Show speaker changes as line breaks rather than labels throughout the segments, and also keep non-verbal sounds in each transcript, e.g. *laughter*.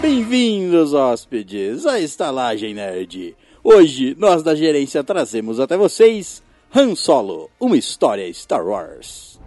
Bem-vindos, hóspedes, à Estalagem Nerd. Hoje, nós da gerência trazemos até vocês Han Solo, uma história Star Wars.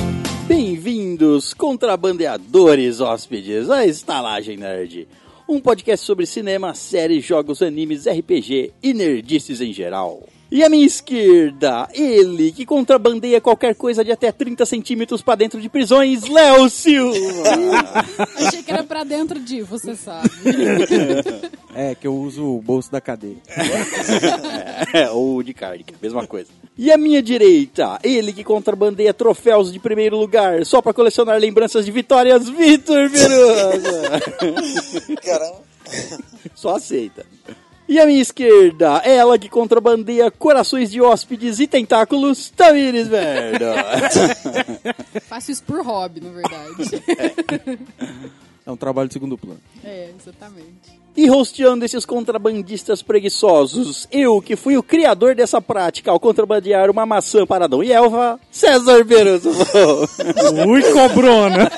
Mm,
Bem-vindos, contrabandeadores, hóspedes, à Estalagem Nerd. Um podcast sobre cinema, séries, jogos, animes, RPG e nerdices em geral. E à minha esquerda, ele que contrabandeia qualquer coisa de até 30 centímetros pra dentro de prisões, Léo Silva.
Achei que era pra dentro de, você sabe.
É, que eu uso o bolso da cadeia.
É, ou de carne, que é a mesma coisa. E à minha direita, ele que contrabandeia troféus de primeiro lugar só pra colecionar lembranças de vitórias, Vitor Verosa.
Caramba.
Só aceita. E à minha esquerda, ela que contrabandeia corações de hóspedes e tentáculos, Tamires Verda.
Faço isso por hobby, na verdade.
*laughs*
É um trabalho de segundo *laughs* plano.
É, exatamente.
E rosteando esses contrabandistas preguiçosos, eu que fui o criador dessa prática ao contrabandear uma maçã para Adão e Elva, César Verosa.
Ui, cobrona!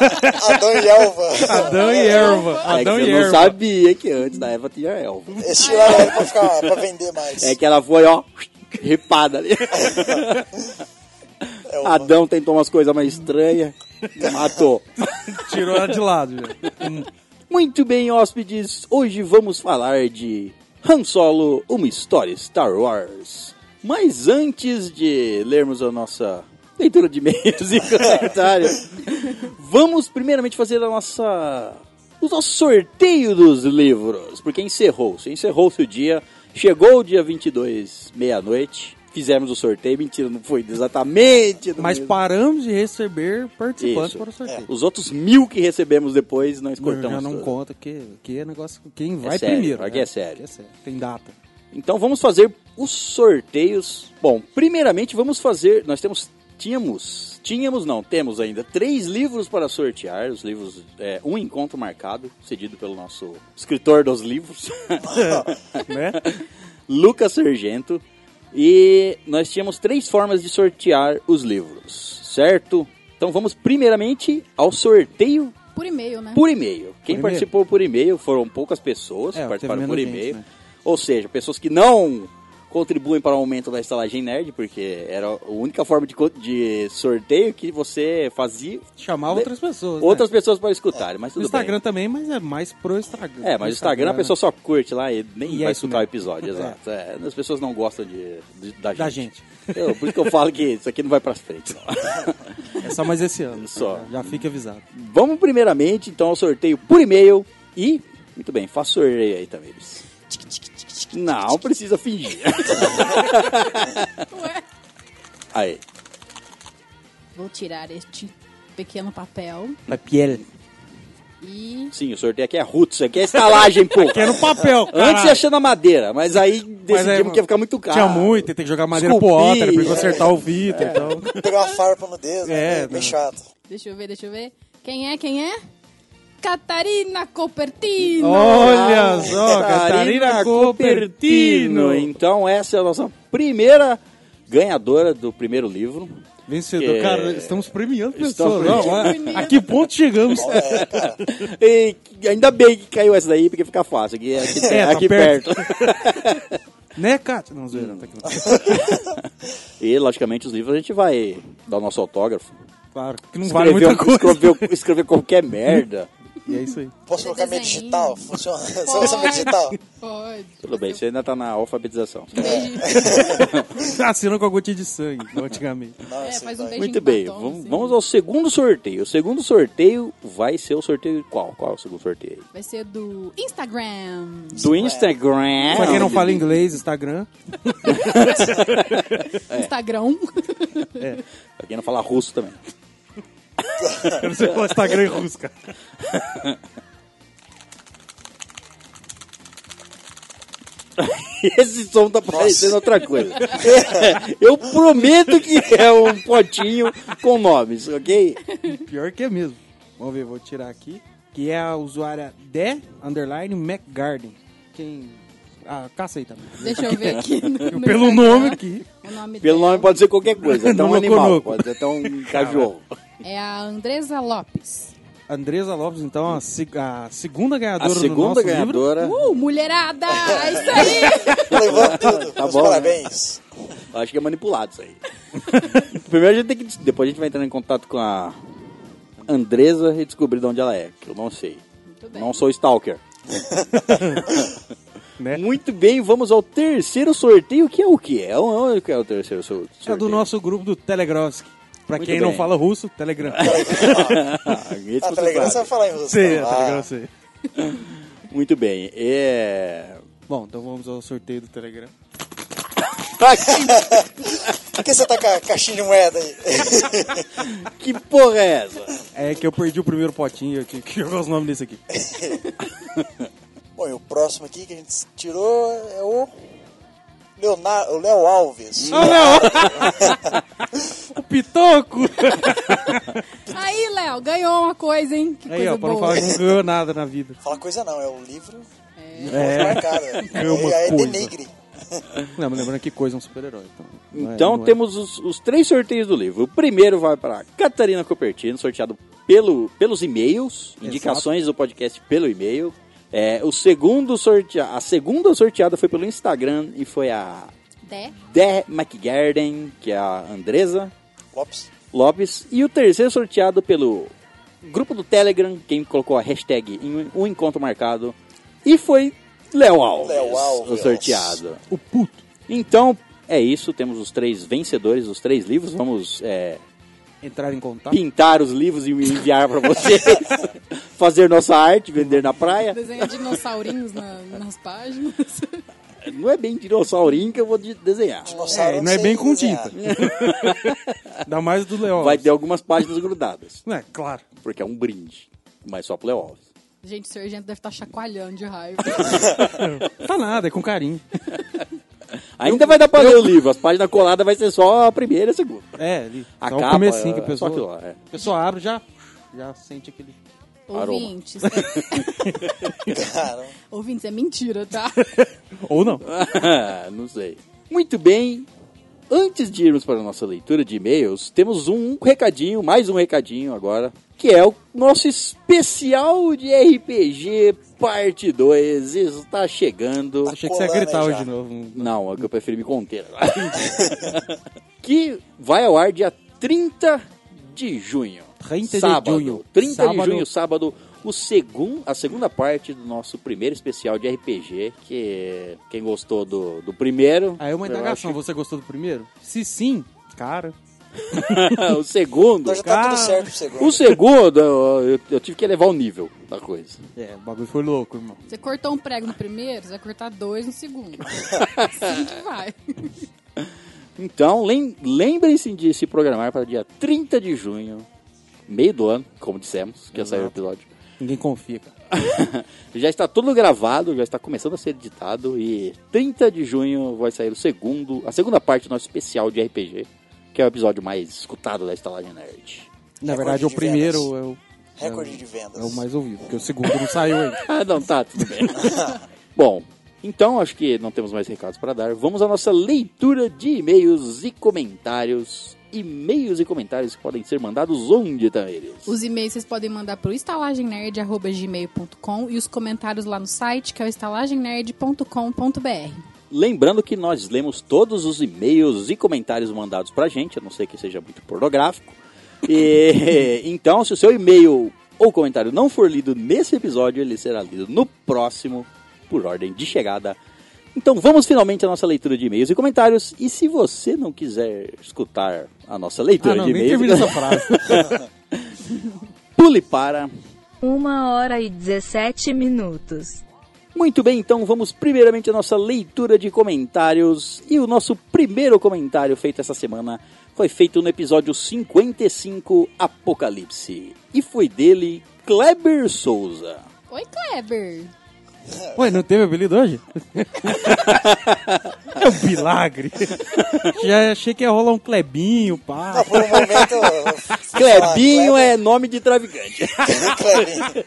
Adão e Elva.
Adão e erva.
É que
Adão
eu
e
não
erva.
sabia que antes da Eva tinha Elva.
Eles tiraram ela pra, ficar, pra vender mais.
É que ela foi, ó, ripada ali.
Elva.
Adão tentou umas coisas mais estranhas, matou.
Tirou ela de lado. já.
Muito bem, hóspedes, hoje vamos falar de Han Solo, uma história Star Wars. Mas antes de lermos a nossa leitura de e-mails e comentários,
*laughs*
vamos primeiramente fazer a nossa o nosso sorteio dos livros, porque encerrou-se, encerrou-se o dia, chegou o dia 22, meia-noite, fizemos o sorteio, mentira, não foi exatamente no
Mas
mesmo-
paramos de receber participantes
Isso. É,
para o sorteio.
os outros mil que recebemos depois, nós
Não,
cortamos
já não
todos.
conta, que, que é negócio. Quem vai
sério,
primeiro.
aqui
né?
é sério.
Aqui é sério. Tem *laughs* data.
Então vamos fazer os sorteios. Bom, primeiramente vamos fazer. Nós temos. Tínhamos. Tínhamos, não, temos ainda três livros para sortear. Os livros. é, um encontro marcado, cedido pelo nosso escritor dos livros, *laughs*
Né?
Lucas Sargento. E nós tínhamos três formas de sortear os livros, certo? Então vamos primeiramente ao sorteio
Por e-mail, né?
por e-mail. Quem
e-mail.
participou por e-mail foram poucas pessoas que
É,
participaram
teve
por
menos gente,
e-mail.
né?
Ou seja, pessoas que não contribuem para o aumento da estalagem nerd, porque era a única forma de, co- de sorteio que você fazia
Chamar
Le-
outras pessoas.
outras
né?
pessoas para escutarem, mas
No
tudo
Instagram
bem.
também, mas é mais pro Instagram. né?
É, mas o Instagram a pessoa só curte lá e nem
E
vai
é isso
escutar o
mesmo.
episódio,
*laughs* É.
exato. É, as pessoas não gostam de, de- da gente.
Da gente.
Eu- por isso que eu falo que isso aqui não vai para frente. Não.
É só mais esse ano.
Só.
Já fique avisado.
Vamos primeiramente, então, ao sorteio por e-mail e... Muito bem, faça o sorteio aí também. Não, precisa fingir.
Ué.
Aí,
Vou tirar este pequeno papel
Papiel.
e.
sim, o sorteio aqui é roots, aqui é estalagem, pô.
Que é no papel, cara.
Antes ia achando a madeira, mas aí decidimos
aí,
que ia ficar muito caro.
é Tinha muito, tem que jogar madeira pro
Esculpir,
Otter, pra ele
é.
consertar o Vitor então. e
*laughs*
tal.
Pegar uma farpa no dedo,
É,
é, bem
não.
chato.
Deixa eu ver, deixa eu ver. Quem é, quem é? Catarina Copertino!
Olha só, Catarina Copertino.
Então essa é a nossa primeira ganhadora do primeiro livro.
Vencedor,
Que-
cara, estamos premiando
Estamos
pessoas.
premiando.
Não,
Premiando.
a, a que ponto chegamos?
É, cara.
E ainda bem que caiu essa daí, porque fica fácil, aqui, é aqui,
É, tá
aqui
perto.
perto.
né, Cátia? Não, zoeira, tá aqui.
E, logicamente, os livros a gente vai dar o nosso autógrafo.
Claro, que não vale
Escrever,
muita coisa.
escrever, escrever qualquer merda.
*laughs* E é isso aí. *laughs*
Posso colocar minha
Desenho.
digital? Funciona? Você usa minha digital?
É,
Oh.
Pode.
Tudo bem, você ainda tá na alfabetização.
Um beijo.
Assina com a gotinha de sangue, igual antigamente.
Nossa,
É, faz um
vai.
beijo.
Muito
Beijinho
bem,
batom,
vamos,
sim.
vamos ao segundo sorteio. O segundo sorteio vai ser o sorteio qual? Qual é o segundo sorteio?
Vai ser do Instagram.
Do Instagram.
Pra quem não fala inglês,
*laughs*
Instagram,
Instagram.
É. Pra quem não fala russo também.
Eu não sei
é
falar Instagram em russo, cara.
*laughs* Esse som tá parecendo outra coisa. É, Eu prometo que é um potinho com nomes, ok?
Pior que é mesmo. Vamos ver, vou tirar aqui. Que é a usuária de underline McGarden. Quem. Ah, caça aí também.
Deixa eu ver aqui. no- no
Pelo
Instagram.
nome aqui.
O nome
Pelo
dela
nome pode ser qualquer coisa. Até um
Nonoconoco.
animal, pode ser até um cachorro.
É a Andresa Lopes.
Andresa Lopes, então, a, seg- a segunda
A
ganhadora do
segunda
nosso livro.
ganhadora. *laughs*
Uh, mulherada! É isso aí!
Levou tudo.
Tá
Meus
bom, né?
parabéns.
Acho que é manipulado
*laughs*
isso aí. Primeiro a gente tem que. Depois a gente vai entrar em contato com a Andresa e descobrir de onde ela é, que eu não sei.
Muito bem.
Não sou stalker.
Né?
Muito bem, vamos ao terceiro sorteio, que é o que? É o é o terceiro sor- sorteio.
É do nosso grupo do Telegrovsk. Pra
Muito
quem não
bem.
fala russo,
*laughs*
Telegram.
*laughs* Ah, esse
Ah,
você
Telegram você vai
sabe.
falar em russo.
Sim,
então.
é Telegram
Ah,
sim.
Muito bem. É.
Bom, então vamos ao sorteio do Telegram.
Por que você tá com a caixinha de moeda aí?
Que porra é essa?
É que eu perdi o primeiro potinho e eu tinha que *laughs* jogar os nomes
*laughs*
desse aqui.
Bom, e o próximo aqui que a gente tirou é o. Leonardo, o Léo Alves.
Hum. Ah,
*laughs*
O Pitoco!
Aí, Léo, ganhou uma coisa, hein? Que
Aí,
coisa
ó, pra não
boa.
falar que não ganhou nada na vida.
Fala coisa não, é o livro
É.
marcado.
É uma
e aí
coisa.
denigre.
Não, mas lembrando que coisa é um super-herói. Então, não é-
Então
não é-
temos os, os três sorteios do livro. O primeiro vai para Catarina Copertino, sorteado pelo, pelos e-mails, indicações do podcast pelo e-mail. É, o segundo sorte, a segunda sorteada foi pelo Instagram e foi a
Dé.
Dé McGarden, que é a Andresa
Lopes.
Lopes. E o terceiro sorteado pelo grupo do Telegram, quem colocou a hashtag em um encontro marcado. E foi Léo Alves,
Léo
o
Alves.
sorteado.
O puto.
Então, é isso. Temos os três vencedores, os três livros. Vamos é,
Entrar em contato.
pintar os livros e enviar para vocês. Fazer nossa arte, vender na praia.
Desenha dinossaurinhos na- nas páginas.
Não é bem dinossaurinho que eu vou de- desenhhar.
Dinossauro,
É, não é
sei
bem com
desenhar.
tinta. Ainda mais do Leão.
Vai ter algumas páginas grudadas,
É, claro. *laughs*
porque é um brinde. Mas só pro Léo Alves.
*laughs* Gente, o sargento deve estar chacoalhando de raiva.
Tá nada, é com carinho.
Ainda vai dar pra ler o livro. As páginas coladas vai ser só a primeira e a segunda.
É, ali.
A
Só
capa,
o comecinho que
é,
a
só aquilo lá,
pessoa...
é.
A pessoa abre já... Já sente aquele...
Aroma.
Ouvintes. né?
*laughs* Cara,
Ouvintes, é mentira, tá?
Ou não.
*laughs* Não sei. Muito bem. Antes de irmos para a nossa leitura de e-mails, temos um recadinho, mais um recadinho agora, que é o nosso especial de RPG parte 2. Está chegando.
Achei que você ia
colando
gritar
aí
hoje
já.
de novo.
Não, é que eu prefiro me conter agora. *laughs* que vai ao ar dia 30 de junho.
30 de
sábado,
junho.
30 de
Sábado.
junho, sábado, o segun, a segunda parte do nosso primeiro especial de RPG, que quem gostou do, do primeiro...
Aí Ah, é uma
eu
indagação, você gostou do primeiro? Se sim, cara...
acho- *laughs* o segundo...
então já tá
Cara.
tudo certo pro segundo.
O segundo, eu, eu- eu tive que elevar o nível da coisa.
É, o bagulho foi louco, irmão.
Você cortou um prego no primeiro, você vai cortar dois no segundo. Assim que vai.
Então, lem- lembrem-se de se programar para dia 30 de junho, meio do ano, como dissemos, que ia sair o episódio.
Ninguém confia, cara.
Já está tudo gravado, já está começando a ser editado e 30 de junho vai sair o segundo, a segunda parte do nosso especial de RPG, que é o episódio mais escutado da Estalagem Nerd. *laughs*
Na
Recorde
verdade, o
de
primeiro
vendas.
é o,
Recorde de vendas.
é o mais ouvido, porque o segundo não saiu
*laughs*
ainda.
Ah, não, tá, tudo bem. Bom, então acho que não temos mais recados para dar. Vamos à nossa leitura de e-mails e comentários. E-mails e comentários que podem ser mandados onde, Tamires?
Os e-mails vocês podem mandar pro estalagemnerd.gmail.com e os comentários lá no site, que é o estalagemnerd.com.br.
Lembrando que nós lemos todos os e-mails e comentários mandados pra gente, a não ser que seja muito
*laughs*
pornográfico. E, então, se o seu e-mail ou comentário não for lido nesse episódio, ele será lido no próximo, por ordem de chegada. Então vamos finalmente à nossa leitura de e-mails e comentários. E se você não quiser escutar a nossa leitura
Ah, não,
de
nem
e-mails, *laughs*
termina essa frase.
pule para
Uma hora e 17 minutos.
Muito bem, então vamos primeiramente à nossa leitura de comentários. E o nosso primeiro comentário feito essa semana foi feito no episódio 55 Apocalipse. E foi dele Kleber Souza.
Oi, Kleber.
Ué, não teve apelido *laughs* hoje? é um milagre. Já achei que ia rolar um Clebinho, pá.
Não, por um momento. eu- eu
*laughs*
fui falar,
Clebinho
Ah, Kleber,
é nome de traficante. *laughs*
Clebinho.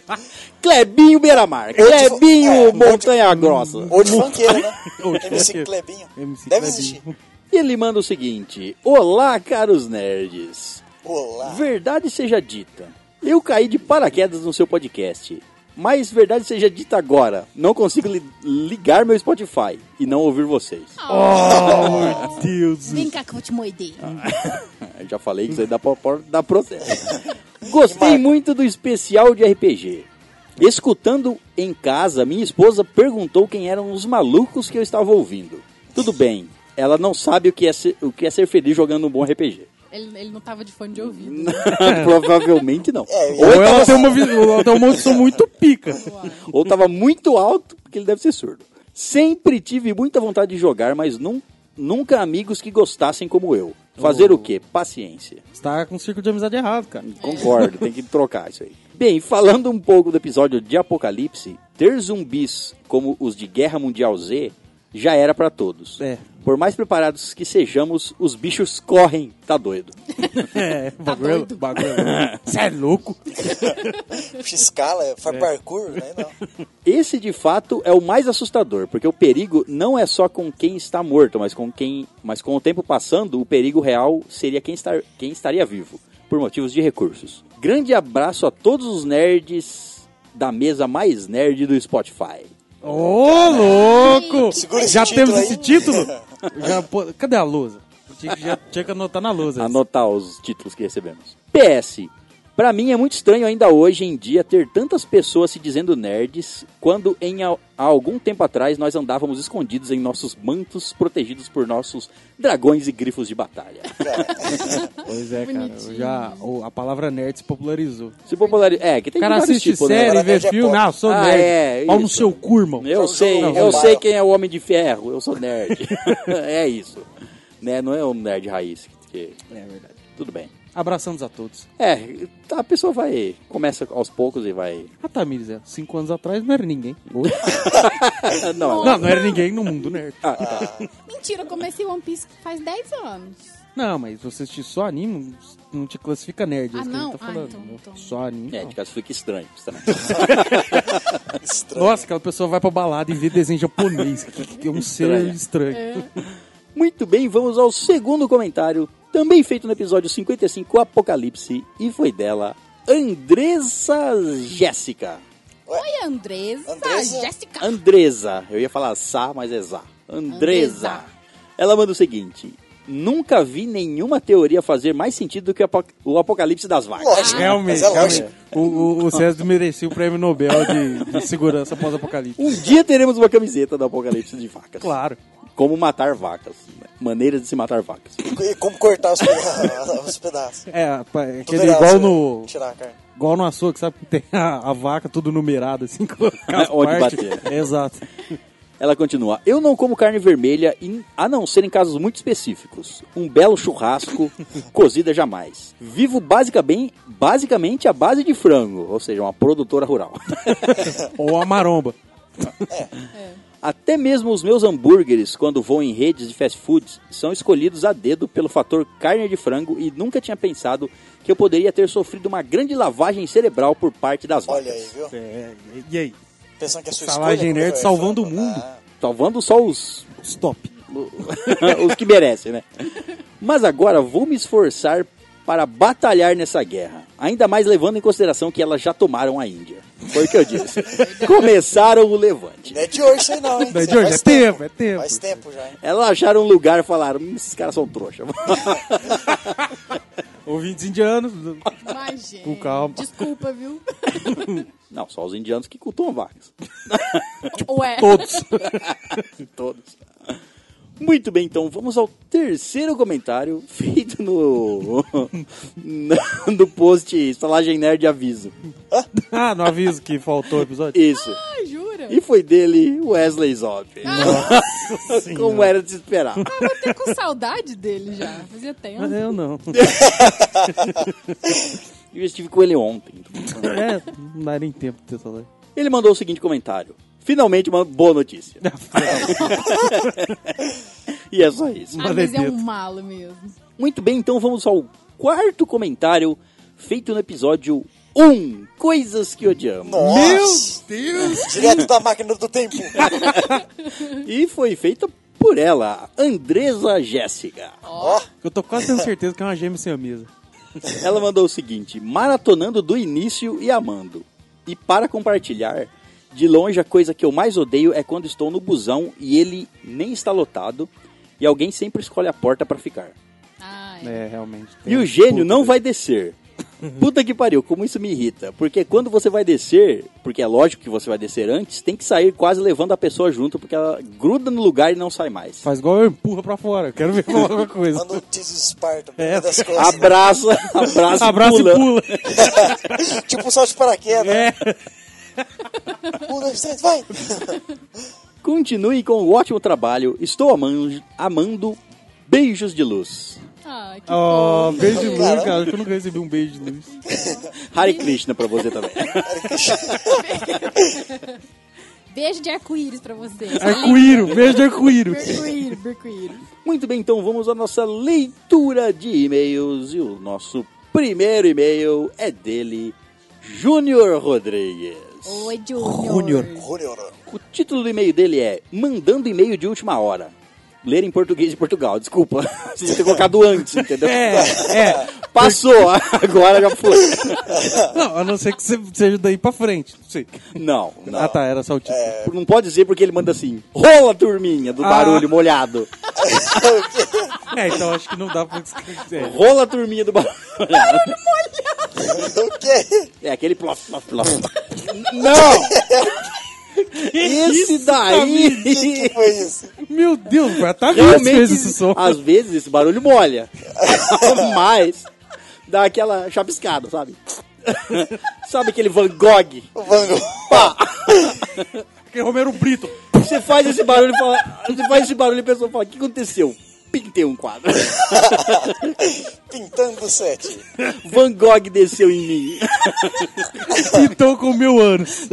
Clebinho Beiramar. Clebinho
é,
Montanha Grossa.
Ou de funkeiro,
*laughs*
né?
Outro
MC
funkeiro.
Clebinho.
MC
Deve
Clebinho.
existir.
E ele manda o seguinte: Olá, caros nerds.
Olá.
Verdade seja dita, eu caí de paraquedas no seu podcast. Mas verdade seja dita agora, não consigo li- ligar meu Spotify e não ouvir vocês.
Ah.
Meu Deus.
Vem cá que eu vou te moeder.
Eu já falei que isso aí dá, pra, pra- dá processo. Gostei
Marca.
muito do especial de RPG. Escutando em casa, minha esposa perguntou quem eram os malucos que eu estava ouvindo. Tudo bem, ela não sabe o que é ser, o que é ser feliz jogando um bom
*laughs*
RPG.
Ele, ele não tava de fone de ouvido.
Provavelmente não.
É, eu-
Ou ela tem uma visão, ela tem uma audição muito pica.
Ou tava muito alto, porque ele deve ser surdo. Sempre tive muita vontade de jogar, mas nun- nunca amigos que gostassem como eu. Fazer o quê? Paciência.
Você tá com o círculo de amizade errado, cara.
Concordo, tem que trocar isso aí. Bem, falando um pouco do episódio de Apocalipse, ter zumbis como os de Guerra Mundial Z já era pra todos.
É.
Por mais preparados que sejamos, os bichos correm, tá doido.
É, bagulho.
doido?
*laughs* bagulho. Você é louco?
X-Scala, é
É.
faz parkour, né?
*laughs*
Não.
Esse de fato é o mais assustador, porque o perigo não é só com quem está morto, mas com quem, mas com o tempo passando, o perigo real seria quem, estar, quem estaria vivo, por motivos de recursos. Grande abraço a todos os nerds da mesa mais nerd do Spotify.
Ô, louco!
Segura esse
Já
título
temos
aí.
esse título? Já, pô, cadê a lousa? Tinha que, já, tinha que anotar na lousa.
Anotar os títulos que recebemos. PS. Pra mim é muito estranho ainda hoje em dia ter tantas pessoas se dizendo nerds, quando em al- há algum tempo atrás nós andávamos escondidos em nossos mantos protegidos por nossos dragões e grifos de batalha.
Pois é, cara.
Bonitinho.
Já, o- a palavra nerd se popularizou.
Se popularizou. É, que tem
O cara
vários
assiste
tipos, né?
série,
Agora
vê
nerd é
filme,
pop.
ah, sou
Ah,
nerd.
é,
Pau no
isso.
seu cu, irmão.
Eu
Não,
sei,
não,
eu
não.
sei quem é o Homem de Ferro, eu sou nerd. *laughs* é isso. Né? Não é um nerd raiz. Que...
É verdade.
Tudo bem.
Abraçamos a todos.
É, a pessoa vai. Começa aos poucos e vai.
A Tamires, é, cinco anos atrás não era ninguém. Hoje-
É, Não,
*laughs* não, não era ninguém no mundo nerd.
Ah.
Mentira, eu comecei One Piece faz 10 anos.
Não, mas você assistir só anime não- não te classifica nerd. é
Ah,
isso que a gente
não?
tá
Ah,
falando.
então,
né?
então.
Só anime.
É,
não.
de caso fica estranho. estranho. *laughs*
é Estranho.
Nossa, aquela pessoa vai pra balada e vê desenho japonês. que, que é um ser
Estranho.
estranho.
É.
Muito bem, vamos ao segundo comentário, também feito no episódio 55 Apocalipse, e foi dela, Andressa Jéssica.
Oi, Andresa.
Andresa?
Jéssica.
Andresa. Eu ia falar Sá, mas é Zá. Andresa.
Andresa.
Ela manda o seguinte: Nunca vi nenhuma teoria fazer mais sentido do que apo- o apocalipse das vacas.
*laughs*
Lógico.
Realmente,
mas é
realmente.
lógico.
O, o, o César merecia o prêmio Nobel de, de segurança pós-apocalipse.
Um dia teremos uma camiseta do apocalipse de vacas.
Claro.
Como matar vacas. Maneiras de se matar vacas.
E como cortar os pedaços. *laughs* os pedaços.
É, pá, é
Tu
aquele
verá,
igual
você
no,
Tirar a carne.
igual no açougue, sabe? que Tem a, a vaca tudo numerada, assim, *laughs* com as
É, Onde
partes.
bater. né?
*laughs* Exato.
Ela continua: Eu não como carne vermelha, em- a não ser em casos muito específicos. Um belo
*laughs*
churrasco, cozida jamais. Vivo basica bem- basicamente à base de frango, ou seja, uma produtora rural. *laughs*
Ou a maromba.
Até mesmo os meus hambúrgueres, quando vou em redes de fast foods, são escolhidos a dedo pelo fator carne de frango e nunca tinha pensado que eu poderia ter sofrido uma grande lavagem cerebral por parte das
Olha aí,
vacas.
viu?
É, e- e aí?
Pensando que a sua
Salagem
escolha...
nerd
é
salvando
frango.
o mundo.
Ah,
Salvando só os,
Stop.
*laughs* os que merecem, né? Mas agora vou me esforçar para batalhar nessa guerra. Ainda mais levando em consideração que elas já tomaram a Índia. Foi o que eu disse. Começaram o levante.
não é de hoje isso aí não, hein?
Não é
Isso
de hoje,
faz
é tempo, é tempo.
Faz tempo já, hein?
Elas acharam um lugar e falaram: "Hum, esses caras são trouxa. *laughs*
Ouvintes indianos.
Vai, gente.
Com calma.
Desculpa, viu?
Não, só os indianos que cultuam vacas. *laughs*
Ué.
*laughs*
Todos.
Todos. Muito bem, então vamos ao terceiro comentário feito no *laughs* no post Estalagem Nerd Aviso.
Ah, não aviso que faltou o episódio.
Isso.
Ah, *laughs* jura?
E foi dele Wesley Zop. *laughs* Como era de se esperar.
Tava até com saudade dele já. Fazia tempo.
Mas
é
eu não.
Eu estive com ele ontem.
É, não dá nem tempo de ter saudade.
Ele mandou o seguinte comentário. Finalmente uma boa notícia. *laughs* e é só isso.
Ah, mas é um malo mesmo.
Muito bem, então vamos ao quarto comentário feito no episódio 1. Coisas que odiamos.
Nossa!
Deus!
Direto da máquina do tempo.
E foi feita por ela, Andresa Jéssica.
Ó,
Eu tô quase tendo certeza que é uma gêmea sem a mesa.
Ela mandou o seguinte: maratonando do início e amando. E para compartilhar, de longe a coisa que eu mais odeio é quando estou no busão e ele nem está lotado e alguém sempre escolhe a porta para ficar.
Ah,
Né?
é.
É, realmente. tem
E o
uma
gênio
puta Uhum.
não
dessa.
vai descer. Puta que pariu, como isso me irrita. Porque quando você vai descer, porque é lógico que você vai descer antes, tem que sair quase levando a pessoa junto, porque ela gruda no lugar e não sai mais.
Faz igual eu empurra pra fora. Quero
*laughs*
ver falar alguma coisa.
manda um teaser Esparta. É.
*laughs* Abraça, abraça,
Abraça
pula.
e pula.
*laughs* tipo salto de paraquedas. *laughs*
É.
Um, dois, três, vai!
Continue com o ótimo trabalho. Estou amando, amando beijos de luz.
Ah, que
Ó,
fofo.
beijo de luz,
Caramba.
cara. Acho que eu nunca recebi um beijo de luz.
Hare Krishna pra você também. *laughs*
Beijo de arco-íris pra você.
Arco-íro, beijo de arco-íro.
Arco-íris, arco-íris.
Muito bem, então vamos à nossa leitura de e-mails. E o nosso primeiro e-mail é dele, Júnior Rodrigues.
Oi, Junior.
Júnior.
O título do e-mail dele é Mandando e-mail de última hora. Ler em português de Portugal, desculpa. *laughs* Você devia ter colocado antes, entendeu?
É, é.
Passou, *laughs* agora já foi.
Não, a não ser que você seja daí pra frente. Não sei.
Não, não. É.
Ah, tá, era só o título.
Não pode dizer porque ele manda assim, rola turminha do
Ah.
barulho molhado.
É, então acho que não dá pra escrever.
Rola turminha do barulho molhado.
O quê?
É aquele plof, plof, plof. Não! Esse
O que,
daí
que foi isso?
Meu Deus, cara, tá vendo que fez
*laughs* realmente
esse som?
às vezes esse barulho molha. Mas dá aquela chapiscada, sabe? *laughs* sabe aquele Van Gogh?
O Van Gogh.
Pá!
Que é Romero Brito.
Você faz esse barulho e fala. Você faz esse barulho e a pessoa fala, o que aconteceu? Pintei um quadro. *laughs*
Pintando o set.
Van Gogh desceu em mim.
Então com mil
*laughs*
anos.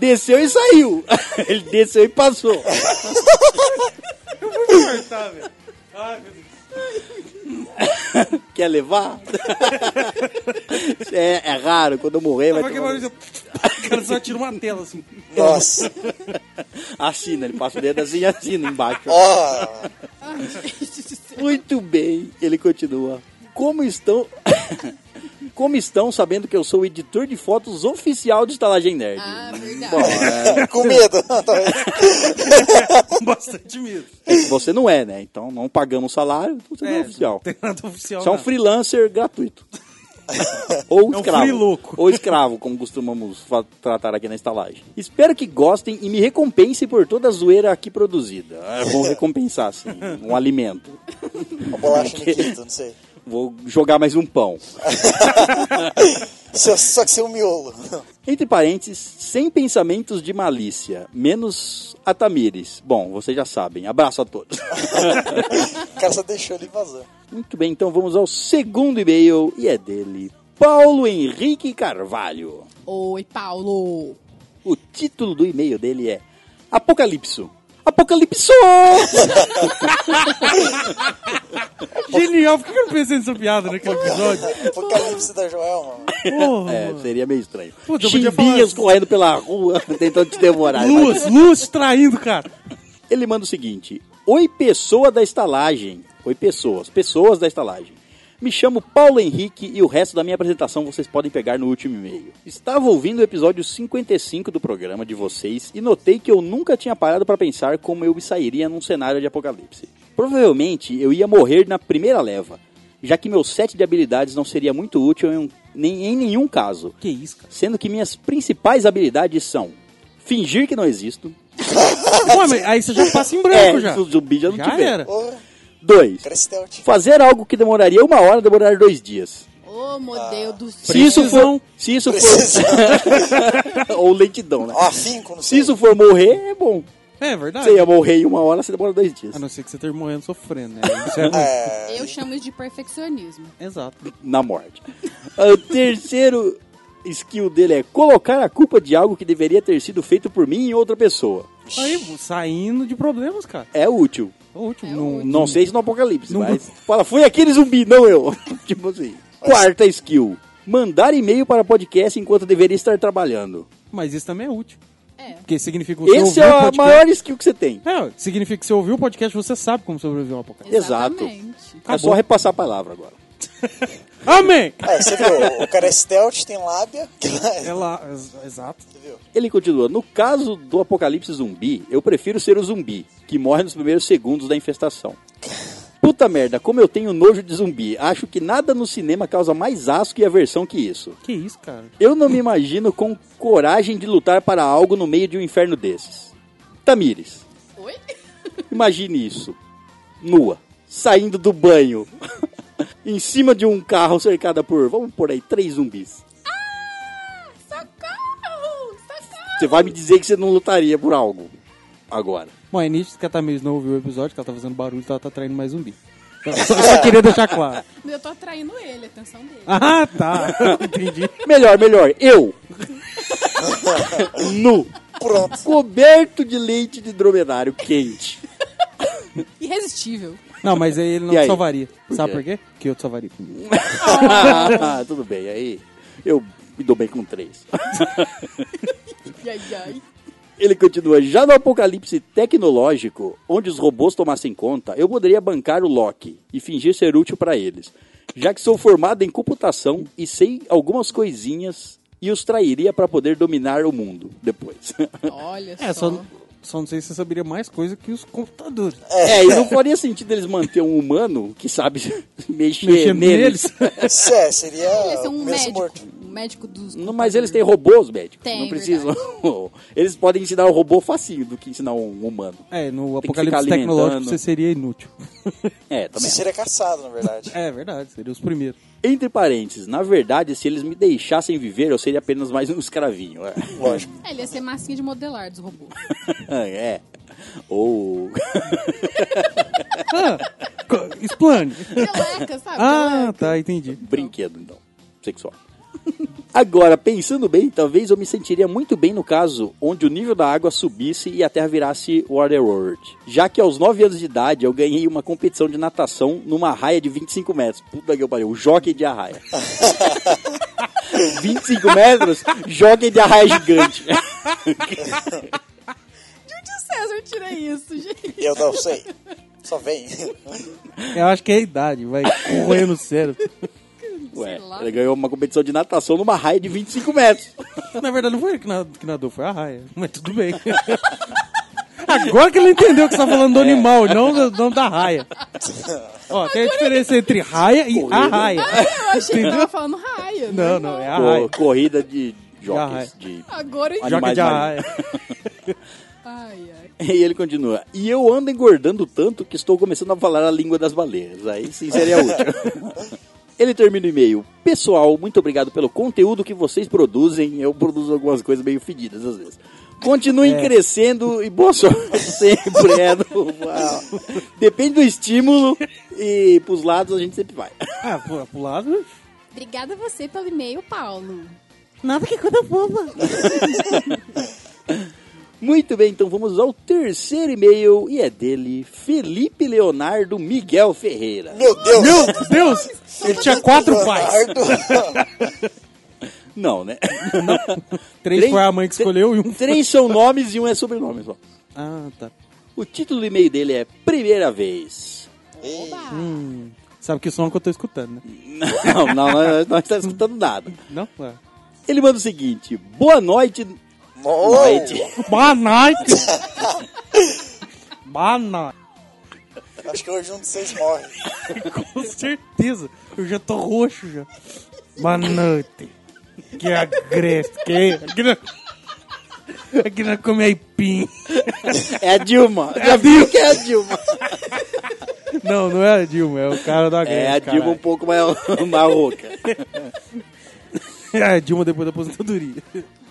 Desceu e saiu. *laughs* Ele desceu e passou. Quer levar? *laughs* é, é raro, quando eu morrer vai
Porque
tomar- um-
barulho- *laughs* O cara só tira uma tela assim.
Nossa.
Assina, ele passa o dedo assim e assina embaixo.
Ó.
Ai, gente do céu.
Muito bem, ele continua. Como estão... *coughs* Como estão sabendo que eu sou o editor de fotos oficial de Estalagem Nerd?
Ah,
Bom,
verdade.
é,
Com medo. *laughs* Talvez.
Com bastante medo.
você não é, né? Então não pagamos salário, então você não é oficial.
Não tem nada oficial.
Você é um
não.
freelancer
*laughs*
gratuito. Ou
É um
escravo.
freelouco.
Ou escravo, como costumamos fa- tratar aqui na estalagem. Espero que gostem e me recompensem por toda a zoeira aqui produzida. Ah, Vou recompensar, sim. Um alimento.
Uma bolacha Nikita, não sei.
Vou jogar mais um pão.
Só, só que seu miolo.
Entre parênteses, sem pensamentos de malícia, menos Atamires. Bom, vocês já sabem. Abraço
*laughs*
a todos.
O cara só deixou ele vazando.
Muito bem, então vamos ao segundo e-mail e é dele, Paulo Henrique Carvalho.
*laughs* Oi, Paulo.
O título do e-mail dele é Apocalipso. Apocalipso!
Genial, por que eu não pensei nessa piada
*laughs*
naquele episódio?
Apocalipse da Joelma.
Porra,
É, seria meio estranho.
Puta, eu podia
Chimbinhas
falar-
correndo pela rua, *laughs* tentando te devorar.
Luz, luz traindo, cara.
Ele manda o seguinte: Oi, pessoa da estalagem. Oi, pessoas. Pessoas da estalagem. Me chamo Paulo Henrique e o resto da minha apresentação vocês podem pegar no último e-mail. Estava ouvindo o episódio 55 do programa de vocês e notei que eu nunca tinha parado para pensar como eu me sairia num cenário de apocalipse. Provavelmente eu ia morrer na primeira leva, já que meu set de habilidades não seria muito útil em, um- nem, em nenhum caso,
Que isso, cara.
sendo que minhas principais habilidades são fingir que não existo,
Pô, mas aí você já passa em branco
é,
já.
se o zumbi já não
Já
tiver.
era.
Porra,
Dois.
Crestelt.
Fazer algo que demoraria uma hora, demorar dois dias.
Ô, Oh, meu Deus do céu.
Se isso for. Se isso
Precisa.
for. *laughs* ou lentidão, né?
Ó, afinco, não
Se
sei.
isso for morrer, é bom.
É verdade.
Você ia morrer em uma hora, você demora dois dias.
A não ser que você esteja morrendo sofrendo, né? Isso é ruim.
É,
Eu chamo isso de perfeccionismo.
*laughs*
Exato.
na morte. O terceiro skill dele é colocar a culpa de algo que deveria ter sido feito por mim em outra pessoa.
Aí, saindo de problemas, cara.
É útil.
É útil.
É
não,
útil.
Não sei se no Apocalipse,
Não-
mas fala, foi aquele zumbi, não eu. *laughs* tipo assim. Quarta skill. Mandar e-mail para podcast enquanto deveria estar trabalhando.
Mas isso também é útil.
É.
Porque significa que você
Esse
ouviu
é
o
a
podcast.
maior skill que você tem.
É, significa que você ouviu o podcast, você sabe como sobreviver ao apocalipse.
Exato.
Exatamente.
É só repassar a palavra agora.
Amém!
é, você viu, o cara é stealth, tem lábia. *laughs*
É lá, ex- exato.
Entendeu?
Ele continua: No caso do apocalipse zumbi, eu prefiro ser o zumbi, que morre nos primeiros segundos da infestação. Puta merda, como eu tenho nojo de zumbi. Acho que nada no cinema causa mais asco e aversão que isso.
Que isso, cara?
Eu não me imagino com coragem de lutar para algo no meio de um inferno desses. Tamires,
Oi?
imagine isso. Nua, saindo do banho, *laughs* em cima de um carro cercada por, vamos por aí, três zumbis.
Socorro! Socorro!
Você vai me dizer que você não lutaria por algo agora.
Bom, é nítido que a Tamiris não ouviu o episódio, que ela tá fazendo barulho, então ela tá traindo mais zumbi.
*laughs*
Só, só queria deixar claro.
Eu tô atraindo ele, a atenção dele.
Ah,
*laughs*
tá. Entendi.
Melhor, melhor, eu. nu.
Pronto.
Coberto de leite de dromedário quente.
Irresistível.
Não, mas aí ele não
E aí?
salvaria.
Por
Sabe
quê?
por quê? Que eu te salvaria. primeiro.
Ah, *laughs* Tudo bem, aí eu me dou bem com três.
Ai, ai, ai.
Ele continua, já no apocalipse tecnológico, onde os robôs tomassem conta, eu poderia bancar o Loki e fingir ser útil para eles, já que sou formado em computação e sei algumas coisinhas e os trairia para poder dominar o mundo depois. *laughs*
Olha
É, só,
só.
só não sei se você saberia mais coisa que os computadores.
É, e não faria sentido eles manter um humano que sabe *laughs* mexer,
Mexendo
neles. *laughs*
neles.
Isso é, seria
Esse é um
o mesmo
médico.
morto.
Um médico dos.
Não, mas eles têm robôs, médicos.
Tem,
não precisam. *laughs* eles podem ensinar o robô facinho do que ensinar um humano.
É, no
que ficar
apocalipse tecnológico
alimentando.
você seria inútil. *laughs*
É,
Você
também.
seria caçado, na verdade.
É verdade, seria os primeiros.
Entre parênteses, na verdade, se eles me deixassem viver, eu seria apenas mais um escravinho. É.
Lógico.
É, ele ia ser massinha de modelar dos robôs.
*laughs* é. Ou.
Ah, co-
*laughs*
explane.
Peleca, sabe?
Ah, tá, entendi.
brinquedo, então. Sexual. *laughs* Agora, pensando bem, talvez eu me sentiria muito bem no caso onde o nível da água subisse e a Terra virasse Waterworld. Já que aos 9 anos de idade eu ganhei uma competição de natação numa raia de 25 metros. Puta que pariu, o jockey de arraia. 25 metros, jockey de arraia gigante.
De onde o César tira isso, gente?
Eu não sei. Só vem. *laughs*
Eu acho que é a idade, vai correr no cérebro.
Ué,
lá.
ele ganhou uma competição de natação numa raia de 25 metros.
Na verdade, não foi ele que, na- que nadou, foi a raia. Mas tudo bem. *laughs* Agora que ele entendeu que você tá
É.
falando do animal, não do não da
*laughs*
raia. Ó, tem a diferença entre raia e a raia.
*laughs*
Eu achei que tava falando né? raia.
Não, não, é a raia.
Co- Corrida de
arraia.
jockeys, de
Agora eu
Joga
animais
de
marinhos.
arraia.
Ai, ai.
*laughs* E ele continua. E eu ando engordando tanto que estou começando a falar a língua das baleias. Aí sim seria útil. ele termina o e-mail. Pessoal, muito obrigado pelo conteúdo que vocês produzem. Eu produzo algumas coisas meio fedidas às vezes. Continuem crescendo e boa sorte sempre. É, no- uau. Depende do estímulo e pros lados a gente sempre vai. *laughs*
Ah, pro, pro lado.
Obrigada a você pelo e-mail, Paulo.
Nada que coisa boba.
Muito bem, então vamos ao terceiro e-mail e é dele Felipe Leonardo Miguel Ferreira.
Meu Deus!
Meu Deus! Ele tinha quatro pais.
*laughs* Leonardo.
Não, né?
Três, foi a mãe que escolheu e um.
Três são nomes e um é sobrenome só.
Ah, tá.
O título do e-mail dele é Primeira Vez. *laughs*
Ei,
Oba!
Sabe que som que eu tô escutando, né?
Não, não, nós não estamos escutando nada.
Não? É.
Ele manda o seguinte: Boa noite.
no-
Noite.
Boa noite! Boa noite!
Acho que hoje um de vocês morre.
Com certeza! Eu já tô roxo já. Boa noite! Que agreste! Que... Aqui não... Aqui não come aipim!
É a Dilma. Já viu que é a
*laughs*
Dilma?
Não, não é a Dilma, é o cara da
É
Grécia.
a Dilma um pouco é mais, *laughs* mais rouca.
É, Dilma depois da aposentadoria.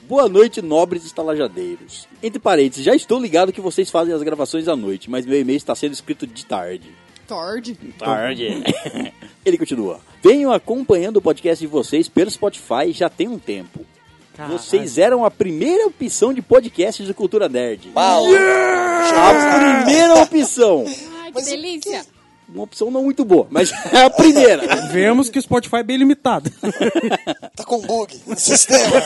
Boa noite, nobres estalajadeiros. Entre parênteses, já estou ligado que vocês fazem as gravações à noite, mas meu e-mail está sendo escrito de tarde.
Tord.
Tarde. Então, *laughs* Ele continua. Venho acompanhando o podcast de vocês pelo Spotify já tem um tempo. Vocês eram a primeira opção de podcasts de cultura nerd.
Mal.
A primeira opção.
Ai, que
Mas o
delícia.
é- Uma opção não muito boa, mas *laughs* é a primeira.
Vemos que o Spotify é bem *laughs* limitado.
Tá com bug no
*laughs*
sistema.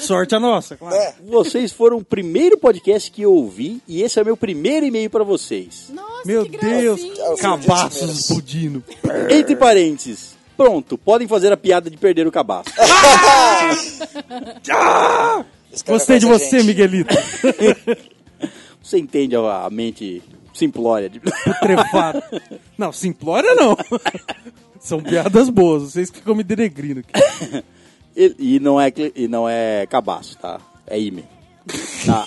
Sorte a nossa, claro.
É.
Vocês foram o primeiro podcast que eu ouvi e esse é meu primeiro e-mail para vocês.
Nossa,
Meu
que
Deus, é
gracinha.
Eu fui um
cabaços
dia
explodindo.
Entre parênteses. Pronto, podem fazer a piada de perder o cabaço.
Esse cara
Gostei de
conhece a
você,
gente.
Miguelito.
Você entende a a mente simplória de... *laughs*
Trevado. Não, simplória não. *laughs* São piadas boas, vocês que ficam me denegrindo aqui.
E, e não é, cle- e não é cabaço, tá? É ime. Tá.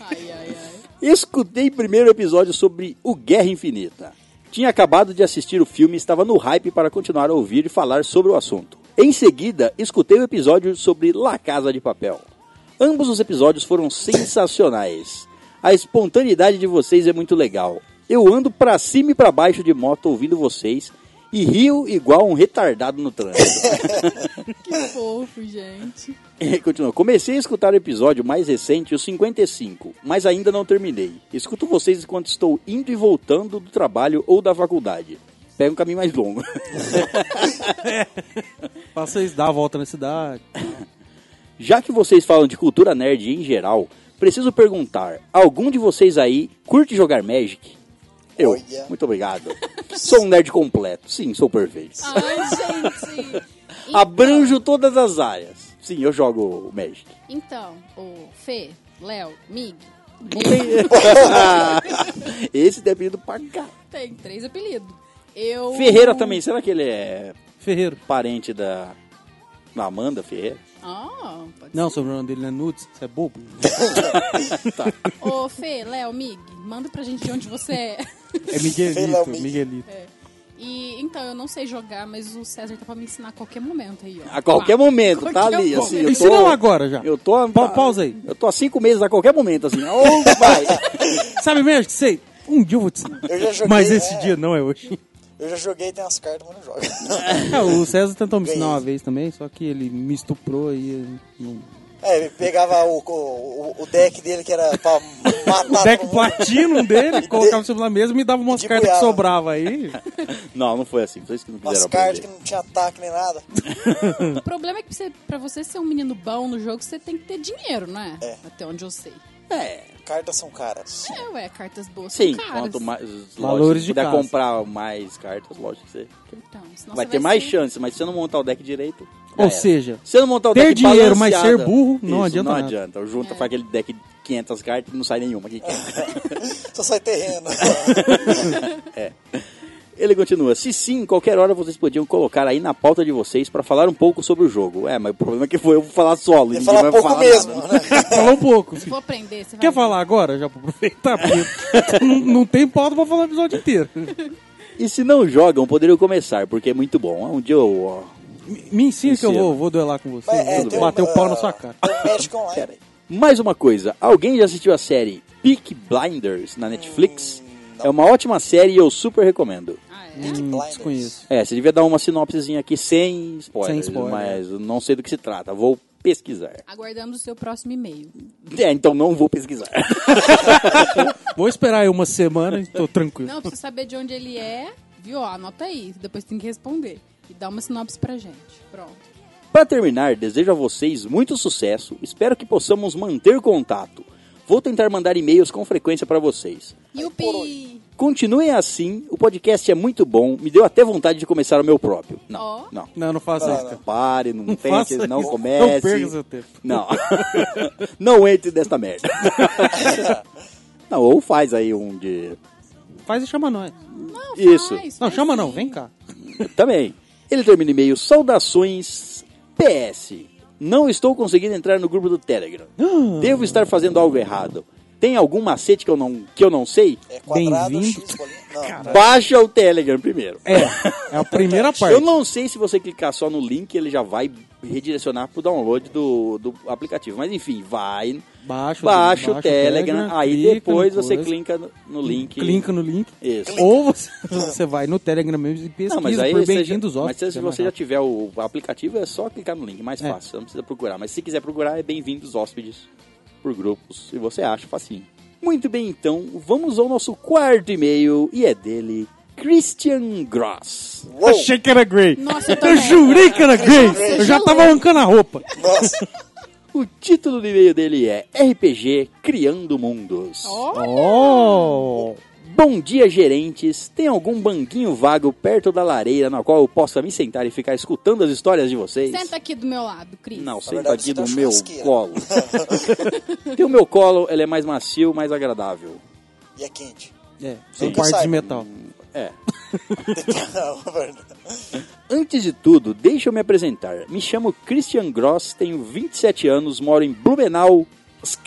Ai, ai, ai.
Escutei primeiro episódio sobre o Guerra Infinita. Tinha acabado de assistir o filme e estava no hype para continuar a ouvir e falar sobre o assunto. Em seguida, escutei o episódio sobre La Casa de Papel. Ambos os episódios foram sensacionais. A espontaneidade de vocês é muito legal. Eu ando pra cima e pra baixo de moto ouvindo vocês e rio igual um retardado no trânsito.
Que fofo, gente.
Ele *laughs* Continua. Comecei a escutar o episódio mais recente, o 55, mas ainda não terminei. Escuto vocês enquanto estou indo e voltando do trabalho ou da faculdade. Pega um caminho mais longo. *laughs*
Vocês dá a volta na cidade.
Já que vocês falam de cultura nerd em geral, preciso perguntar: algum de vocês aí curte jogar Magic? Eu.
Olha.
Muito obrigado. *laughs* Sou um nerd completo. Sim, sou perfeito.
Ai, gente. Então-
Abranjo todas as áreas. Sim, eu jogo Magic.
Então, o Fê, Léo, Mig,
*laughs* Ah, Esse deve do pagar.
tem três apelidos. Eu.
Ferreira também, será que ele é
Ferreiro.
parente da, da Amanda Ferreira.
Ah, pode
Não, o sobrenome dele não é Nudes, você é bobo.
ser. Ô, Fê, Léo, Mig, manda pra gente de onde você é. *laughs*
É
Ele é o
Miguelito,
Miguel.
Miguelito.
E, então, eu não sei jogar, mas o César tá pra me ensinar a qualquer momento aí, ó.
A qualquer momento, tá
qualquer
ali, assim.
momento.
Eu tô,
Ensina lá agora já.
Eu tô.
Pa- pausa aí.
Eu tô há cinco meses a qualquer momento, assim. Ô, vai!
*laughs* Sabe mesmo que sei? Um dia eu vou te ensinar.
Eu já joguei,
Mas esse
é.
dia não é hoje.
Eu já joguei, tem as cartas, mas não joga.
É, o César tentou me ensinar
Ganhei.
uma vez também, só que ele me estuprou e eu não...
*laughs* É, ele pegava o, o, o deck dele que era pra matar
O deck
todo mundo.
platino
*laughs*
dele, colocava sobre a mesa e me dava umas
Tá De
cartas que
goiaba.
sobrava aí.
não, não foi assim. Vocês que não
Umas
quiseram
cartas que
aprender.
não tinha ataque nem nada.
O problema é que você, pra você ser um menino bom no jogo, você tem que ter dinheiro, não é?
É.
Até onde eu sei.
É,
Cartas são caras. *laughs*
É, ué, cartas boas são
sim.
caras.
Quanto mais. lógico,
Valores
se
de
puder
casa.
comprar mais cartas, lógico que você.
Então, senão
vai
você
ter mais
ser-
chance, mas se você não montar o deck direito. já
Ou
era.
seja,
se você não montar o
ter
deck
dinheiro, mas
balanceado,
ser burro, não
isso,
adianta
Não
nada.
adianta. Junta,
É.
faz aquele deck de 500 cartas e não sai nenhuma. Que que é?
Só
*laughs*
sai terreno.
Ele continua: se sim, qualquer hora vocês podiam colocar aí na pauta de vocês pra falar um pouco sobre o jogo. É, mas o problema é que foi eu vou falar solo. e ninguém
Ele
vai
fala pouco
falar
mesmo,
nada.
né?
Falou um pouco.
Vou aprender, você vai
Quer
ver.
falar agora? Já pra aproveitar, porque não, não tem pauta pra falar o episódio inteiro.
E se não jogam, poderiam começar, porque é muito bom. Um dia eu. ó,
Me, me ensina que eu
Ensina.
vou, vou duelar com você.
Mas, é,
vou
tem
bater
uma-
o pau na sua cara.
Tem um Magic Online.
Mais uma coisa: alguém já assistiu a série Peak Blinders na Netflix?
Hum,
é uma ótima série e eu super recomendo.
Ah, é?
Hum,
Blinders.
desconheço.
É, você devia dar uma sinopsezinha aqui sem spoilers,
Sem spoiler.
mas eu não sei do que se trata. Vou pesquisar.
Aguardamos o seu próximo e-mail.
É, então não vou pesquisar. *laughs*
Vou esperar aí uma semana e tô tranquilo.
Não, precisa saber de onde ele é, viu? Ó, Anota aí, depois tem que responder. E dá uma sinopse pra gente. Pronto.
Para terminar, desejo a vocês muito sucesso. Espero que possamos manter contato. Vou tentar mandar e-mails com frequência para vocês.
Yupi!
Continuem assim, o podcast é muito bom. Me deu até vontade de começar o meu próprio. Não,
Ó.
não.
Não, não faça isso, cara.
Pare, não, tente,
faça
não
isso.
comece.
Não perca seu tempo.
Não. *laughs* Não entre nesta merda. *laughs* Não, ou faz aí um de.
Faz e chama nós.
Não,
Isso.
faz,
Não,
faz
chama
sim.
não, vem cá.
Também. Ele termina o e-mail. Saudações Ah. PS. Não estou conseguindo entrar no grupo do Telegram. Devo estar fazendo algo errado. tem algum macete que eu não, que eu não sei,
É quadrado,
Bem-vindo.
X, bolinha. Não,
baixa o Telegram primeiro.
É, é a primeira parte.
Eu não sei se você clicar só no link, ele já vai redirecionar pro download do, do aplicativo. Mas enfim, vai,
Baixo,
baixa o Telegram, aí depois você clica no, no link.
Clica no link.
Isso.
Ou
*laughs*
você, você vai no Telegram mesmo e pesquisa
Não, mas aí
por
você já, mas
bem-vindos
se
hóspedes. é mais
você já
rápido.
tiver o aplicativo, é só clicar no link, mais
É.
fácil, não precisa procurar. Mas se quiser procurar, é bem-vindos hóspedes por grupos, se você acha facinho. Muito bem, então, vamos ao nosso quarto e-mail, e é dele, Christian Gross.
Uou,
Achei que era Grey.
Nossa, eu
Eu
também.
jurei que era Grey.
Grey.
Eu já tava arrancando a roupa.
nossa,
O título do e-mail dele é RPG Criando Mundos.
Ó,
Oh!
Bom dia, gerentes. Tem algum banquinho vago perto da lareira na qual eu possa me sentar e ficar escutando as histórias de vocês?
senta aqui do meu lado, Cris.
Não, senta aqui
verdade, você tá
no meu
churrasqueira. *laughs*
colo. Tem o meu colo, ele é mais macio, mais agradável.
e é quente. *laughs*
É,
Sim.
são partes
Sai.
de metal.
É.
Não, verdade.
Antes de tudo, deixa eu me apresentar. Me chamo Christian Gross, tenho 27 anos, moro em Blumenau. Sk.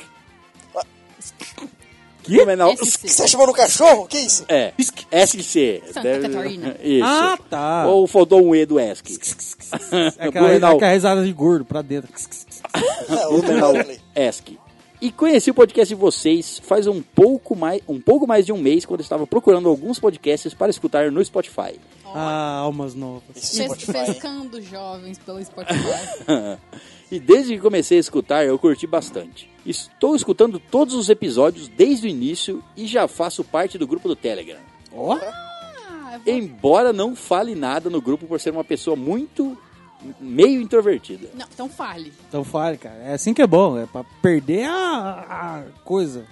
Que?
Blumenau. Sk.
SC.
Você chamou no cachorro? Que isso?
É.
Sk.
SC.
Santa
Deve-
Catarina.
*laughs* Isso.
Ah, tá.
Ou faltou um E do ESC. *laughs*
É aquela, é
Blumenau.
aquela risada de gordo pra dentro.
É, outro Bradley.
ESC. E conheci o podcast de vocês faz um pouco, mais, um pouco mais de um mês, quando eu estava procurando alguns podcasts para escutar no Spotify.
Ah, almas novas.
Esse
Fes-
Spotify, hein?
Pescando jovens pelo
*laughs*
Spotify.
*laughs* e desde que comecei a escutar, eu curti bastante. Estou escutando todos os episódios desde o início e já faço parte do grupo do Telegram.
Ó,
Ah, eu vou-
Embora não fale nada no grupo por ser uma pessoa muito meio introvertida.
Não, então fale.
então fale, cara. É assim que é bom, é pra perder a, a coisa.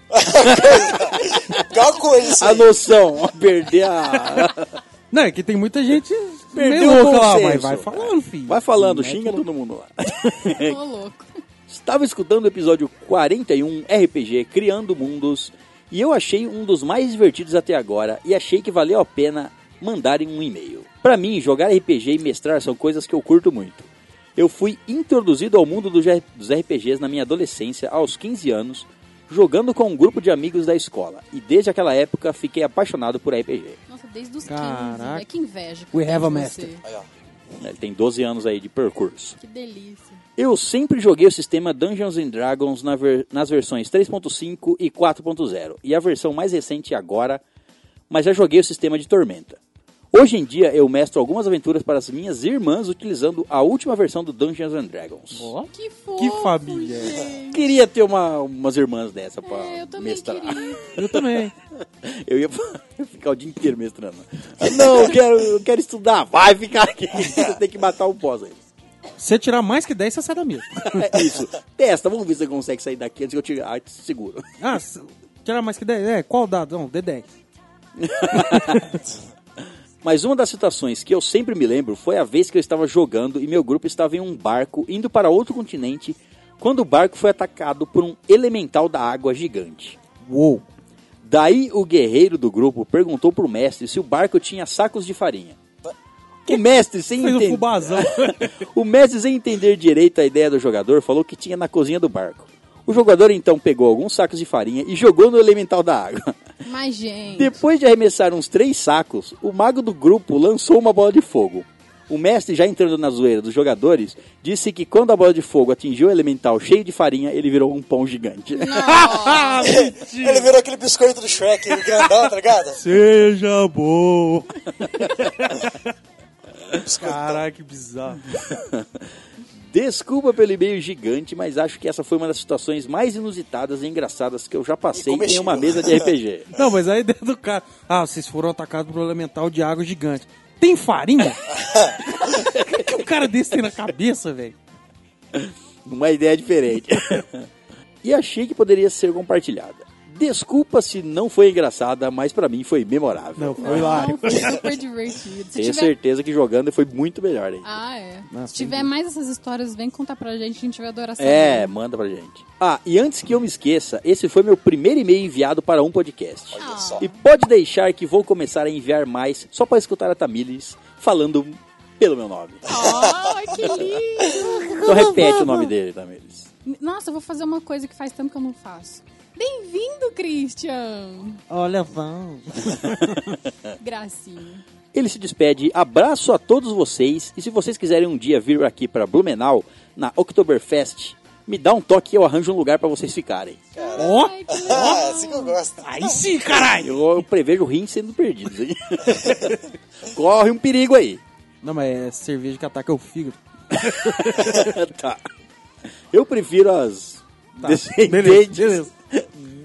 Qual coisa isso
A
aí?
noção, perder a.
*laughs* Não, é que tem muita gente
Perdeu
meio
o
louca
bom
lá, ah, mas
senso,
vai
cara.
falando, filho. é
Vai falando,
Mete
xinga
louco.
todo mundo lá.
Tô louco. *laughs*
Estava escutando o episódio 41 RPG Criando Mundos e eu achei um dos mais divertidos até agora e achei que valeu a pena mandarem um e-mail. Pra mim, jogar RPG e mestrar são coisas que eu curto muito. Eu fui introduzido ao mundo dos R- dos RPGs na minha adolescência, aos 15 anos, jogando com um grupo de amigos da escola e desde aquela época fiquei apaixonado por RPG.
Nossa, desde os 15,
Caraca.
velho. Que inveja. que
We
eu tenho
have a
de
master.
você.
Aí, ó.
Ele tem 12 anos aí de percurso.
Que delícia.
Eu sempre joguei o sistema Dungeons and Dragons na ver- nas versões 3.5 e 4.0, e a versão mais recente é agora, mas já joguei o sistema de Tormenta. Hoje em dia eu mestro algumas aventuras para as minhas irmãs utilizando a última versão do Dungeons and Dragons.
Ó,
Que fofo,
família.
gente.
Queria ter uma, umas irmãs dessa pra
É, eu também
mestrar.
queria.
eu também.
*laughs* Eu ia *laughs* ficar o dia inteiro mestrando. Ah, Não, eu quero, eu quero estudar. Vai ficar aqui. *laughs* Você tem que matar o boss aí.
Se você tirar mais que 10, você sai da *laughs* mesa.
É isso. Testa, vamos ver se você consegue sair daqui antes que eu te, ah, te seguro.
Ah, se tirar mais que 10, é, qual dado? Não, D10.
Mas uma das situações que eu sempre me lembro foi a vez que eu estava jogando e meu grupo estava em um barco indo para outro continente quando o barco foi atacado por um elemental da água gigante.
Uou.
Daí o guerreiro do grupo perguntou pro mestre se o barco tinha sacos de farinha. O mestre, sem
Fez um
entender.
*laughs* fubazão.
*laughs* O mestre, sem entender direito a ideia do jogador, falou que tinha na cozinha do barco. O jogador então pegou alguns sacos de farinha e jogou no elemental da água.
Mas, gente.
Depois de arremessar uns três sacos, o mago do grupo lançou uma bola de fogo. O mestre, já entrando na zoeira dos jogadores, disse que quando a bola de fogo atingiu o elemental cheio de farinha, ele virou um pão gigante.
Ah,
Nossa.
Ele virou aquele biscoito do Shrek, o grandão, tá ligado?
Seja bom.
Biscoitão.
Caraca, que *laughs* bizarro.
*laughs* Desculpa pelo e-mail gigante, mas acho que essa foi uma das situações mais inusitadas e engraçadas que eu já passei em
comestível.
uma mesa de RPG.
Não, mas a ideia do cara... Ah, vocês foram atacados por um elemental de água gigante. Tem *laughs* farinha? O que o cara desse tem na cabeça, velho?
Uma ideia diferente. *laughs* e achei que poderia ser compartilhada. Desculpa se não foi engraçada, mas pra mim foi memorável.
Não, foi lá.
Não, foi super divertido. Se
Tenho
tiver...
certeza que jogando foi muito melhor aí.
Ah, é.
Nossa,
Se tiver mais essas histórias, vem contar pra gente, a gente vai adorar saber.
É, manda pra gente. Ah, e antes que eu me esqueça, esse foi meu primeiro e-mail enviado para um podcast.
Olha só.
E pode deixar que vou começar a enviar mais só para escutar a Tamires falando pelo meu nome.
Ai, que lindo!
Então repete o nome dele, Tamires.
Nossa, eu vou fazer uma coisa que faz tempo que eu não faço. Bem-vindo, Christian!
Olha, vamos. É.
Gracinha.
Ele se despede, abraço a todos vocês e se vocês quiserem um dia vir aqui para Blumenau na Oktoberfest, me dá um toque e eu arranjo um lugar para vocês ficarem.
Ó,
Ai, que
Ah,
legal.
assim que eu gosto.
aí sim, caralho.
Eu, eu prevejo rins sendo perdidos, hein? *laughs* Corre um perigo aí.
Não, mas é cerveja que ataca o fígado.
*laughs* tá. Eu prefiro as descendentes
Tá.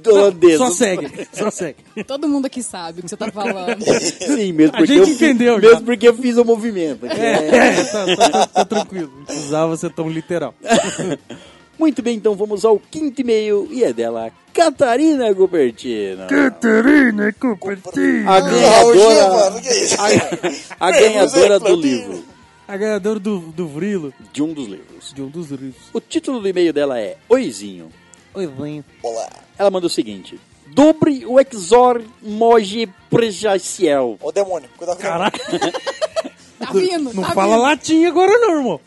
beleza.
holandesas.
Só segue, só segue.
Todo mundo aqui sabe o que você tá falando.
*laughs* Sim, mesmo
A
porque
gente
eu
entendeu
fiz,
já.
mesmo porque eu fiz o movimento.
É, tá, tá- tá- tá tranquilo. Não precisava ser tão literal.
Muito bem, então vamos ao quinto e-mail e é dela Catarina Cupertino. A
Raul Gil,
ganhadora,
Ah, mano, que isso?
a, a ganhadora do livro,
A ganhadora do, do Vrilo,
de um dos livros.
de um dos livros.
O título do e-mail dela é Oizinho.
Oi, Vanho.
Olá.
Ela manda o seguinte: Dobre o exor moje prejaciel.
Ô demônio, cuidado com o demônio.
Tá vindo,
Não
tá
fala
vindo.
latim agora não, irmão.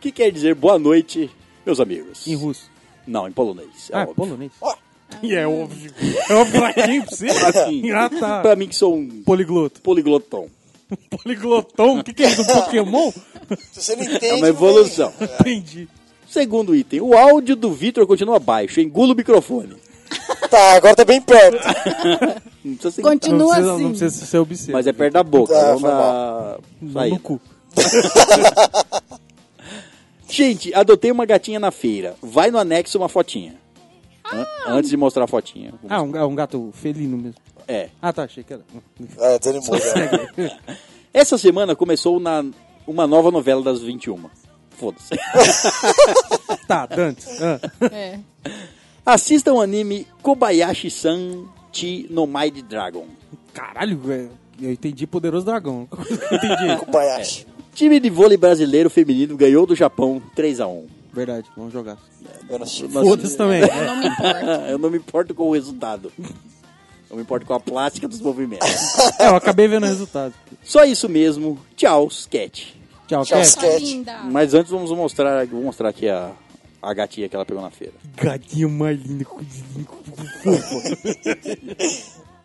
Que quer dizer boa noite, meus amigos.
Em russo.
Não, em polonês. é
Ah,
óbvio.
polonês.
Ó,
E é óbvio. É óbvio *laughs* latim pra você?
*laughs* Assim,
Ah, tá.
Pra mim que sou um
Poligloto.
poliglotão.
Poliglotão? O que, que é isso? Um Pokémon?
se você não entende.
É
não
uma
vem.
evolução.
Entendi.
Segundo item, o áudio do Vitor continua baixo. Engula o microfone.
Tá, agora tá bem perto.
Não precisa ser
Não
Continua
precisa,
assim.
não precisa ser obsceno.
Mas é perto da boca.
Tá,
vamos
foi
na
Não
saída.
no cu.
Gente, adotei uma gatinha na feira. Vai no anexo uma fotinha. An- antes de mostrar a fotinha.
Ah, um, ga- um gato felino mesmo.
É.
Ah, tá, achei que era.
É, desanimou. já.
Essa semana começou na, uma nova novela das 21. Foda-se. *laughs*
Tá, Dante. Ah.
É.
Assistam o anime Kobayashi-san Chi no Maid Dragon.
Caralho, velho. Eu entendi Poderoso Dragão. *laughs* Eu entendi.
Kobayashi.
Time de vôlei brasileiro feminino ganhou do Japão 3x1.
Verdade, vamos jogar.
Eu não assisti.
Foda-se também.
Eu não me importo.
*laughs* Eu não me importo com o resultado. Eu me importo com a plástica dos movimentos.
É, eu acabei vendo o resultado.
Só isso mesmo. Tchau, sketch.
Tchau,
Tchau,
Cat.
Cat.
Tá linda.
Mas antes vamos mostrar, vou mostrar aqui a, a gatinha que ela pegou na feira.
Gatinha mais linda, coisinha fofa.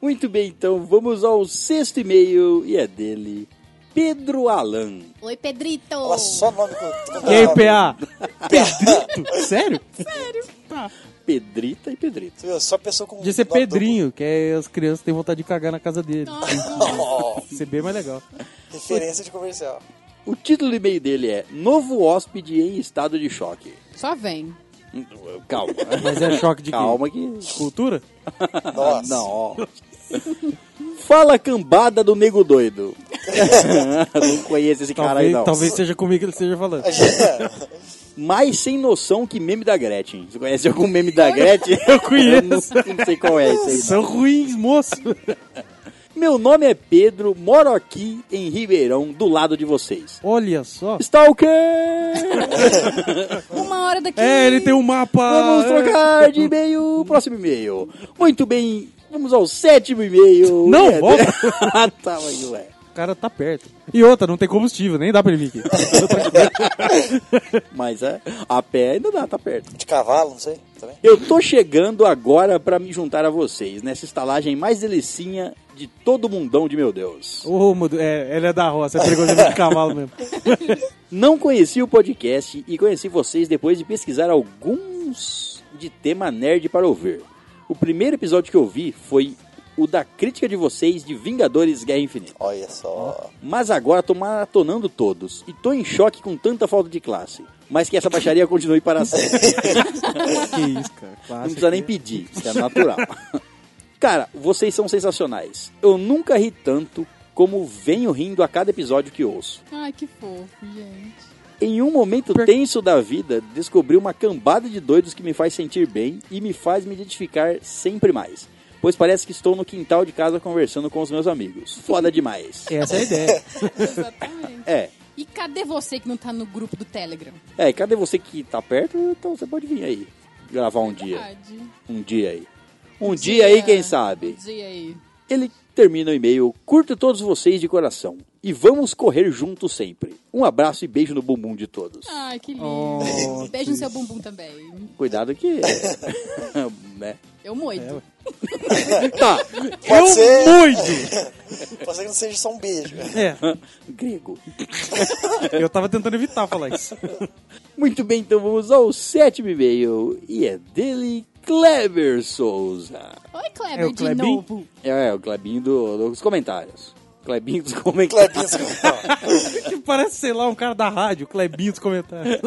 Muito bem, então vamos ao sexto e-mail e é dele, Pedro Alan.
Oi, Pedrito.
Olha só o nome que eu
E aí, PA? Pedrito? Sério?
Pedrita e Pedrito.
Você viu? Só pessoa com.
Podia ser
nome
Pedrinho, que é as crianças têm vontade de cagar na casa dele.
Nossa.
duplo.
Isso é bem mais legal.
Ó, Referência
*laughs*
de comercial.
O título do e-mail dele é Novo Hóspede em Estado de Choque.
Só vem.
Hum, Calma.
Mas é choque de quê?
Calma que...
Cultura? Ah,
Nossa.
Não. ó. Fala cambada do nego doido. *laughs* não conheço esse cara aí
Talvez,
não.
talvez seja comigo que ele esteja falando.
Mais sem noção que meme da Gretchen. Você conhece algum meme da Gretchen?
*laughs* Eu conheço.
Eu não, não sei qual é esse aí.
São ruins, moço.
Meu nome é Pedro, moro aqui em Ribeirão, do lado de vocês.
Olha só.
Stalker!
Uma hora daqui.
É, ele tem um mapa.
Vamos
É.
trocar de e-mail. Próximo e-mail. Muito bem, vamos ao sétimo e-mail. *laughs*
Não,
É,
volta.
Ah, tá, mas não é.
O cara tá perto. E outra, não tem combustível, nem dá pra ele vir aqui.
Mas é, a pé ainda dá, tá perto.
De cavalo, não sei. Também.
Eu tô chegando agora pra me juntar a vocês nessa estalagem mais delicinha de todo mundão de meu Deus.
Ô, meu Deus, é, ele é da roça, é perigoso de cavalo mesmo.
Não conheci o podcast e conheci vocês depois de pesquisar alguns de tema nerd para ouvir. O primeiro episódio que eu vi foi o da crítica de vocês de Vingadores Guerra Infinita.
Olha só.
Mas agora tô maratonando todos e tô em choque com tanta falta de classe. Mas que essa baixaria continue para sempre.
*laughs* Que isso, cara.
Não
Clássico.
precisa nem pedir, isso é natural. *laughs* Cara, vocês são sensacionais. Eu nunca ri tanto como venho rindo a cada episódio que ouço.
um-
Ai, que fofo, gente.
Em um momento tenso da vida, descobri uma cambada de doidos que me faz sentir bem e me faz me identificar sempre mais. Pois parece que estou no quintal de casa conversando com os meus amigos. Foda demais.
Essa é a ideia.
Exatamente.
É,
E cadê você que não tá no grupo do Telegram?
é, cadê você que tá perto? Então você pode vir aí. Gravar um dia.
Verdade.
Um dia aí. Um dia aí, quem sabe?
Um dia aí.
Ele termina o e-mail. Curto todos vocês de coração. E E vamos correr juntos sempre. Um abraço e beijo no bumbum de todos.
Ai, que lindo.
Oh,
Beijo no seu bumbum também.
Cuidado que. *laughs* né?
Eu moito.
Tá, *laughs*
Eu
Pode ser-
muito!
Pode ser que não seja só um beijo. *laughs*
É,
grego.
eu tava tentando evitar falar isso.
Muito bem, então vamos ao sétimo e-mail. E é dele, Kleber Souza.
Oi, Kleber,
É o
de
Klebin?
novo.
É, o Klebinho do- dos comentários. Klebinho dos comentários.
Clebinho, assim,
*laughs*
não.
É Que parece, sei lá, um cara da rádio, Clebinho dos comentários.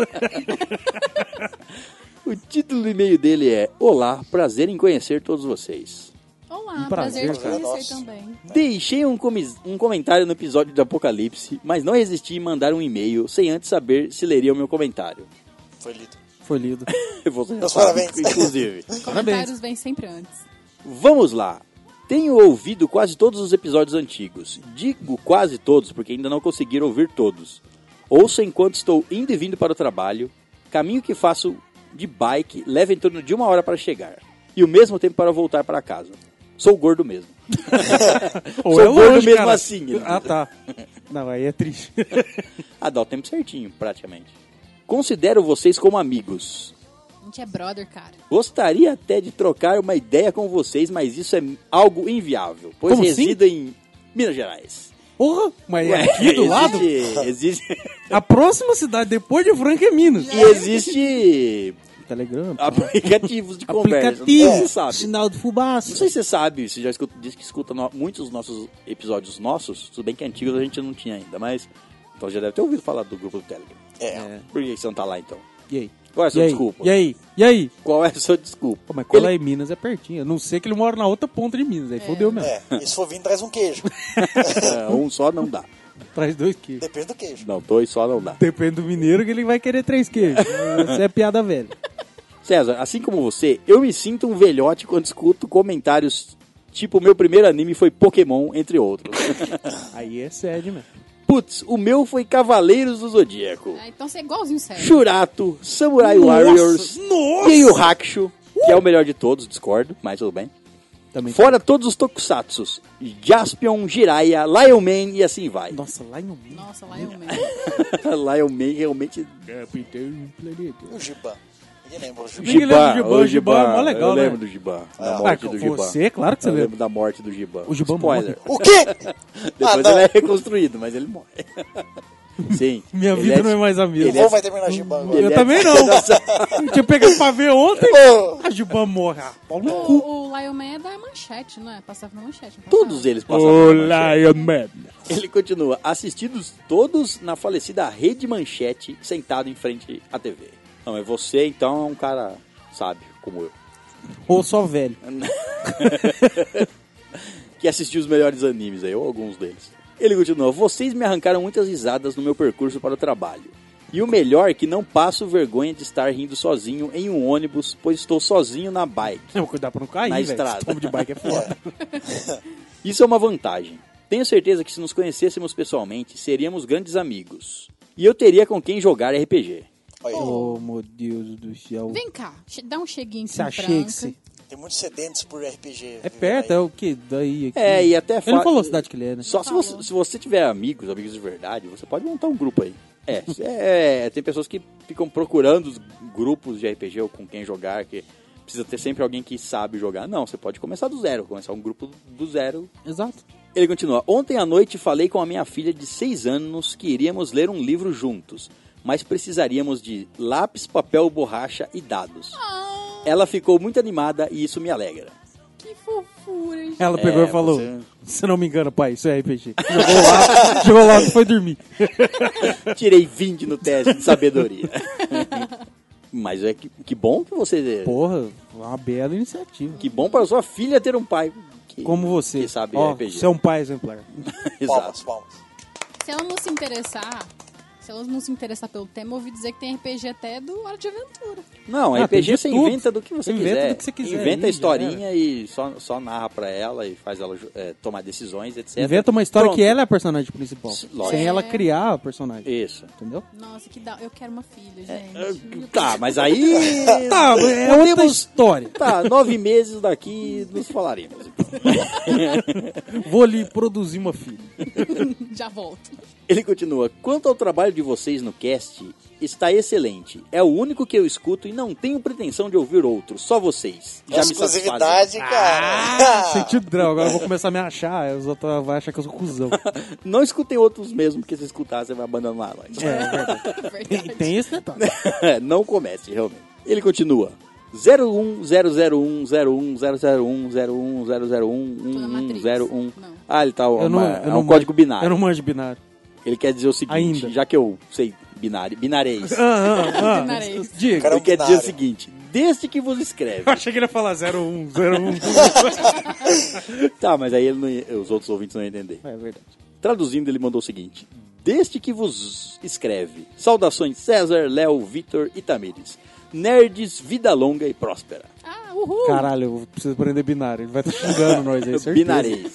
O título do e-mail dele é Olá, prazer em conhecer todos vocês.
Olá,
Um prazer,
prazer, te
cara.
conhecer
Nossa.
também.
Deixei um, comis- um comentário no episódio do Apocalipse, mas não resisti em mandar um e-mail sem antes saber se leria o meu comentário. *laughs*
Foi lido.
Foi lido.
Você já
Meus
sabe,
parabéns.
inclusive.
Comentários vêm sempre antes.
Vamos lá. Tenho ouvido quase todos os episódios antigos. Digo quase todos, porque ainda não conseguiram ouvir todos. Ouço enquanto estou indo e vindo para o trabalho. Caminho que faço de bike leva em torno de uma hora para chegar. E o mesmo tempo para voltar para casa. Sou gordo
*laughs*
mesmo. *laughs* Sou gordo mesmo assim, ele
é Ah, tá. Não, aí é triste.
Ah, dá o tempo certinho, praticamente. Considero vocês como amigos.
A gente é brother, cara.
Gostaria até de trocar uma ideia com vocês, mas isso é algo inviável, pois
Como assim?
resido em Minas Gerais.
Porra, mas é
Ué,
aqui do lado,
existe- Existe,
a próxima cidade depois de Franca é Minas.
e
*laughs*
existe
Telegram.
aplicativos de conversa. Não sei
Aplicativo,
se você sabe.
sinal do fubaço.
Não sei se você sabe, você já escuta, disse que escuta no- muitos dos nossos episódios nossos, tudo bem que antigos a gente não tinha ainda, mas. Então já deve ter ouvido falar do grupo do Telegram.
É.
Por que você não tá lá então?
E aí?
Qual é a sua
e aí?
desculpa?
E aí? E aí?
Qual é a sua desculpa?
Pô, mas colar
Ele-
em Minas é pertinho. A não ser que ele mora na outra ponta de Minas. Aí fodeu mesmo.
É, e se for vindo, traz um queijo.
É, um só não dá.
Traz dois queijos.
Depende do queijo.
Não, dois só não dá.
Depende do mineiro que ele vai querer três
*laughs*
queijos. Isso é piada velha.
César, assim como você, eu me sinto um velhote quando escuto comentários tipo: meu primeiro anime foi Pokémon, entre outros. *laughs*
Aí é sede mesmo.
Putz, o meu foi Cavaleiros do Zodíaco.
Ah, então você é igualzinho o Sérgio.
Shurato, Samurai
Nossa,
Warriors,
nossa!
e o Hakusho, que é o melhor de todos, discordo, mas tudo bem.
Também.
Fora todos os tokusatsus, Jaspion, Jiraiya, Lion Man e assim vai.
Nossa, lá em um Minas.
Nossa, lá eu mesmo.
*laughs* Lion Man realmente...
E o Giban? Ninguém lembra o Giban.
*laughs* Ninguém lembra do Giban,
ô,
o Giban é mó legal,
eu
né?
lembro do Giban, da
Ah,
morte
com
do Giban.
você, claro que você
eu
lembra.
lembro da morte do Giban.
O Giban
Spoiler.
O quê? Ah,
*laughs* Depois
não.
ele é reconstruído, mas ele
*laughs*
morre. Sim.
Minha
ele
vida
é-
não é um mais a
O
mesma.
Ele
voo vai terminar Giban agora.
ele
Eu
é- *laughs*
também não. Tinha pegado pra ver ontem.
Ô,
A Giban morre. Ah, pau no cu.
O, o Lion Man é da manchete, não é? Passava na manchete. não passava?
Todos eles passaram.
O
pela manchete.
Lion Man.
Ele continua, assistidos todos na falecida Rede Manchete, sentado em frente à TV. Não, é você então é um cara sábio, como eu,
Ou só velho.
que assistiu os melhores animes aí, ou alguns deles. Ele continua, vocês me arrancaram muitas risadas no meu percurso para o trabalho. E o melhor é que não passo vergonha de estar rindo sozinho em um ônibus, pois estou sozinho na bike.
Não, cuidar pra não cair,
Na
velho.
estrada.
Esse tombo de bike
*laughs*
é *laughs* foda.
Isso é uma vantagem. Tenho certeza que se nos conhecêssemos pessoalmente, seríamos grandes amigos. E eu teria com quem jogar RPG.
Olha,
oh, meu Deus do céu.
Vem cá, che- dá um cheguinho em
Se
Franca.
achei que se-
tem muitos sedentes por RPG.
É
viu?
perto, é
Aí.
o que? Daí aqui.
É, e até
Ele
fa-
não falou a cidade que ele é, né?
Só se
Falou.
você, se você tiver amigos, amigos de verdade, você pode montar um grupo aí.
*laughs*
É, é, tem pessoas que ficam procurando os grupos de RPG ou com quem jogar, que precisa ter sempre alguém que sabe jogar. Não, você pode começar do zero, começar um grupo do zero.
Exato.
Ele continua: Ontem à noite falei com a minha filha de 6 anos que iríamos ler um livro juntos, mas precisaríamos de lápis, papel, borracha e dados.
Ah,
Ela ficou muito animada e isso me alegra.
que fofura, gente.
Ela pegou
É,
e falou:
você-
Se não me engano, pai, isso é RPG. Jogou lá, *laughs* jogou lá e foi dormir.
Tirei 20 no teste de sabedoria. *laughs* Mas é que, que bom que você.
Porra, uma bela iniciativa.
Que bom para sua filha ter um pai. que-
Como você. é um
Que sabe
Ó,
RPG. *laughs*
Você é um pai exemplar.
Exato.
Palmas, palmas.
Se ela não se interessar, se se elas não se interessar pelo tema, eu ouvi dizer que tem RPG até do Hora de Aventura.
Não,
Ah, tem
RPG
de
você
tudo.
inventa do que você
Inventa
quiser.
do que você quiser é. ali,
Inventa
já
a historinha e só, só narra pra ela e faz ela eh, tomar decisões, etc.
Inventa uma história
Pronto.
que ela é a personagem principal.
S- lógico.
Sem ela
É.
criar a personagem.
Isso.
Entendeu?
Nossa, que da... eu quero uma filha, gente.
Eh, Tá, mas aí.
*laughs* Tá, é outra história.
Tá, nove meses daqui nos falaremos.
Vou lhe produzir uma filha.
*laughs* Já volto. *laughs*
Ele continua: Quanto ao trabalho de vocês no cast, está excelente. É o único que eu escuto e não tenho pretensão de ouvir outro, só vocês. Já me satisfazem.
Exclusividade, *laughs* cara.
Ah, Sentido drama, agora eu vou começar a me achar, os outros vão achar que eu
*laughs*
sou cuzão.
Não escutem outros mesmo, porque se escutar, você vai abandonar nós.
Tem,
É,
É Verdade.
tem esse detalhe.
*laughs* não comece, realmente. Ele continua. 01 001 01 001 01
na
001
Matrix.
01
Não.
Ah, ele tá uma,
Eu não, eu
é
não
um
manjo-
código binário.
Eu não manjo binário.
Ele quer dizer o seguinte,
Ainda.
já que eu sei binário, binarês.
Ah, ah, ah.
Binário.
Diga.
Cara, é um
ele quer dizer o
binário.
seguinte, desde que vos escreve.
Eu achei que ele ia falar 01, 01.
tá, mas aí ele não ia- os outros ouvintes não iam entender.
é verdade.
Traduzindo, ele mandou o seguinte: Deste que vos escreve, saudações César, Léo, Vitor e Tamires. Nerds, vida longa e próspera.
Ah, uhul!
Caralho, eu preciso aprender binário. Ele vai estar xingando nós aí, certeza.
Binarês.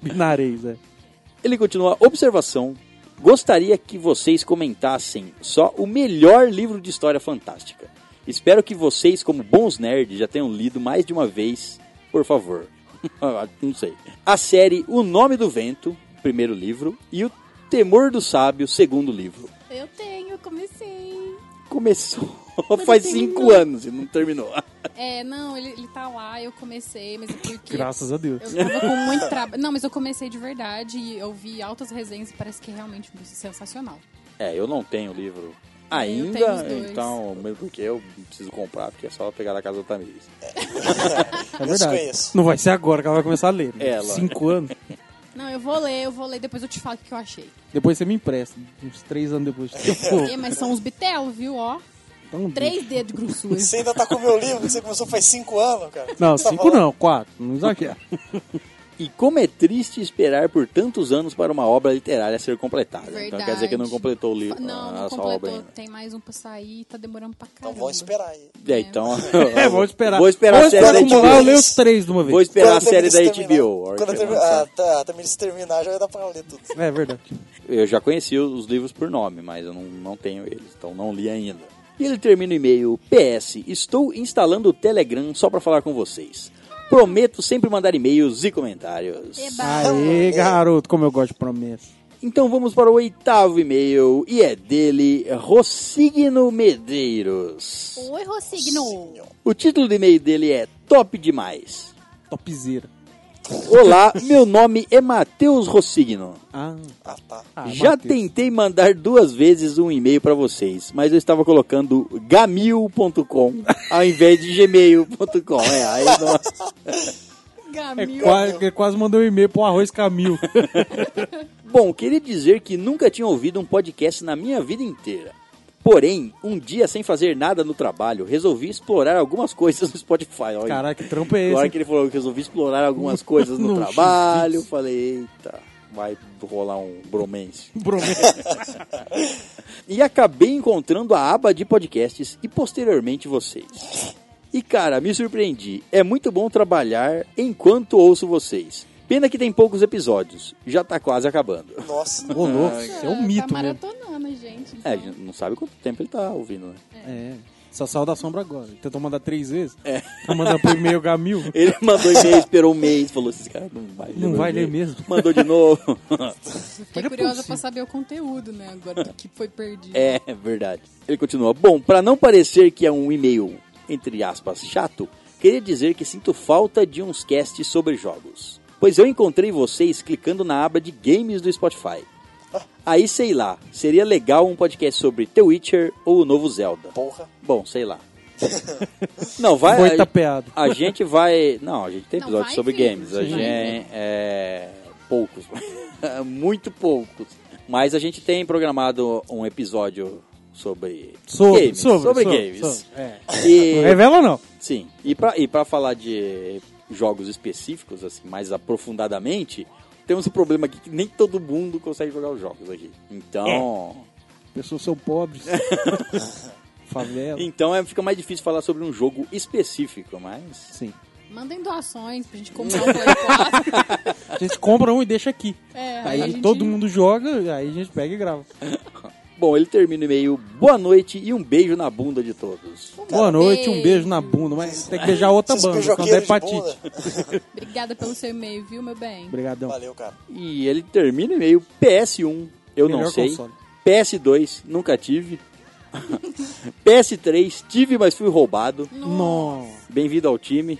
Binarês, é.
Ele continua: Observação. Gostaria que vocês comentassem só o melhor livro de história fantástica. Espero que vocês, como bons nerds, já tenham lido mais de uma vez, por favor. *laughs* Não sei. A série O Nome do Vento, primeiro livro, e O Temor do Sábio, segundo livro.
Eu tenho, comecei.
Começou *laughs*
Mas
faz
não
cinco
terminou.
anos e não terminou. *laughs*
É, não, ele, ele tá lá, eu comecei, mas é porque.
Graças a Deus.
Eu tava com muito trabalho. Não, mas eu comecei de verdade e eu vi altas resenhas e parece que é realmente sensacional.
É, eu não tenho livro
tenho
ainda,
os dois.
então, mesmo porque eu preciso comprar, porque é só pegar na casa do Tamiris.
É
Eu
verdade.
desconheço.
Não vai ser agora que ela vai começar a ler. né?
É, lógico.
Cinco anos.
Não, eu vou ler, eu vou ler, depois eu te falo o que eu achei.
Depois você me empresta. Uns três anos depois. Pô,
É, mas são os bitelos, viu, ó.
então
Três dedos de grossura.
Você ainda tá com o meu livro que você começou faz cinco anos, cara.
Não,
Você tá
cinco
falando-
não, quatro. Não exagera.
É, E como é triste esperar por tantos anos para uma obra literária ser completada. Então
É Verdade.
quer dizer que não completou o livro,
Não,
a
não
sua obra
completou.
ainda.
Tem mais um pra sair, tá demorando pra caramba.
Então vamos esperar aí.
É, então.
*laughs* É, vou esperar.
Vou esperar a série
esperar
da
acumular, eu
HBO.
leio os três de uma vez.
Vou esperar a
Quando
série da
Tamiris terminar-
HBO.
Quando eu termi- ah, tá, a Tamiris terminar, já vai dar pra ler tudo.
É verdade.
Eu já conheci os livros por nome, mas eu não, não tenho eles, então não li ainda. E ele termina o e-mail: PS, estou instalando o Telegram só para falar com vocês. Prometo sempre mandar e-mails e comentários.
Eba.
Aê, garoto, como eu gosto de promessa.
Então vamos para o oitavo e-mail, e é dele, Rossigno Medeiros.
Oi, Rossigno.
O título do e-mail dele é Top Demais.
Topzera.
Olá, meu nome é Matheus Rossigno.
Ah,
Ah, tá.
ah,
Já
Matheus.
tentei mandar duas vezes um e-mail pra vocês, mas eu estava colocando gamil.com ao invés de gmail.com. É, aí não-
É
Gamil.
quase, é quase mandou um e-mail pro Arroz Camil.
Bom, queria dizer que nunca tinha ouvido um podcast na minha vida inteira. Porém, um dia sem fazer nada no trabalho, resolvi explorar algumas coisas no Spotify. Olha,
Caraca, que trampo é
agora
*laughs* esse?
que ele falou que resolvi explorar algumas coisas no
*laughs* No
trabalho, eu falei, eita, vai rolar um bromance.
hein? Promessa.
E acabei encontrando a aba de podcasts e posteriormente vocês. E cara, me surpreendi. É muito bom trabalhar enquanto ouço vocês. Pena que tem poucos episódios. Já tá quase acabando.
Nossa.
Ô, louco, isso é um mito
Tá
mesmo.
maratonando, gente.
né?
então.
É, a gente não sabe quanto tempo ele tá ouvindo, né?
É. Só saiu da sombra agora. Ele Tentou mandar três vezes. É. Tá mandando por e-mail Gamil.
Ele *laughs* mandou e-mail, esperou um mês, falou: esses caras não vai ler.
Não
meu
vai
e-mail."
ler mesmo.
Mandou de novo.
Fiquei
Mas é
curiosa pra
possível.
saber o conteúdo, né, agora do que foi perdido.
É, verdade. Ele continua. Bom, pra não parecer que é um e-mail, entre aspas, chato, queria dizer que sinto falta de uns casts sobre jogos. Pois eu encontrei vocês clicando na aba de games do Spotify. Aí sei lá, seria legal um podcast sobre The Witcher ou o novo Zelda.
Porra.
Bom, sei lá. *laughs* Não, vai.
Boi tapeado.
A gente vai. Não, a gente tem
Não,
episódio
vai
sobre
vir,
games. A
vai
gente
vir.
é. Poucos. *laughs* Muito poucos. Mas a gente tem programado um episódio sobre.
Sobre,
games,
sobre, sobre,
games.
sobre, é.
E,
*laughs* Não revela ou não?
sim. E pra, e pra falar de jogos específicos, assim, mais aprofundadamente, temos um problema aqui que nem todo mundo consegue jogar os jogos aqui. Então.
Pessoas são pobres. Favela.
Então é, fica mais difícil falar sobre um jogo específico, mas.
Sim.
Mandem doações pra gente
*laughs*
comprar um Play 4.
A gente compra um e deixa aqui.
É,
aí
a gente-
todo mundo joga, aí a gente pega e grava.
Bom, ele termina o e-mail. Boa noite e um beijo na bunda de todos.
Boa noite, um beijo na bunda, mas tem que beijar outra
Esses
banda, quando é
beijoqueiros de
hepatite.
bunda.
Obrigada pelo seu e-mail, viu, meu bem?
Obrigadão.
Valeu, cara.
E ele termina o e-mail. PS1, eu não
Melhor
sei.
console.
PS2, nunca tive. *laughs* PS3, tive, mas fui roubado.
Nossa.
Bem-vindo ao time.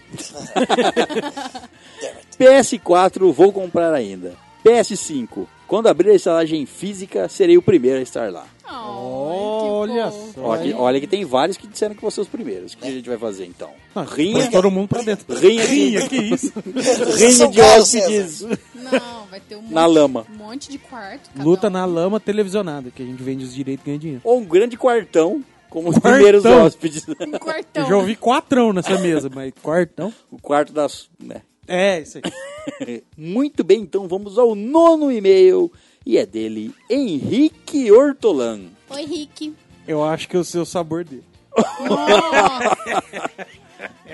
Damn it.
PS4, vou comprar ainda. PS5, quando abrir a estalagem física, serei o primeiro a estar lá.
Ai, que
Olha
fofo.
só.
Olha, olha que tem vários que disseram que vão ser os primeiros. O que a gente vai fazer então?
Não,
Rinha,
põe todo mundo pra dentro.
rinha, rinha, que isso? *laughs* rinha
São
de
Paulo,
hóspedes.
Não, vai
*laughs*
ter um monte,
Na lama.
um monte de quarto. cada
Luta
um.
na lama televisionada, que a gente vende os direitos e ganha dinheiro.
Ou um grande quartão, como os
Quartão.
primeiros hóspedes.
Um
Eu
quartão.
já ouvi quatrão nessa mesa, mas quartão?
o quarto das. Né? *laughs*
É, isso aí.
Muito bem, então vamos ao nono e-mail. E é dele, Henrique Hortolan.
Oi,
*laughs*
Rick.
Eu acho que eu sei o sabor dele.
Nossa,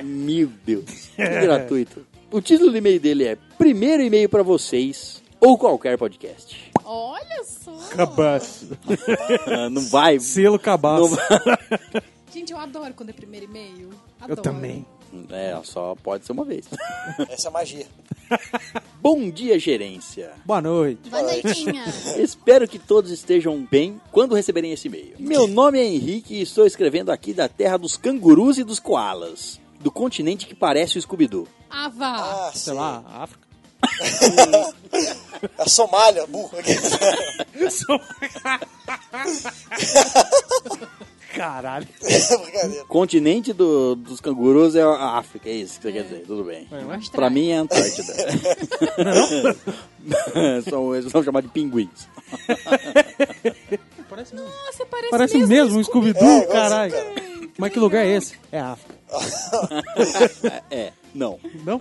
Meu Deus, que gratuito. O título do e-mail dele é Primeiro e-mail pra vocês ou qualquer podcast.
olha só.
Cabaço.
Ah, não vai.
Selo
Não
cabaço.
vai. *laughs*
Gente, eu adoro quando é primeiro e-mail. Adoro.
Eu também.
É, só pode ser uma vez. *laughs*
Essa é magia.
Bom dia, gerência.
Boa noite.
Boa noitinha.
Espero que todos estejam bem quando receberem esse e-mail. Meu nome é Henrique e estou escrevendo aqui da terra dos cangurus e dos koalas, do continente que parece o Scooby-Doo.
Ah, vá.
Ah,
Sei lá, África.
A Somália, burro. *laughs*
Caralho.
Brincadeira.
Continente do- dos cangurus é a África, é isso que você quer dizer, tudo bem.
acho
Pra
estranho.
mim é a Antártida. *laughs* são, eles são chamados de pinguins.
Parece mesmo.
Nossa, parece,
Parece
mesmo.
mesmo um Scooby-Doo,
É,
caralho.
igualzinho,
Mas que lugar é esse? É África.
É, não.
Não?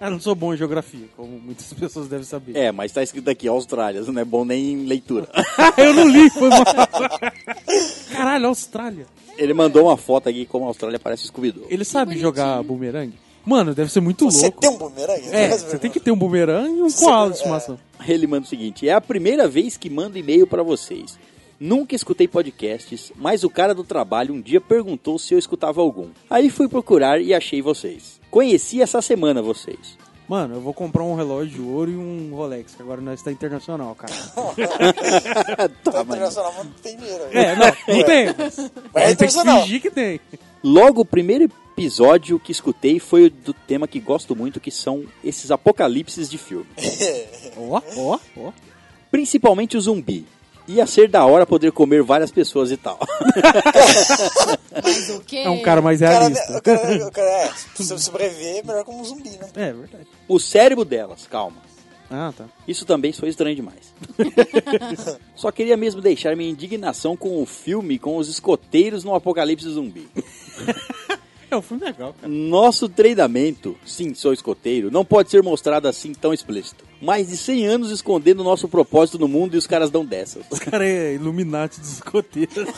Eu não sou bom em geografia, como muitas *laughs* pessoas devem saber.
É, mas tá escrito aqui, Austrália, não é bom nem em leitura.
Ah, eu não li, foi mal. *laughs* Caralho, Austrália.
Ele mandou uma foto aqui como a Austrália parece Scooby-Doo.
Ele sabe
bonitinho.
jogar bumerangue? Mano, deve ser muito
Você
louco.
tem um bumerangue?
É, você tem que ter um bumerangue e um koala de estimação.
Ele manda o seguinte: é a primeira vez que mando e-mail pra vocês. Nunca escutei podcasts, mas o cara do trabalho um dia perguntou se eu escutava algum. Aí fui procurar e achei vocês. Conheci essa semana vocês.
Mano, eu vou comprar um relógio de ouro e um Rolex, que agora nós tá internacional, cara.
Tá internacional, mas não tem dinheiro.
Ah,
né?
É, não, não tem. Mas
Mas
tem
é
que
internacional.
fingir que tem.
Logo, o primeiro episódio que escutei foi o do tema que gosto muito, que são esses apocalipses de filme.
Ó, ó, ó.
Principalmente o zumbi. Ia ser da hora poder comer várias pessoas e tal. *laughs*
Mas o quê?
É um cara mais
O cara, né,
realista.
o cara, o cara é, se você sobreviver, é melhor como um zumbi, né?
É verdade.
O cérebro delas, calma.
Ah, tá.
Isso também foi estranho demais. *laughs* Só queria mesmo deixar minha indignação com o filme com os escoteiros no apocalipse zumbi.
É um filme legal, cara.
Nosso treinamento, sim, sou escoteiro, não pode ser mostrado assim tão explícito. Mais de 100 anos escondendo nosso propósito no mundo e os caras dão dessas.
O cara é Illuminati dos escoteiros.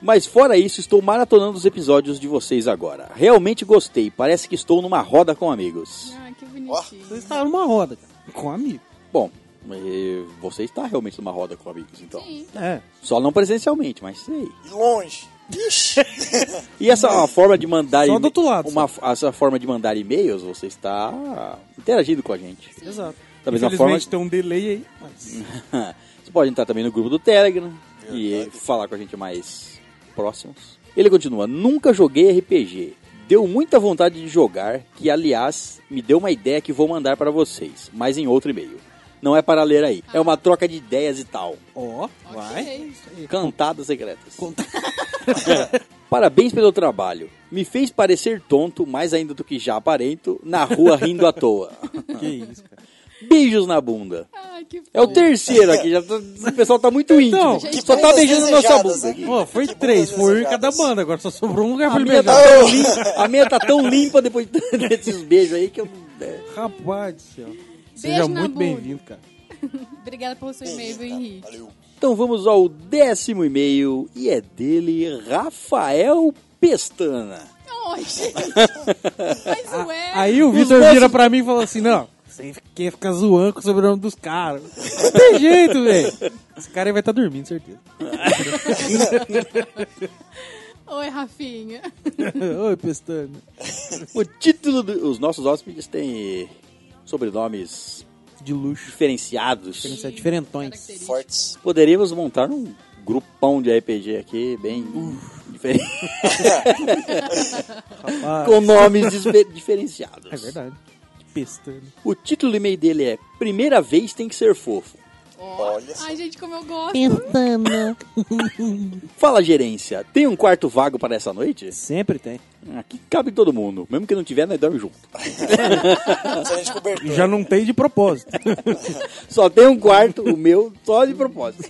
Mas fora isso, estou maratonando os episódios de vocês agora. Realmente gostei, parece que estou numa roda com amigos.
Ah, que
Você
bonitinho.
está tá numa roda, cara. Com um amigo.
Bom, eh, você está realmente numa roda com amigos, então.
Sim.
É.
Só não presencialmente, mas sei.
E longe. *laughs* Ixi.
E essa ó, forma de mandar
Só
e-
do outro lado,
uma essa forma de mandar e-mails, você está interagindo com a gente.
Exato.
Da mesma
Infelizmente
forma-
tem um delay aí, mas...
*laughs* Você pode entrar também no grupo do Telegram e falar com a gente mais próximos. Ele continua: Nunca joguei RPG. Deu muita vontade de jogar, que aliás me deu uma ideia que vou mandar para vocês, mas em outro e-mail. Não é para ler aí, é uma troca de ideias e tal.
Ó,
Ok.
Cantadas secretas. Parabéns pelo trabalho. Me fez parecer tonto, mais ainda do que já aparento, na rua rindo à toa. *laughs*
que isso, cara.
Beijos na bunda.
Ai, Ah, que
É o terceiro aqui, já tá- o pessoal tá muito íntimo.
Então,
Gente, só tá
coisas
beijando nossa
desejadas,
bunda
né?
aqui.
Ó, foi
Que
três,
boas
foi um em cada
desejadas.
banda, agora só sobrou um lugar pra
A
ele
minha,
beijar.
tá tão limpa, a minha tá tão limpa depois desses beijos aí que eu. é.
tá- Rapaz do céu.
na
Seja muito
bunda.
bem-vindo, cara.
Obrigada pelo seu e-mail, viu,
Cara, *laughs*
Henrique.
Valeu.
Então vamos ao décimo e-mail e é dele Rafael Pestana.
Ai, gente. Mas ué.
Ah, Aí o Vitor vira pra mim e fala assim: não, você quer ficar zoando com o sobrenome dos caras. Não tem jeito, velho. Esse cara aí vai estar dormindo, certeza. *laughs*
Oi, Rafinha.
Oi, Pestana.
O título dos nossos hóspedes tem sobrenomes
De luxo.
diferenciados.
Isso é diferentões.
Característica.
Fortes.
Poderíamos montar um grupão de RPG aqui bem diferente, *laughs*
Rapaz,
com nomes disfe- diferenciados.
É verdade. Pestana.
O título do e-mail dele é Primeira vez tem que ser fofo.
Ó.
Olha só.
Ai, gente, como eu gosto.
um-
Fala gerência, tem um quarto vago para essa noite? Ah,
Sempre tem.
Aqui cabe todo mundo, mesmo que não tiver, nós dormimos junto.
Excelente cobertura.
Já não tem de propósito.
Só tem um quarto, o meu, só de
*laughs*
propósito.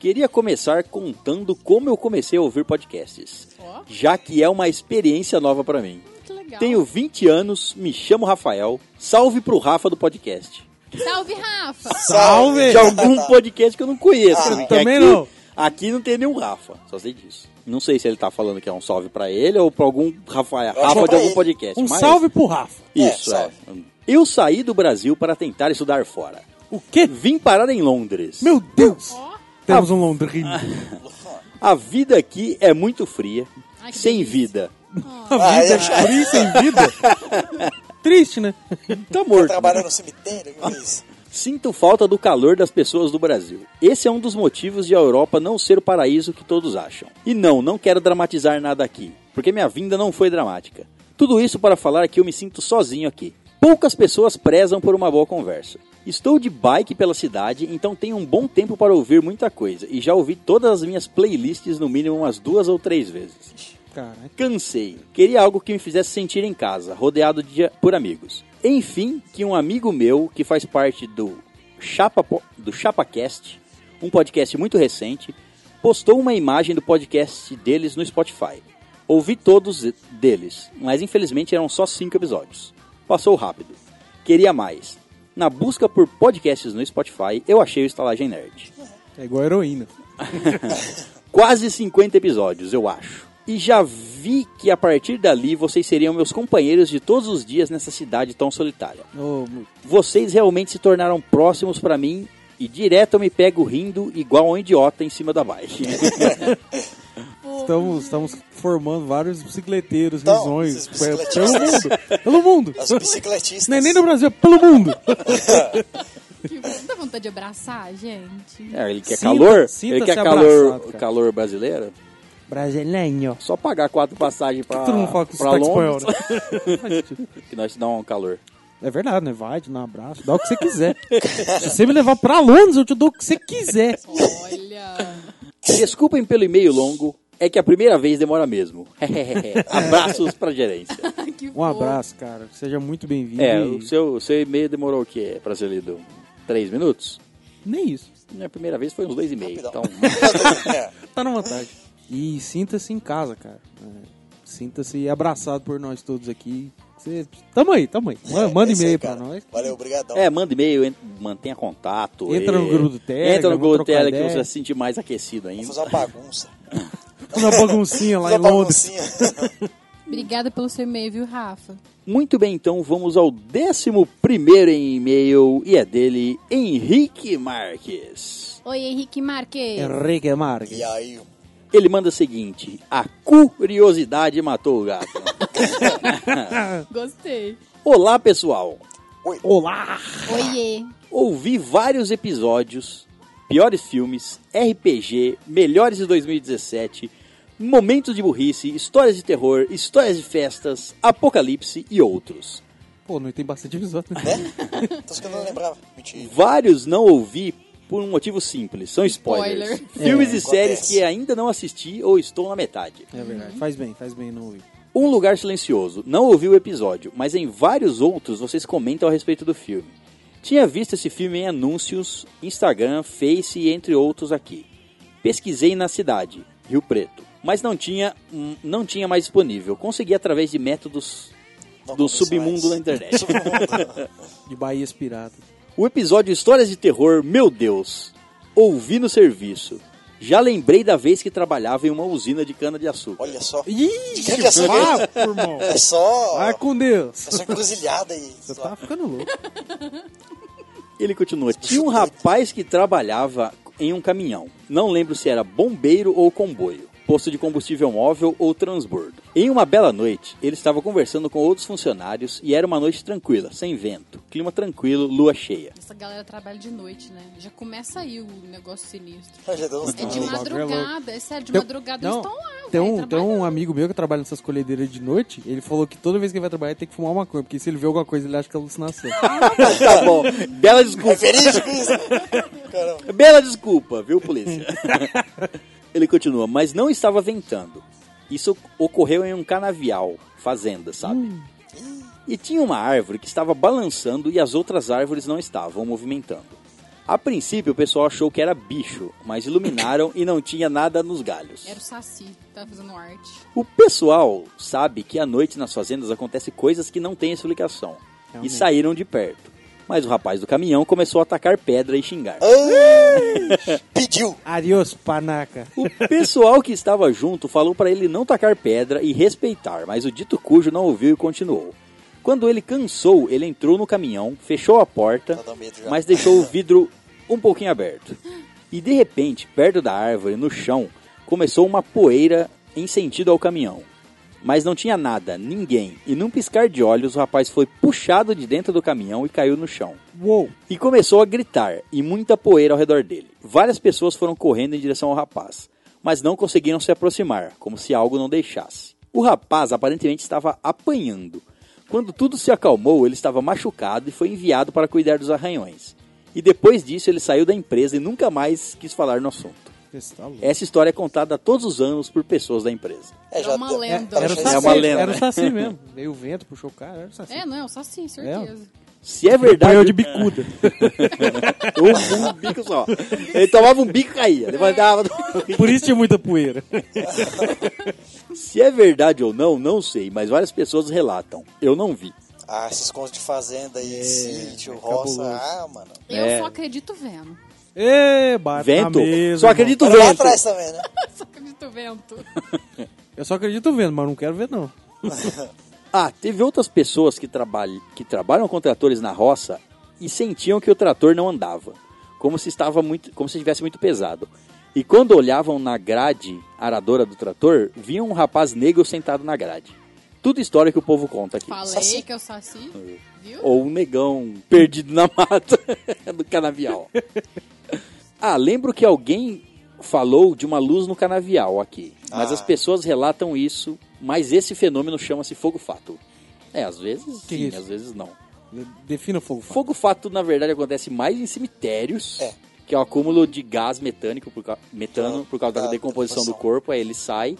Queria começar contando como eu comecei a ouvir podcasts,
Ó.
já que é uma experiência nova para mim.
Que legal.
um-
Tenho 20 anos, me chamo Rafael. Salve pro Rafa do podcast.
Salve, Rafa.
*laughs* Salve!
De algum podcast que eu não conheço.
Ah,
porque
também
aqui-
não.
Aqui não tem nenhum Rafa, só sei disso. Não sei se ele tá falando que é um salve pra ele ou pra algum Rafael,
Eu
Rafa
acho que é
de
pra
algum
ele.
podcast.
Um
mas-
salve pro Rafa.
Isso,
É,
é.
salve.
Eu saí do Brasil para tentar estudar fora.
O quê?
Vim parar em Londres.
Meu Deus!
Ó.
Temos um Londrino. *laughs*
A vida aqui é muito fria,
Ai, que
sem
delícia.
vida.
A vida é fria e sem vida. Triste, né?
Tá morto.
Trabalhando no cemitério, que isso?
Sinto falta do calor das pessoas do Brasil. Esse é um dos motivos de a Europa não ser o paraíso que todos acham. E não, não quero dramatizar nada aqui, porque minha vinda não foi dramática. Tudo isso para falar que eu me sinto sozinho aqui. Poucas pessoas prezam por uma boa conversa. Estou de bike pela cidade, então tenho um bom tempo para ouvir muita coisa, e já ouvi todas as minhas playlists no mínimo umas duas ou três vezes.
Caraca.
Cansei. Queria algo que me fizesse sentir em casa, rodeado de, por amigos. Enfim, que um amigo meu, que faz parte do Chapa Po- do ChapaCast, um podcast muito recente, postou uma imagem do podcast deles no Spotify. Ouvi todos e- deles, mas infelizmente eram só cinco episódios. Passou rápido. Queria mais. Na busca por podcasts no Spotify, eu achei o Estalagem Nerd
É igual a heroína.
quase 50 episódios, eu acho. E já vi que a partir dali vocês seriam meus companheiros de todos os dias nessa cidade tão solitária.
Ô, mu-
Vocês realmente se tornaram próximos pra mim e direto eu me pego rindo igual um idiota em cima da
*laughs*
bike.
estamos, estamos formando vários bicicleteiros,
Então,
risões.
esses
pe-
bicicletistas.
Pelo mundo.
As
Pelo mundo.
bicicletistas.
Não é nem
*laughs*
no Brasil, é pelo mundo.
Que bom. Dá vontade de abraçar, gente.
É, ele quer
Sinta-
calor, ele
sinta-se
quer
abraçado,
calor,
cara.
calor brasileiro.
Brasileiro.
Só pagar quatro passagens pra,
Todo mundo fala tá com
pra
sotaque espanhol,
Londres
né? Faz sentido.
que nós te dá um calor.
É verdade, né? Vai, te dá um abraço, dá o que você quiser. Se você me levar pra Londres, eu te dou o que você quiser.
Olha.
Desculpem pelo e-mail longo, é que a primeira vez demora mesmo. *laughs* Abraços pra gerência.
que
Um
fofo.
abraço, cara. Seja muito bem-vindo.
É,
e-
o seu, o seu e-mail demorou o quê, Brasileiro? Três minutos?
Nem isso.
Minha primeira vez foi uns dois e meio. Então,
*laughs*
Rapidão. É,
Tá na vantagem. E sinta-se em casa, cara. É, Sinta-se abraçado por nós todos aqui. Você... Tamo aí, tamo aí. Ma-
é
Manda
isso aí,
e-mail pra
cara.
nós.
Valeu, obrigadão.
é, manda e-mail, ent- mantenha contato.
Entra
e-
no grupo do Telegram,
Entra no grupo do
vamos trocar
Telegram que
ideia.
você vai se sentir mais aquecido ainda.
Vamos fazer uma bagunça.
Uma Tá baguncinha
*laughs*
lá
Fazer
em
uma
Londres.
baguncinha.
Obrigada pelo seu e-mail, viu, Rafa?
Muito bem, então vamos ao décimo primeiro e-mail e é dele Henrique Marques.
Oi, Henrique Marques.
Henrique Marques.
E aí, né?
Ele manda o seguinte: a curiosidade matou o gato. *laughs*
Gostei.
Olá, pessoal.
Olá!
Oiê.
Ouvi vários episódios, piores filmes, RPG, melhores de 2017, momentos de burrice, histórias de terror, histórias de festas, apocalipse e outros.
Pô, não tem bastante episódio, né?
né? Tô que eu não lembrava. Mentira.
Vários não ouvi por um motivo simples, são spoilers.
Spoiler.
Filmes e
acontece.
séries que ainda não assisti ou estou na metade.
É verdade. Faz bem, faz bem não ouvir.
Um Lugar Silencioso. Não ouvi o episódio, mas em vários outros vocês comentam a respeito do filme. Tinha visto esse filme em anúncios, Instagram, Face e entre outros aqui. Pesquisei na cidade, Rio Preto, mas não tinha, hum, não tinha mais disponível. Consegui através de métodos
Não
do
conheço
submundo da
mais.
internet.
Submundo.
De Bahias Piratas.
O episódio Histórias de Terror, meu Deus! Ouvi no serviço. Já lembrei da vez que trabalhava em uma usina de cana-de-açúcar.
Olha só.
Ixi,
Quem que é essa
papo, irmão.
É só.
Vai
É
com Deus.
só encruzilhada aí.
Você tá ficando louco.
Ele continua. Tinha um rapaz que trabalhava em um caminhão. Não lembro se era bombeiro ou comboio, posto de combustível móvel ou transbordo. Em uma bela noite, ele estava conversando com outros funcionários e era uma noite tranquila, sem vento, clima tranquilo, lua cheia.
Essa galera trabalha de noite, né? Já começa aí o negócio sinistro.
Já deu uns
É de
o
tiros.
bagulho é louco.
madrugada, é sério, de
Tem-
madrugada
não,
eles estão lá, véi,
Tem um, tem
trabalhando.
um amigo meu que trabalha nessas colhedeiras de noite, ele falou que toda vez que ele vai trabalhar ele tem que fumar uma coisa, porque se ele vê alguma coisa ele acha que é alucinação.
*laughs* tá bom, bela desculpa.
É verídico isso?
*laughs*
Caramba.
Bela desculpa, viu, polícia? Ele continua, mas não estava ventando. Isso ocorreu em um canavial, fazenda, sabe? E tinha uma árvore que estava balançando e as outras árvores não estavam movimentando. A princípio, o pessoal achou que era bicho, mas iluminaram e não tinha nada nos galhos.
Era o Saci, que tava fazendo arte.
O pessoal sabe que à noite nas fazendas acontecem coisas que não têm explicação. E saíram de perto. Mas o rapaz do caminhão começou a atacar pedra e xingar.
Ah, Pediu.
Adiós, panaca.
O pessoal que estava junto falou para ele não tacar pedra e respeitar, mas o dito cujo não ouviu e continuou. Quando ele cansou, ele entrou no caminhão, fechou a porta,
Tá dando medo já.
mas deixou o vidro um pouquinho aberto. E de repente, perto da árvore, no chão, começou uma poeira em sentido ao caminhão. Mas não tinha nada, ninguém, e num piscar de olhos, o rapaz foi puxado de dentro do caminhão e caiu no chão
Uou.
e começou a gritar e muita poeira ao redor dele. Várias pessoas foram correndo em direção ao rapaz, mas não conseguiram se aproximar, como se algo não deixasse. O rapaz aparentemente estava apanhando. Quando tudo se acalmou, ele estava machucado e foi enviado para cuidar dos arranhões. E depois disso, ele saiu da empresa e nunca mais quis falar no assunto.
Esse tá louco.
Essa história é contada todos os anos por pessoas da empresa.
É, já
É uma
deu-
lenda.
Ela
Era o
já
Saci,
É uma lenda,
era o
né?
Saci mesmo. *laughs* Veio o vento, puxou o cara, era o Saci.
É, não, é o Saci, certeza.
Se é verdade.
Apanhou de bicuda.
*laughs* Um bico só. Ele tomava um bico e caía. Levantava.
Por isso tinha muita poeira.
Se é verdade ou não, não sei, mas várias pessoas relatam. Eu não vi.
Ah, esses contos de fazenda aí, sítio,
é
roça.
cabuloso.
Ah, mano.
Eu
É.
só acredito vendo.
Ê, É, bate
Vento?
na mesa.
Só acredito
Era lá
vento.
atrás também, né?
Só acredito vento.
irmão. Eu só acredito vendo, mas não quero ver não.
Ah, teve outras pessoas que, trabalham, que trabalham com tratores na roça e sentiam que o trator não andava, como se estava muito, como se estivesse muito pesado. E quando olhavam na grade aradora do trator, viam um rapaz negro sentado na grade. Tudo história que o povo conta aqui.
Falei
Saci.
que é o Saci, viu?
Ou um negão perdido na *laughs* mata do canavial. ah, lembro que alguém falou de uma luz no canavial aqui. Mas
Ah.
as pessoas relatam isso, mas esse fenômeno chama-se fogo fato. É, às vezes
Que
sim,
isso?
às vezes não.
Defina fogo. Fogo.
Fogo fato, na verdade, acontece mais em cemitérios,
É.
que é o acúmulo de gás metânico por, ca- metano por causa da,
Da
decomposição do
decomposição.
corpo, aí ele sai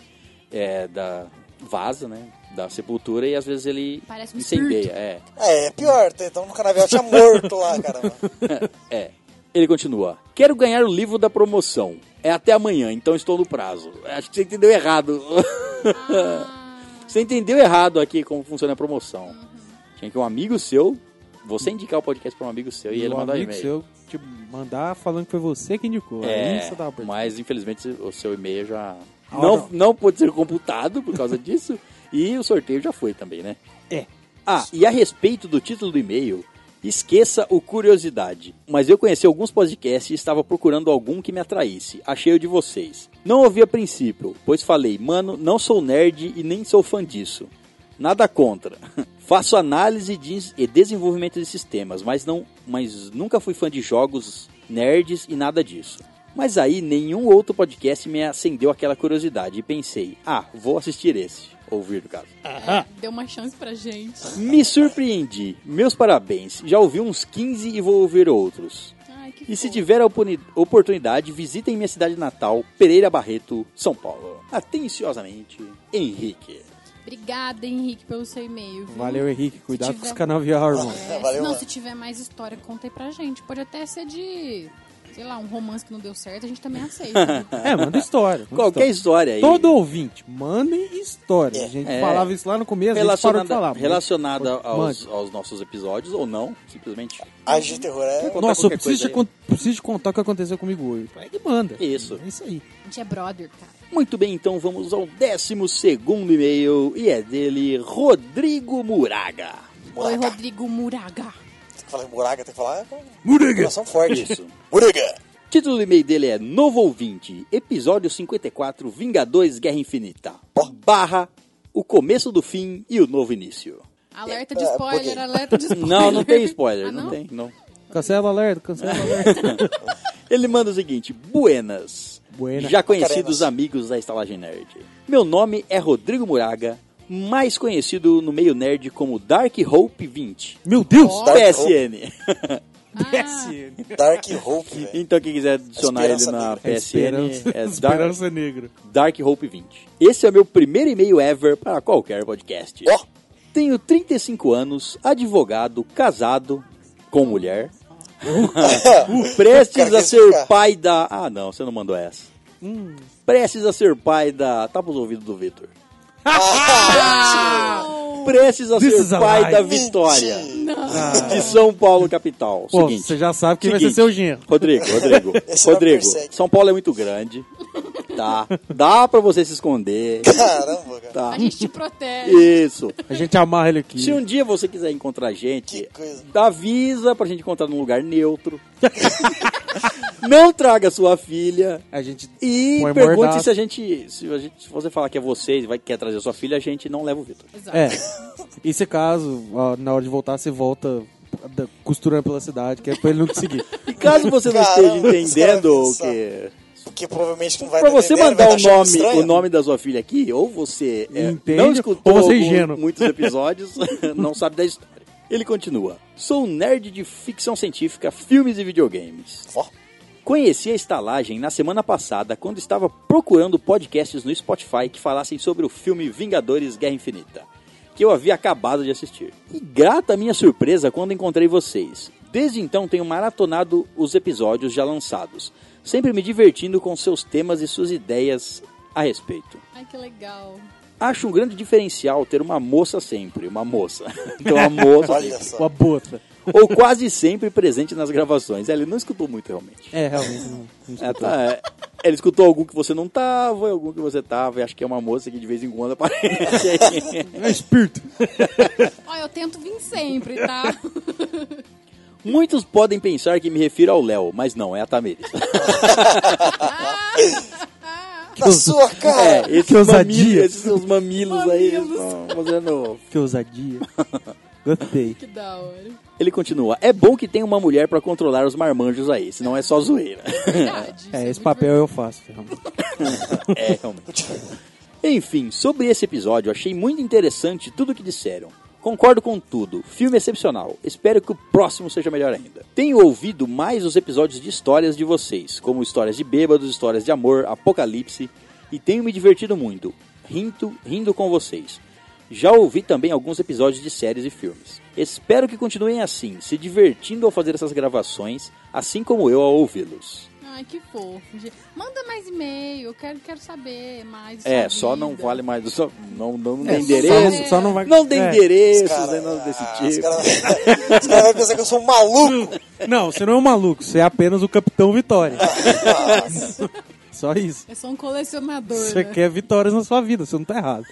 é, da vaza, né? Da sepultura e às vezes ele
Parece um
incendeia.
espírito.
É.
É, é pior. Então no canavial tinha morto lá, caramba.
É. Ele continua. Quero ganhar o livro da promoção. É até amanhã, então estou no prazo. Acho que você entendeu errado. *laughs* você entendeu errado aqui como funciona a promoção. Tinha que um amigo seu, você indicar o podcast para um amigo seu e ele
um
mandar um
amigo
e-mail.
seu te mandar falando que foi você que indicou. Aí
É,
você dá uma oportunidade.
mas infelizmente o seu e-mail já
Ah,
não,
não.
não pôde ser computado por causa *laughs* disso. E o sorteio já foi também, né?
É.
Ah, e a respeito do título do e-mail, esqueça o curiosidade. Mas eu conheci alguns podcasts e estava procurando algum que me atraísse. Achei o de vocês. Não ouvi a princípio, pois falei, mano, não sou nerd e nem sou fã disso. Nada contra. *laughs* Faço análise de- e desenvolvimento de sistemas, mas não, mas nunca fui fã de jogos nerds e nada disso. Mas aí nenhum outro podcast me acendeu aquela curiosidade e pensei, ah, vou assistir esse, ouvir no caso.
Deu uma chance pra gente.
Me surpreendi. Meus parabéns. Já ouvi uns 15 e vou ouvir outros.
Ai, que
E se
fofo.
tiver a oponi- oportunidade, visitem minha cidade natal, Pereira Barreto, São Paulo. Atenciosamente, Henrique.
Obrigada, Henrique, pelo seu e-mail. viu?
Valeu, Henrique. Cuidado
tiver-
com os canavial, irmão.
É,
Valeu,
não,
mano.
se tiver mais história, conta aí pra gente. Pode até ser de, sei lá, um romance que não deu certo, a gente também aceita.
É, manda história. manda
Qualquer
história.
história aí.
Todo ouvinte, mandem história. A gente
É.
falava isso lá no começo, a gente parou de
relacionada,
falar. mas-
relacionada
Mande.
aos, aos nossos episódios, ou não, simplesmente.
A de terror é.
contar
Nossa, eu
qualquer
preciso,
coisa
te
aí.
con- preciso te contar o que aconteceu comigo hoje. Aí que manda.
Isso.
É isso aí.
A gente é brother, cara.
Muito bem, então vamos ao 12 segundo e-mail, e é dele, Rodrigo Muraga.
Oi,
Muraga.
Rodrigo Muraga.
Tem que falar muraga, tem que falar. com
Muriga!
Coração forte.
Isso.
Muraga.
Título do e-mail dele é Novo Ouvinte, episódio 54, Vingadores Guerra Infinita. Barra, o começo do fim e o novo início.
Alerta de
É,
spoiler,
pouquinho.
alerta de spoiler.
Não, não tem spoiler,
Ah,
não? tem, não.
Cancela o alerta, cancela o alerta.
*laughs* Ele manda o seguinte: Buenas.
Buena.
Já conhecidos
Carenas.
amigos da Estalagem Nerd. Meu nome é Rodrigo Muraga, mais conhecido no meio nerd como Dark Hope 20.
Meu Deus!
Ó.
Dark
PSN.
Ah,
PSN.
Dark Hope, velho.
*laughs* Então, quem quiser adicionar ele
Esperança
na
Negra.
É
PSN é Dark,
Esperança Negra.
Dark Hope 20. Esse é o meu primeiro e-mail ever para qualquer podcast.
Ó,
Tenho 35 anos, advogado, casado, com
*laughs*
mulher. *laughs*
Cara,
Prestes a
quer
ser
explicar?
pai da. Ah, não, você não mandou essa.
Hum.
Prestes a ser pai da. Tapa os ouvidos do
*laughs*
Vitor. Prestes a
This is
ser
a
pai
lie.
da Vitória.
Mentira.
De São Paulo, capital.
Pô,
Seguinte.
você já sabe quem vai ser
Seguinte,
seu genro.
Rodrigo, Rodrigo,
*laughs* Esse não
Rodrigo,
persegue.
São Paulo é muito grande, tá? Dá pra você se esconder,
Caramba, cara.
tá?
A gente te protege.
Isso.
A gente amarra ele aqui.
Se um dia você quiser encontrar a gente,
Que coisa.
avisa pra gente encontrar num lugar neutro. *laughs* Não traga sua filha.
A gente
E
põe
pergunte
mordaça.
se a gente. Se a gente- se você falar que é você e vai quer trazer sua filha, a gente não leva o
*laughs*
Vitor.
Exato.
É. E se caso, ó, na hora de voltar, você volta da- costurando pela cidade, que é pra ele não
*laughs*
te seguir.
E caso você não
Caramba,
esteja entendendo o
os caras
que. é,
Porque provavelmente não vai
Pra
dar
você
entendendo, vai
mandar o
achar
nome,
estranho.
o nome da sua filha aqui, ou você é,
Entende,
não escutou
ou você é
algum-
ingênuo.
muitos episódios, *laughs* não sabe da história. Ele continua. Sou um nerd de ficção científica, filmes e videogames.
Ó,
Conheci a estalagem na semana passada quando estava procurando podcasts no Spotify que falassem sobre o filme Vingadores Guerra Infinita, que eu havia acabado de assistir. E grata a minha surpresa quando encontrei vocês. Desde então tenho maratonado os episódios já lançados, sempre me divertindo com seus temas e suas ideias a respeito.
Ai, que legal.
Acho um grande diferencial ter uma moça sempre, uma *laughs* moça. Então, uma moça
olha
sempre.
só.
Com a bota.
Ou quase sempre presente nas gravações. Ele não escutou muito, realmente.
É, realmente. Não, não
É,
escutou.
tá, é. Ele escutou algum que você não tava, algum que você tava, e acho que é uma moça que de vez em quando aparece aí.
É espírito.
Ó, eu tento vir sempre, tá?
*laughs* Muitos podem pensar que me refiro ao Léo, mas não, é a Tamires.
Na sua
*laughs*
cara.
É, esses
Que ousadia.
mamilos- esses seus mamilos, aí eles
Mamilos.
tão fazendo. *laughs*
Que ousadia. Gostei.
*laughs* que da hora.
Ele continua. É bom que tem uma mulher pra controlar os marmanjos aí, senão é só *laughs* zoeira.
Verdade.
É, esse
muito
papel eu faço, realmente.
*laughs* É, realmente. Enfim, sobre esse episódio, achei muito interessante tudo o que disseram. Concordo com tudo, filme é excepcional. Espero que o próximo seja melhor ainda. Tenho ouvido mais os episódios de histórias de vocês, como histórias de bêbados, histórias de amor, apocalipse, e tenho me divertido muito, rindo, rindo com vocês. Já ouvi também alguns episódios de séries e filmes. Espero que continuem assim, se divertindo ao fazer essas gravações, assim como eu ao ouvi-los.
Ai, que fofo. gente. Manda mais e-mail, eu quero, quero saber mais.
É,
sobre
só não
vida.
vale mais. Só, não, não,
É,
tem
só
endereço.
não- Só não vai...
Não tem
é.
endereço,
Os cara-
nem nada desse
ah, Os
tipo.
caras cara vão pensar que eu sou
*laughs*
um maluco.
Não, você não é um maluco, você é apenas o Capitão Vitória. Só isso.
É só um colecionador.
Você
né?
quer vitórias na sua vida, você não tá errado.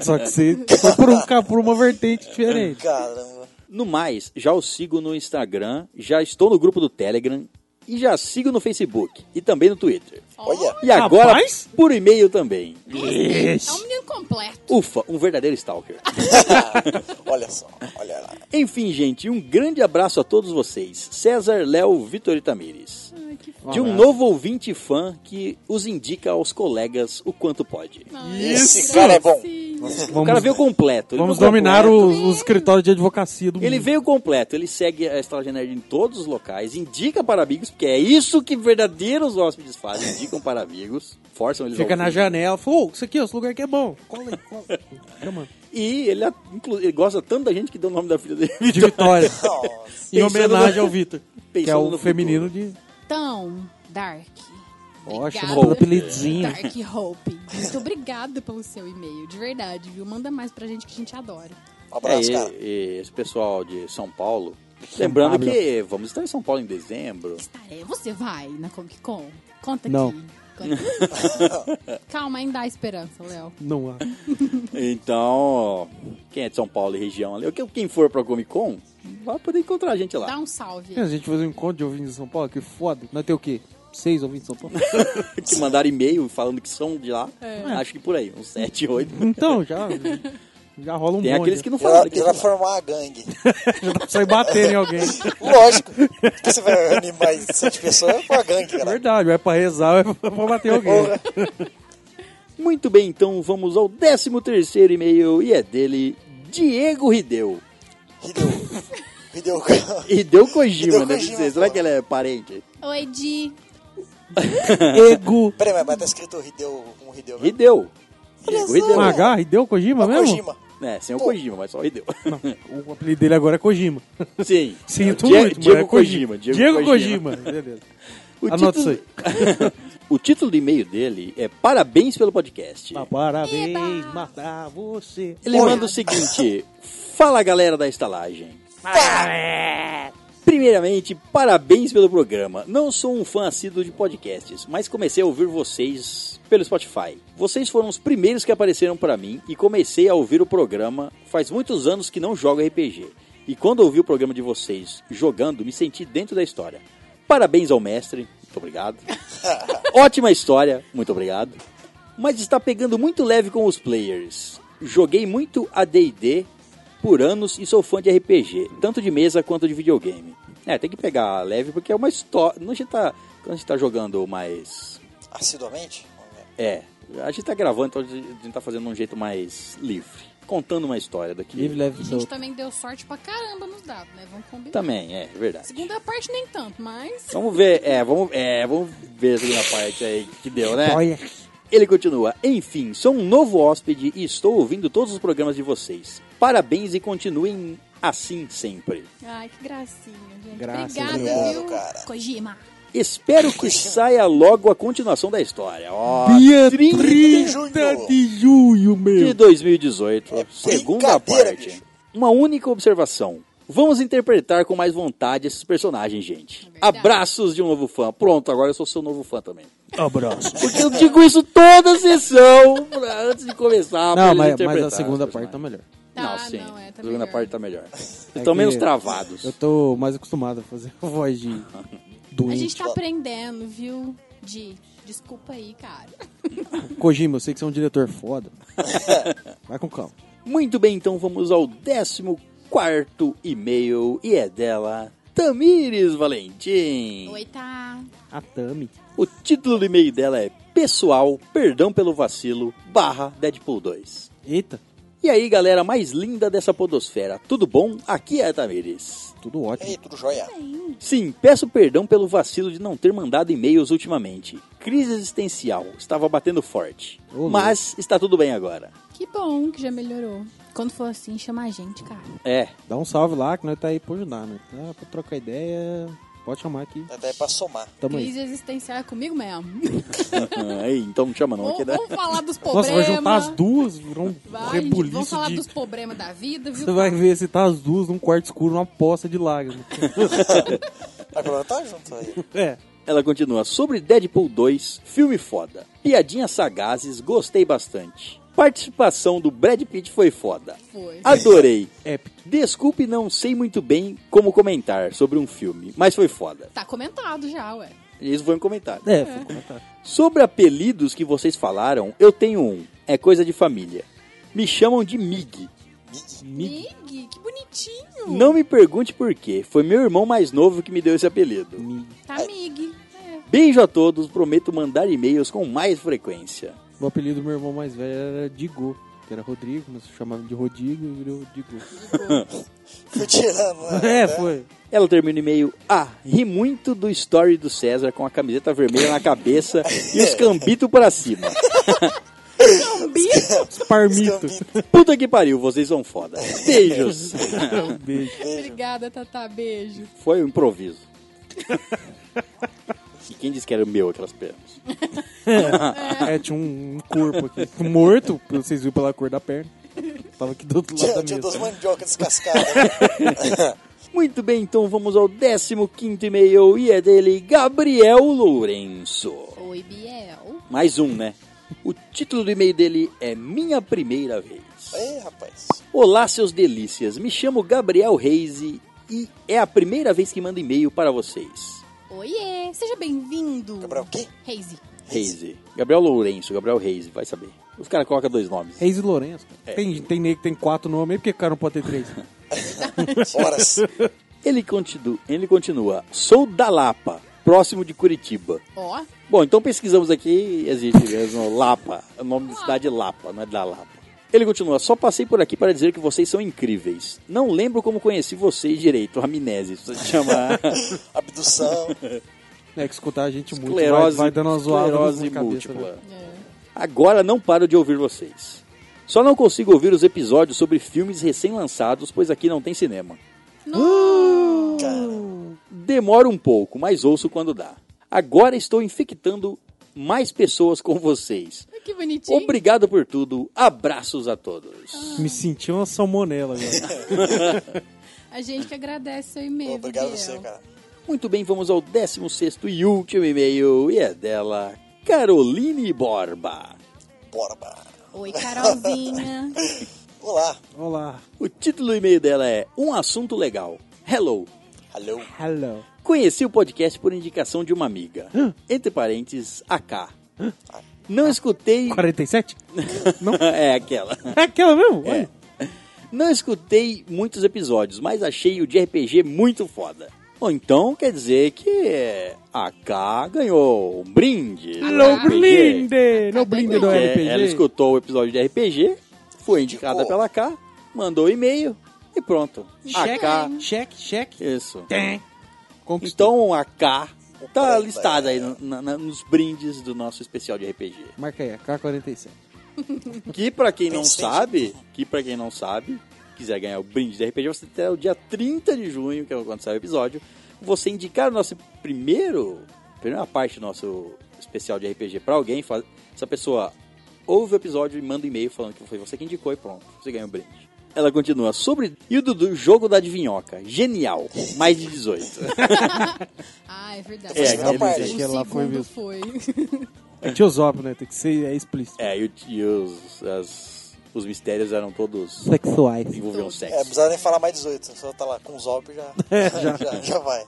Só que você foi por, um, ca- por uma vertente diferente.
Caramba.
No mais, já o sigo no Instagram, já estou no grupo do Telegram e já sigo no Facebook e também no Twitter.
Olha.
E agora
Rapaz!
por e-mail também.
É um menino completo.
Ufa, um verdadeiro stalker. *laughs*
Olha só. Olha lá.
Enfim, gente, um grande abraço a todos vocês. César, Léo, Vitor e Tamires.
Ai, que fofo.
De um
abraço.
novo ouvinte fã que os indica aos colegas o quanto pode.
Ai,
Esse
que
cara é bom.
gracinha.
o
Vamos,
cara veio completo. ele
vamos
veio
dominar
completo.
os, os escritórios de advocacia do
Ele
mundo.
veio completo, ele segue a Estrada Nerd em todos os locais, indica para amigos, porque é isso que verdadeiros hóspedes fazem, indicam para amigos, forçam eles
Fica
ao
na
fim.
janela, fala, ô, isso aqui, ó, esse lugar aqui é bom. Cola aí, cola.
*laughs*
Fica, mano.
E ele, inclu- ele gosta tanto da gente que deu o nome da filha dele.
De Vitória.
Nossa.
em
Pensando
homenagem
no-
ao Vitor, que é
Pensando
o
no
feminino de
Então, Dark.
Ótimo,
obrigada.
pelo apelidinho.
Dark Hope. Muito obrigada pelo seu e-mail, de verdade, viu? Manda mais pra gente que a gente adora.
Um
*laughs* É,
abraço, cara.
e, e esse pessoal de São Paulo. Lembrando
Pablo.
que vamos estar em São Paulo em dezembro.
Estarei. Você vai na Comic Con? Conta
Não.
aqui. Conta- Calma, ainda há esperança, Léo.
Não há.
Então, quem é de São Paulo e região ali, ou quem- quem for pra Comic Con, vai poder encontrar a gente lá.
Dá um salve.
A gente fazer um encontro de ouvintes de São Paulo, que foda. Nós tem o quê? Seis ouvintes de São Paulo?
*laughs* Que mandaram e-mail falando que são de lá. Acho que por aí, uns 7, 8.
Então, já, já rola um
Tem
bonde.
aqueles que não
Já,
falam.
já vai formar a gangue.
Já dá pra sair batendo em alguém.
Lógico. Por que você vai tipo reunir mais sete pessoas com a gangue,
É
cara.
verdade, vai pra rezar, vai pra bater em alguém.
Porra.
Muito bem, então vamos ao 13 terceiro e-mail e é dele Diego Hideo.
Hideo. Hideo.
Hideo Kojima,
Hideo
né?
Kojima,
Vocês, será
pô.
que ele é parente?
Oi, Di.
Ego.
Peraí, mas- mas tá escrito Hideo com Hideo. mesmo?
Hideo. Diego
Com
Hideo.
H, Ah, e deu Kojima mesmo?
Ah, Kojima.
É, sem o
Pô.
Kojima, mas só o Hideo.
O apelido dele agora é Kojima.
*laughs* Sim.
Sinto
Die-
muito, mas é Kojima.
Diego,
Kojima. Beleza.
O
Anota
título... *laughs* o título do e-mail dele é Parabéns pelo podcast.
Ah, parabéns, matar você.
Ele manda o seguinte: Fala galera da estalagem. Primeiramente, parabéns pelo programa. Não sou um fã assíduo de podcasts, mas comecei a ouvir vocês pelo Spotify. Vocês foram os primeiros que apareceram pra mim e comecei a ouvir o programa. Faz muitos anos que não jogo RPG. E quando ouvi o programa de vocês jogando, me senti dentro da história. Parabéns ao mestre, muito obrigado. Ótima história, muito obrigado. Mas está pegando muito leve com os players. Joguei muito AD&D por anos e sou fã de RPG, tanto de mesa quanto de videogame. É, tem que pegar leve porque é uma história. Não a gente tá, quando a gente tá jogando mais.
Assiduamente? Vamos ver.
É, a gente tá gravando, então a gente a gente tá fazendo de um jeito mais livre, contando uma história daqui.
Livre,
A
leve,
gente
solto.
também deu sorte pra caramba nos dados, né? Vamos combinar.
Também, é, verdade.
Segunda parte nem tanto, mas...
Vamos ver, é, vamos, é, vamos ver a segunda parte aí que deu, né?
Olha.
Ele continua: Enfim, sou um novo hóspede e estou ouvindo todos os programas de vocês. Parabéns e continuem assim sempre.
Ai, que gracinha, gente.
Graças a
Obrigada,
Deus.
viu,
Obrigado, cara.
Kojima.
Espero que
é.
saia logo a continuação da história. Ó,
Dia
30
junho.
30 de junho,
de
meu.
2018,
É
segunda
brincadeira,
parte.
bicho.
Uma única observação. Vamos interpretar com mais vontade esses personagens,
É
gente.
Verdade.
Abraços de um novo fã. Pronto, agora eu sou seu novo fã também.
Abraço.
Porque eu digo isso toda a sessão pra- antes de começar. pra
Não,
eles
mas, mas
interpretarem
a
os
segunda parte
personagens.
tá melhor.
Não,
Ah,
sim.
não, é, tá
a segunda
melhor.
parte tá *laughs* melhor.
É
Estão
que
menos travados.
Eu tô mais acostumado a fazer a voz de
A
doente.
gente tá aprendendo, viu, Di? Desculpa aí, cara.
Kojima, eu sei que você é um diretor *laughs* foda. Vai com calma.
Muito bem, então vamos ao 14 e-mail e é dela Tamires Valentim.
Oi, tá.
A Tami.
O título do e-mail dela é Pessoal, Perdão pelo Vacilo, barra Deadpool 2.
Eita,
E aí, galera mais linda dessa podosfera, tudo bom? Aqui é a Tamires.
tudo ótimo.
Ei, tudo jóia.
Sim, peço perdão pelo vacilo de não ter mandado e-mails ultimamente. Crise existencial, estava batendo forte.
Ô,
mas está tudo bem agora.
Que bom que já melhorou. Quando for assim, chama a gente, cara.
É,
Dá um salve lá que nós tá aí pra ajudar, né? Tá pra trocar ideia, pode chamar aqui.
Até pra somar.
Tamo aí.
Crise existencial é comigo
*laughs*
mesmo.
*laughs* Aí, então não chama não.
vamos,
Que dá...
vamos falar dos problemas.
Nossa, vai juntar as duas, virar um
Vai, gente,
rebuliço
vamos falar
de...
dos problemas da vida, viu?
Você vai ver se tá as duas num quarto escuro, numa poça de lágrimas.
A Glória tá junto aí.
é.
Ela continua sobre Deadpool 2, filme foda. Piadinhas sagazes, gostei bastante. Participação do Brad Pitt foi foda.
Foi.
Adorei.
Épico.
Desculpe, não sei muito bem como comentar sobre um filme, mas foi foda.
Tá comentado já, ué.
Isso foi um comentário.
É, foi comentário.
Sobre apelidos que vocês falaram, eu tenho um. É coisa de família. Me chamam de Mig.
Mig.
Mig, que bonitinho.
Não me pergunte por quê. Foi meu irmão mais novo que me deu esse apelido.
Tá Mig. É.
Beijo a todos. Prometo mandar e-mails com mais frequência.
O apelido do meu irmão mais velho era Digo, que era Rodrigo, mas eu chamava ele de Rodrigo e virou Digo.
Fui tirando, né?
É,
Até-
foi.
Ela termina o e-mail. Ah, ri muito do story do César com a camiseta vermelha na cabeça e os cambitos pra cima.
Parmito. *laughs*
Puta que pariu, vocês são foda. Beijos.
Um Beijo.
Obrigada, Tata. Beijo.
Foi um improviso. E quem disse que era o meu aquelas pernas?
É, tinha um um corpo aqui. *laughs* Morto, vocês viram pela cor da perna. Tava aqui do outro lado
Tinha,
da
tinha duas
mesa.
mandioca descascada. né?
Muito bem, então vamos ao 15º e-mail e é dele Gabriel Lourenço.
Oi, Biel.
Mais um, né? O título do e-mail dele é Minha Primeira Vez.
Aí, rapaz.
Olá, seus delícias. Me chamo Gabriel Reis e- e é a primeira vez que mando e-mail para vocês.
Oiê, seja bem-vindo.
Gabriel, o quê?
Reise.
Reis. Gabriel Lourenço, Gabriel Reis, vai saber. Os caras colocam dois nomes.
Reis e Lourenço.
É.
Tem, tem nego que tem quatro nomes aí, por que o cara não pode ter três?
Horas.
Ele, continu, ele continua. Sou da Lapa, próximo de Curitiba.
Ó,
Bom, então pesquisamos aqui, existe mesmo Lapa. O nome da cidade é Lapa, não é da Lapa. Ele continua, só passei por aqui para dizer que vocês são incríveis. Não lembro como conheci vocês direito, amnésia, isso se chama
Abdução.
É que escutar a gente muito vai,
esclerose,
vai dando uma zoada na
esclerose
cabeça.
múltipla.
né?
é.
Agora não paro de ouvir vocês. Só não consigo ouvir os episódios sobre filmes recém-lançados, pois aqui não tem cinema.
Cara,
Demoro um pouco, mas ouço quando dá. Agora estou infectando mais pessoas com vocês.
que bonitinho.
Obrigado por tudo. Abraços a todos.
Me senti uma salmonela agora. *laughs*
A gente que agradece seu e-mail.
obrigado a
Biel.
você, cara.
Muito bem, vamos ao 16 e último e-mail, e é dela, Caroline Borba.
Bora, bah.
Oi,
*laughs*
Carolzinha.
Olá.
Olá.
O título do e-mail dela é Um Assunto Legal. Hello,
Hello.
Hello.
Conheci o podcast por indicação de uma amiga. Entre parênteses, AK. Não escutei.
47?
*laughs* é aquela.
É aquela mesmo? Olha.
Não escutei muitos episódios, mas achei o de RPG muito foda. Ou então quer dizer que é, a K ganhou um brinde. do
No
RPG.
blinde! No blinde do
Porque
RPG.
Ela escutou o episódio de RPG, foi indicada
Indicou.
pela K, mandou e-mail e pronto. A K.
Cheque, cheque, cheque.
Isso.
Tem. Conquistou.
Então a K tá
Opa,
listada aí no- na- na- nos brindes do nosso especial de RPG.
Marca aí, K47.
Que pra quem não
Pensei.
sabe, que para quem não sabe, quiser ganhar o brinde de RPG, você terá o dia 30 de junho, que é quando sai o episódio, você indicar o nosso primeiro, primeira parte do nosso especial de RPG pra alguém, fa- essa pessoa ouve o episódio e manda um e-mail falando que foi você que indicou e pronto, você ganha o brinde. Ela continua sobre e o Dudu, jogo da adivinhoca, genial, mais de 18.
Ah, é verdade.
É,
aquele-
o
Acho
que ela foi
segundo
mesmo.
*laughs* foi.
É tiozópio, né? Tem que ser é explícito.
é, e, o- e os, as- os mistérios eram todos
Sexuais.
envolviam
É, não
sexo.
precisava nem falar mais 18. Só tá lá com os óbvios já, já. já. vai.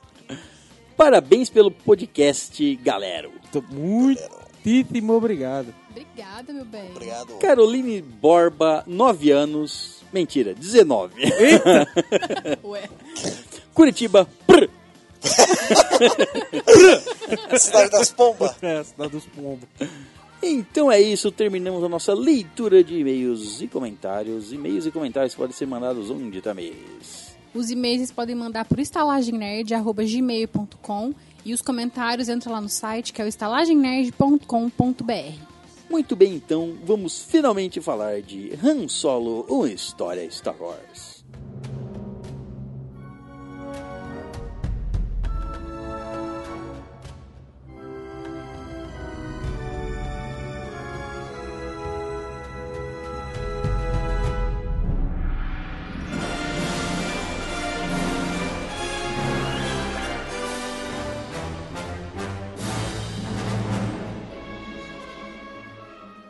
Parabéns pelo podcast, galera.
Muitíssimo obrigado.
Obrigada, meu bem.
Obrigado.
Caroline Borba, 9 anos. Mentira, 19.
Ué,
Curitiba. prr.
Cidade das Pombas.
É, a cidade dos
*laughs*
pombos.
Então é isso, terminamos a nossa leitura de e-mails e comentários. E-mails e comentários podem ser mandados onde também.
os e-mails podem mandar por estalagemnerd.gmail.com e os comentários entra lá no site que é o estalagemnerd.com.br.
Muito bem, então, vamos finalmente falar de Han Solo, uma história Star Wars.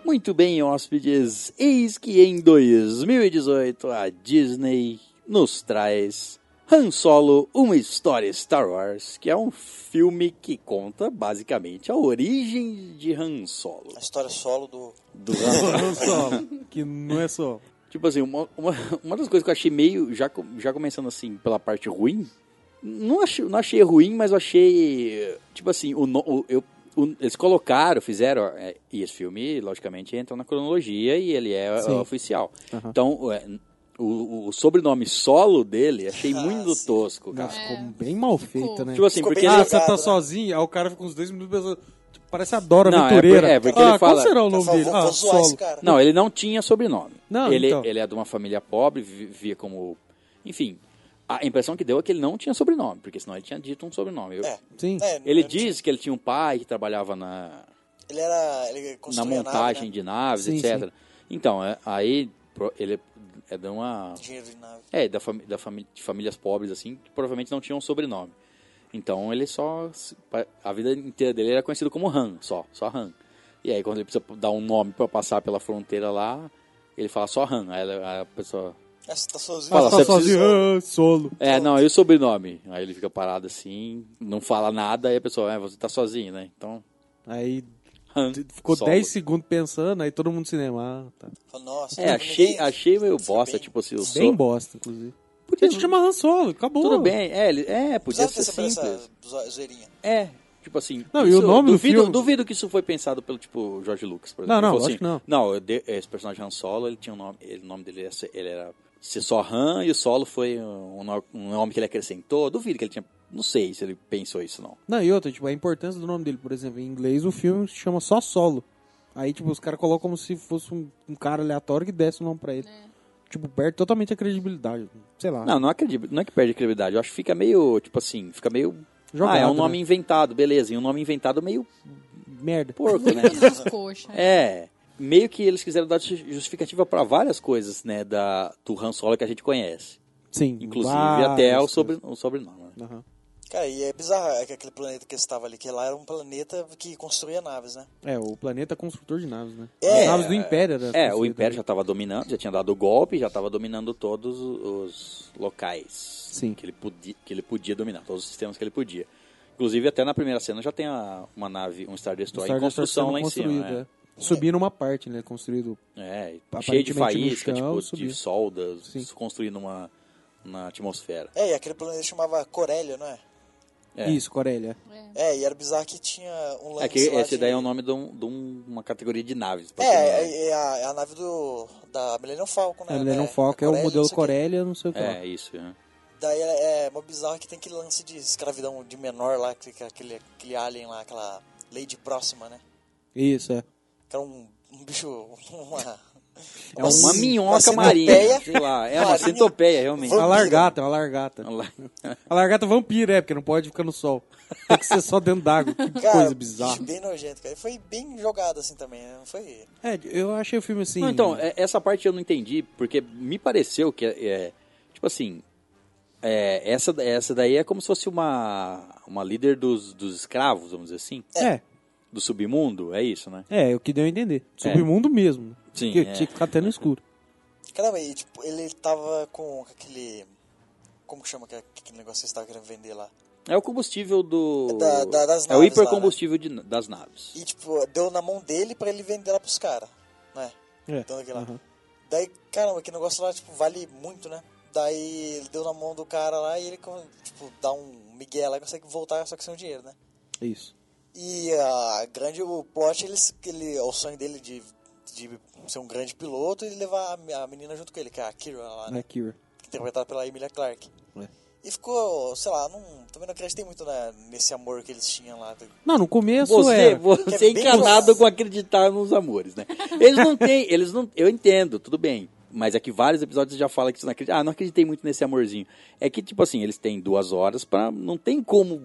Muito bem, hóspedes, eis que em 2018 a Disney nos traz Han Solo, uma história Star Wars, que é um filme que conta basicamente a origem de Han Solo.
A história solo do.
Do Han Solo.
*laughs* Não só, que não é só.
Tipo assim, uma, uma, *laughs* uma das coisas que eu achei meio. Já, co- já começando assim pela parte ruim. Não achei, não achei ruim, mas eu achei. Tipo assim, o, no- o- eu, o- eles colocaram, fizeram. é, e esse filme, logicamente, entra na cronologia e ele é é,
Sim.
oficial. Então, é, o, o sobrenome solo dele achei
Ah,
muito
sim.
tosco, cara.
Não, ficou bem mal feito, né?
É. Tipo assim,
Ficou
porque.
bem
ah,
ele-
você tá
jogado, né?
sozinho? Aí o cara fica uns dois minutos pensando. tipo, Parece a Dora
Não, é
Aventureira.
por- é, porque
ah,
ele fala-
qual será o
Eu
nome
falo,
dele?
vou,
Ah,
vou zoar
solo.
esse cara.
Não, ele não tinha sobrenome.
Não,
ele,
então.
ele é de uma família pobre, vi- via como. Enfim, A impressão que deu é que ele não tinha sobrenome, porque senão ele tinha dito um sobrenome. Eu-
É.
Sim.
É,
Ele
eu-
diz que ele tinha um pai que trabalhava na,
Ele era. Ele
na
construía
montagem
nave, né?
de naves,
Sim,
etc. Então, é- aí pro- ele é de uma.
né? Engenheiro de nave.
É, da fami- da fami- de famílias pobres, assim, que provavelmente não tinham sobrenome. Então ele só. se- pa- A vida inteira dele era conhecido como Han, só, só Han. E aí quando ele precisa dar um nome pra passar pela fronteira lá, ele fala só Han. Aí ela- a pessoa.
Essa tá sozinho.
Fala,
Tá
você
sozinho,
precisa-
ah, solo.
É, não, e o sobrenome? Aí ele fica parado assim, não fala nada, aí a pessoa, é, você tá sozinho, né? Então.
Aí
Han,
ficou
solo.
10 segundos pensando, aí todo mundo no cinema. Ah, tá.
Fala, Nossa,
É,
todo
achei,
mundo-
achei meio
Foi
bosta,
é bem-
tipo assim, eu
Bem
sou.
bosta, inclusive.
Podia
Podia te chamar Han Solo, acabou.
Tudo bem, é, ele- é podia
Precisava
ser
ter essa,
simples.
essa zo- zoeirinha.
É. Tipo assim.
Não, e o nome do
duvido,
filme-
Duvido que isso foi pensado pelo, tipo, George Lucas, por
Não,
exemplo.
não,
Ele falou assim,
lógico que não.
Não, eu dei- esse personagem Han Solo, ele tinha um nome. Ele, o nome dele era, ser- ele era ser só Han e o Solo foi um, no- um nome que ele acrescentou. Duvido que ele tinha. Não sei se ele pensou isso, não.
Não, e outra, tipo, a importância do nome dele, por exemplo, em inglês o filme se chama só Solo. Aí, tipo, os caras colocam como se fosse um, um cara aleatório que desse o nome pra ele. Tipo, perde totalmente a credibilidade. Sei lá.
Não, não, acredito, não é que perde a credibilidade. Eu acho que fica meio, tipo assim, fica meio.
Jogado,
ah, é um
né?
nome inventado, beleza. E um nome inventado meio
Merda.
porco,
*laughs*
né?
Todas as coxas.
É, meio que eles quiseram dar ju- justificativa pra várias coisas, né, da, do Han Solo que a gente conhece.
Sim.
Inclusive
várias
até é o,
coisas.
sobre, o sobrenome. né?
Aham.
Cara, e é bizarro é que aquele planeta que eles estavam ali, que lá era um planeta que construía naves, né?
É, o planeta construtor de naves, né?
É.
As naves do Império era
É, o
construída,
Império
né?
já estava dominando, já tinha dado o golpe, já estava dominando todos os locais
Sim.
que, ele podia, que ele podia dominar, todos os sistemas que ele podia. Inclusive, até na primeira cena já tem a- uma nave, um Star
O
Destroyer
Star
em construção
Destroyer
lá em
sendo
cima. né?
construído, é. Subindo uma parte, né? Construído.
É,
Aparentemente
cheio de
no
faísca,
chão,
tipo,
subiu.
de soldas,
Sim.
construindo uma na atmosfera.
É, e aquele planeta chamava Corélia, não é?
É.
Isso, Corélia.
É, e era bizarro que tinha um lance
É que
lá
esse
de-
daí é o nome de, um- de um- uma categoria de naves. pra
É,
quem não
é, é a, é a nave do, da Millennium Falcon, né?
A Millennium
Da-
Falcon é o
Corélia, não
modelo
sei o quê.
Corélia, não
então.
sei o que lá.
É, isso. né?
Daí é, é mó bizarro que tem aquele lance de escravidão de menor lá, que, que aquele, aquele alien lá, aquela Lady Próxima, né?
Isso, é.
Que era um, um bicho, *laughs* uma...
É uma
c-
minhoca
uma
marinha,
centopeia.
sei lá. É uma
Marinha.
centopeia, realmente.
Uma
Vampira.
largata, uma largata.
Lá-
A largata vampira, é, porque não pode ficar no sol. Tem que ser só dentro d'água.
é
Que
Cara, tipo-
coisa
bicho
bizarra.
bem nojento, cara. E Foi bem jogado assim também, né? Não foi...
É, eu achei o filme assim.
Não, então, é- essa parte eu não entendi, porque me pareceu que, é, é, tipo assim, é, essa, essa daí é como se fosse uma, uma líder dos, dos escravos, vamos dizer assim,
É,
do submundo, é isso, né?
é, o que deu a entender. Submundo mesmo.
Sim,
Que
é.
tinha que ficar até no escuro.
Caramba, e tipo, ele tava com aquele... Como que chama aquele, aquele negócio que eles estavam querendo vender lá?
É o combustível do...
É da- da- das
é o
naves lá,
hipercombustível de- das naves.
E, tipo, deu na mão dele pra ele vender lá pros caras, né?
É.
Então, aquele lá.
Aham.
Daí, caramba, aquele negócio lá, tipo, vale muito, né? Daí ele deu na mão do cara lá e ele, com- tipo, dá um migué lá e consegue voltar só que sem o dinheiro, né?
É Isso.
E a grande, o plot, ele, ele, é o sonho dele de, de ser um grande piloto e levar a, a menina junto com ele, que é a Kira lá,
É
né?
Kira.
Interpretada pela Emilia Clarke.
É.
E ficou, sei lá, não, também não acreditei muito na- nesse amor que eles tinham lá.
Não, no começo
Você,
era.
você é
bem
encanado
grosso.
com acreditar nos amores, né? Eles não têm, eles não. Eu entendo, tudo bem. Mas é que vários episódios já fala que você não acredita. Ah, não acreditei muito nesse amorzinho. É que, tipo assim, eles têm duas horas pra. Não tem como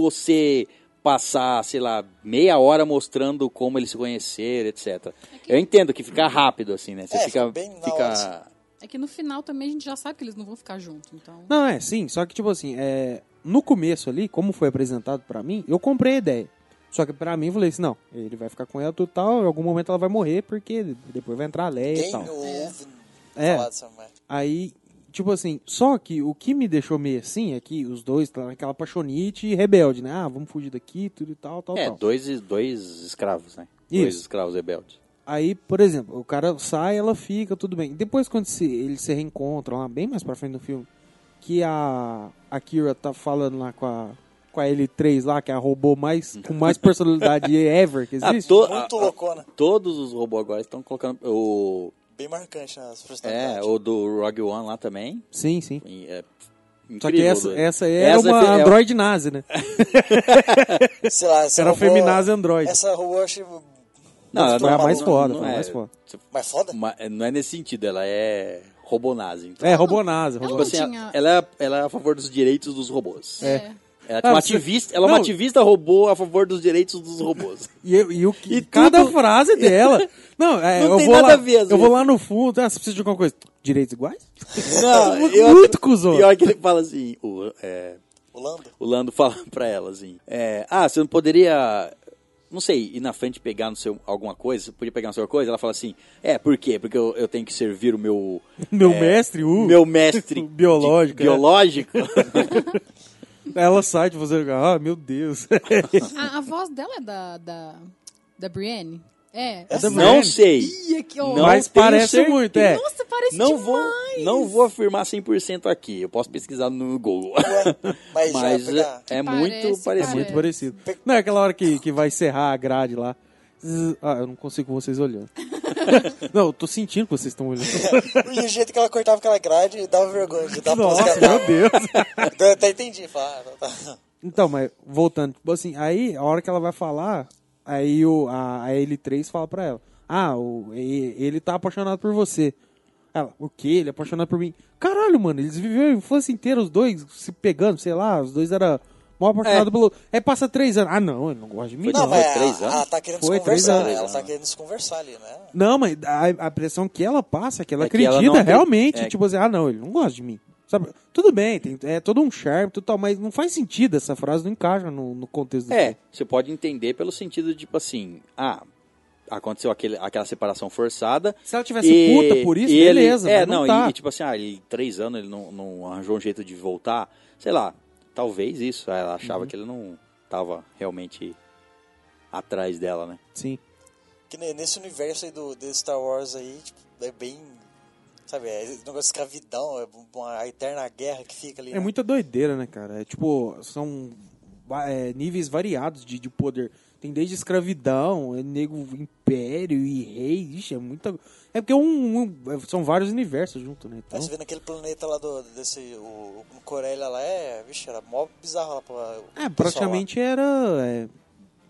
você passar, sei lá, meia hora mostrando como eles se conheceram, etc. Eu entendo que fica rápido, assim, né? Você
É,
fica.
fica bem na
fica-
hora, assim.
É que no final também a gente já sabe que eles não vão ficar juntos, então.
Não, é, sim, só que tipo assim, é, no começo ali, como foi apresentado pra mim, eu comprei a ideia. Só que pra mim, eu falei assim, não, ele vai ficar com ela tudo e tal, em algum momento ela vai morrer, porque depois vai entrar a Leia e
Quem
tal.
não ouve
É.
falar dessa mulher?
Aí, tipo assim, só que o que me deixou meio assim é que os dois tá naquela apaixonite rebelde, né? Ah, vamos fugir daqui, tudo e tal, tal,
É,
tal.
dois, dois escravos, né? Dois
Isso.
escravos rebeldes.
Aí, por exemplo, o cara sai, ela fica, tudo bem. Depois, quando se, eles se reencontram lá, bem mais pra frente do filme, que a, a Kira tá falando lá com a, com a L3 lá, que é a robô mais,
*laughs*
com mais personalidade ever que
Ah,
existe.
to-
Muito
a- a-
loucona.
Todos os robôs agora estão colocando. O,
Bem marcante né, nas personalidades.
É, o do Rogue One lá também.
Sim, sim.
E É incrível.
Só que essa,
né?
essa era
Essa
uma
é-
android nazi, né?
Sei lá, essa
Era
robô-
feminazi android.
Essa robô eu achei
Não, ela não
Foi
é
a mais
maluca,
foda,
não
foi a
é.
mais foda.
Mas foda?
Ma- Não é nesse sentido, ela é robonazi. Então.
É, Robonaza.
Tipo
Robonaza.
não
assim, a-
tinha-
ela, é- ela é a favor dos direitos dos robôs.
É.
Ela, é tipo,
Ah,
uma
você-
ativista, ela é uma
não.
ativista robô a favor dos direitos dos robôs.
E, eu- e o que,
E
cada
tudo- *laughs*
frase dela. Não, é,
Não
eu
tem
vou
nada
lá,
a ver, às
Eu vou
vezes.
lá no fundo, ah, você precisa de alguma coisa. Direitos iguais? *laughs*
*laughs* Não,
Muito cuzão.
Pior que ele fala assim, o, é,
O Lando?
o Lando *laughs* fala pra ela assim, é, ah, você não poderia, não sei, ir na frente pegar no seu, alguma coisa? Você podia pegar no seu coisa? Ela fala assim, é, por quê? Porque eu, eu tenho que servir o meu...
Meu
é,
mestre,
Uh,
uh. o.
Meu
*laughs*
mestre...
o biológico,
de-
é.
né?"
Biológico.
Ela sai de você. Ah, meu Deus. *laughs*
A, a voz dela é da, da, da Brienne? É.
da
não sei.
Ih, é que horror.
Não
Mas
tenho
parece
certeza.
muito, é.
Nossa, parece
Não
demais.
vou, não vou afirmar 100% aqui. Eu posso pesquisar no Google. *laughs*
Ué, mas já tá.
Mas
pegar-
é, é
Que
muito
parece,
É
parecido.
muito
Parece.
parecido. Não, é aquela hora que, que vai serrar a grade lá. Zzz, Ah, eu não consigo vocês olhando. *laughs* não, eu tô sentindo que vocês
*laughs*
estão olhando.
é-
*laughs* E o jeito que ela cortava aquela grade dava vergonha de dar pausa
Nossa,
que ela
meu Deus.
dava. Então eu até entendi. Falar, tá, tá.
Então, mas voltando, tipo assim, aí a hora que ela vai falar, aí o, a, a L3 fala pra ela: Ah, o, e- ele tá apaixonado por você. Ela, o quê? Ele é apaixonado por mim? Caralho, mano, eles viveram a infância inteira, os dois se pegando, sei lá, os dois eram mal apaixonados pelo. Aí passa três anos. Ah, não, ele não gosta de mim.
É. Foi
Não,
Não,
Não, mas
foi três
a-
anos?
ela tá querendo
Foi
se
três
conversar,
anos.
né? Ela tá querendo se conversar ali, né?
Não, mas a, a pressão que ela passa é que ela
É que ela
acredita
não acre-
realmente,
é.
tipo assim, ah, não, ele não gosta de mim. Sabe? Tudo bem, tem, é todo um charme, tudo tal, mas não faz sentido essa frase, não encaixa no, no contexto do filme.
É, você pode entender pelo sentido de, tipo assim, ah, aconteceu aquele, aquela separação forçada.
Se ela tivesse
e-
puta por isso,
e ele-
beleza.
É,
mas não,
não,
tá.
e, e tipo assim, ah, ele, três anos ele não, não arranjou um jeito de voltar. Sei lá, talvez isso. é, Ela achava
Uhum.
que ele não tava realmente atrás dela, né?
Sim.
Que ne- nesse universo aí do, desse Star Wars aí, tipo, é bem. Sabe, é esse negócio de escravidão, é uma a eterna guerra que fica ali.
É
né?
muita doideira, né, cara? É tipo, são va- é, níveis variados de, de poder. Tem desde escravidão, é nego império e rei. Ixi, é muita. É porque é um, um- é- são vários universos junto, né? Então,
Aí Tá, você vê naquele planeta lá do, desse. O, o Coreia lá é. Vixe, era mó bizarro lá pra.
é, praticamente era. é,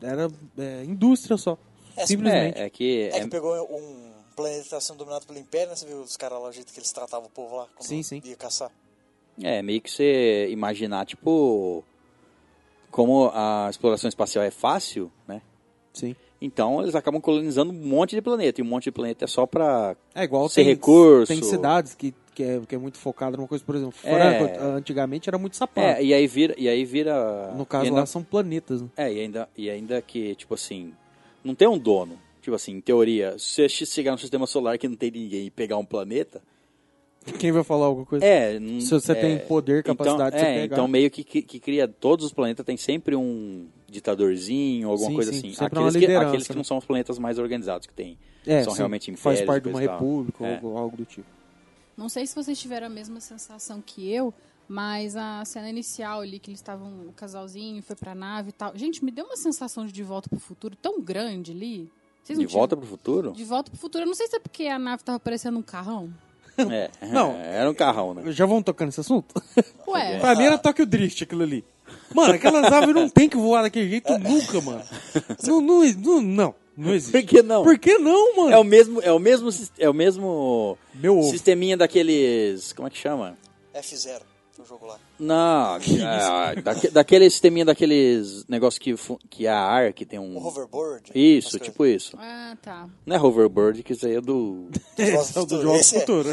era é, indústria só.
É,
Simplesmente.
É, é que.
É que
é-
pegou um planeta que tá sendo dominado pelo Império, né? Você viu os caras lá, o jeito que eles tratavam o povo lá quando
Sim, sim.
ia caçar.
É, meio que você imaginar, tipo, como a exploração espacial é fácil, né?
Sim.
Então eles acabam colonizando um monte de planeta, e um monte de planeta é só pra...
É igual
Sem
tem,
recurso.
tem cidades que, que, é, que é muito focada numa coisa, por exemplo,
É.
Franco, antigamente era muito sapato.
É, e aí vira... E aí vira
no
e
caso
ainda,
lá são planetas, né?
É, e ainda, e ainda que, tipo assim, não tem um dono. Tipo assim, em teoria, se você chegar no sistema solar que não tem ninguém e pegar um planeta...
Quem vai falar alguma coisa?
É, não-
Se você
é,
tem poder, capacidade de
então,
você
é,
pegar.
Então meio que, que, que cria todos os planetas tem sempre um ditadorzinho, alguma
Sim,
coisa
sim,
assim.
sempre uma
Aqueles que,
liderança,
aqueles que
né?
não são os planetas mais organizados que tem.
É,
são
sim,
realmente
que faz
impérios,
parte de uma
coisa e tal.
república ou
É.
algo, algo do tipo.
Não sei se vocês tiveram a mesma sensação que eu, mas a cena inicial ali, que eles estavam, o casalzinho foi pra nave e tal. Gente, me deu uma sensação de De Volta pro Futuro tão grande ali. Vocês não
De
tinham-
volta pro futuro?
De Volta pro Futuro. Eu não sei se é porque a nave tava parecendo um carrão.
*laughs*
É.
Não.
Era um carrão, né?
Já vamos tocar nesse assunto?
Ué,
É.
pra mim era Tokyo Drift aquilo ali. Mano, aquelas aves não tem que voar daquele jeito nunca, mano. Não, não, não, não, não
Por
existe.
que não?
Por que não, mano?
É o mesmo, é o mesmo, sis- é o mesmo
Meu ovo.
sisteminha daqueles, como é que chama?
F0, o jogo lá.
*laughs*
Não, é, daque- daquele sisteminha daqueles negócio que fu- que é a ar que tem um
O hoverboard.
Isso,
essas
tipo isso.
Ah, tá.
Não é hoverboard, que isso aí é
*laughs*
do
coisas.
Esse é o do jogo
Esse é.
futuro.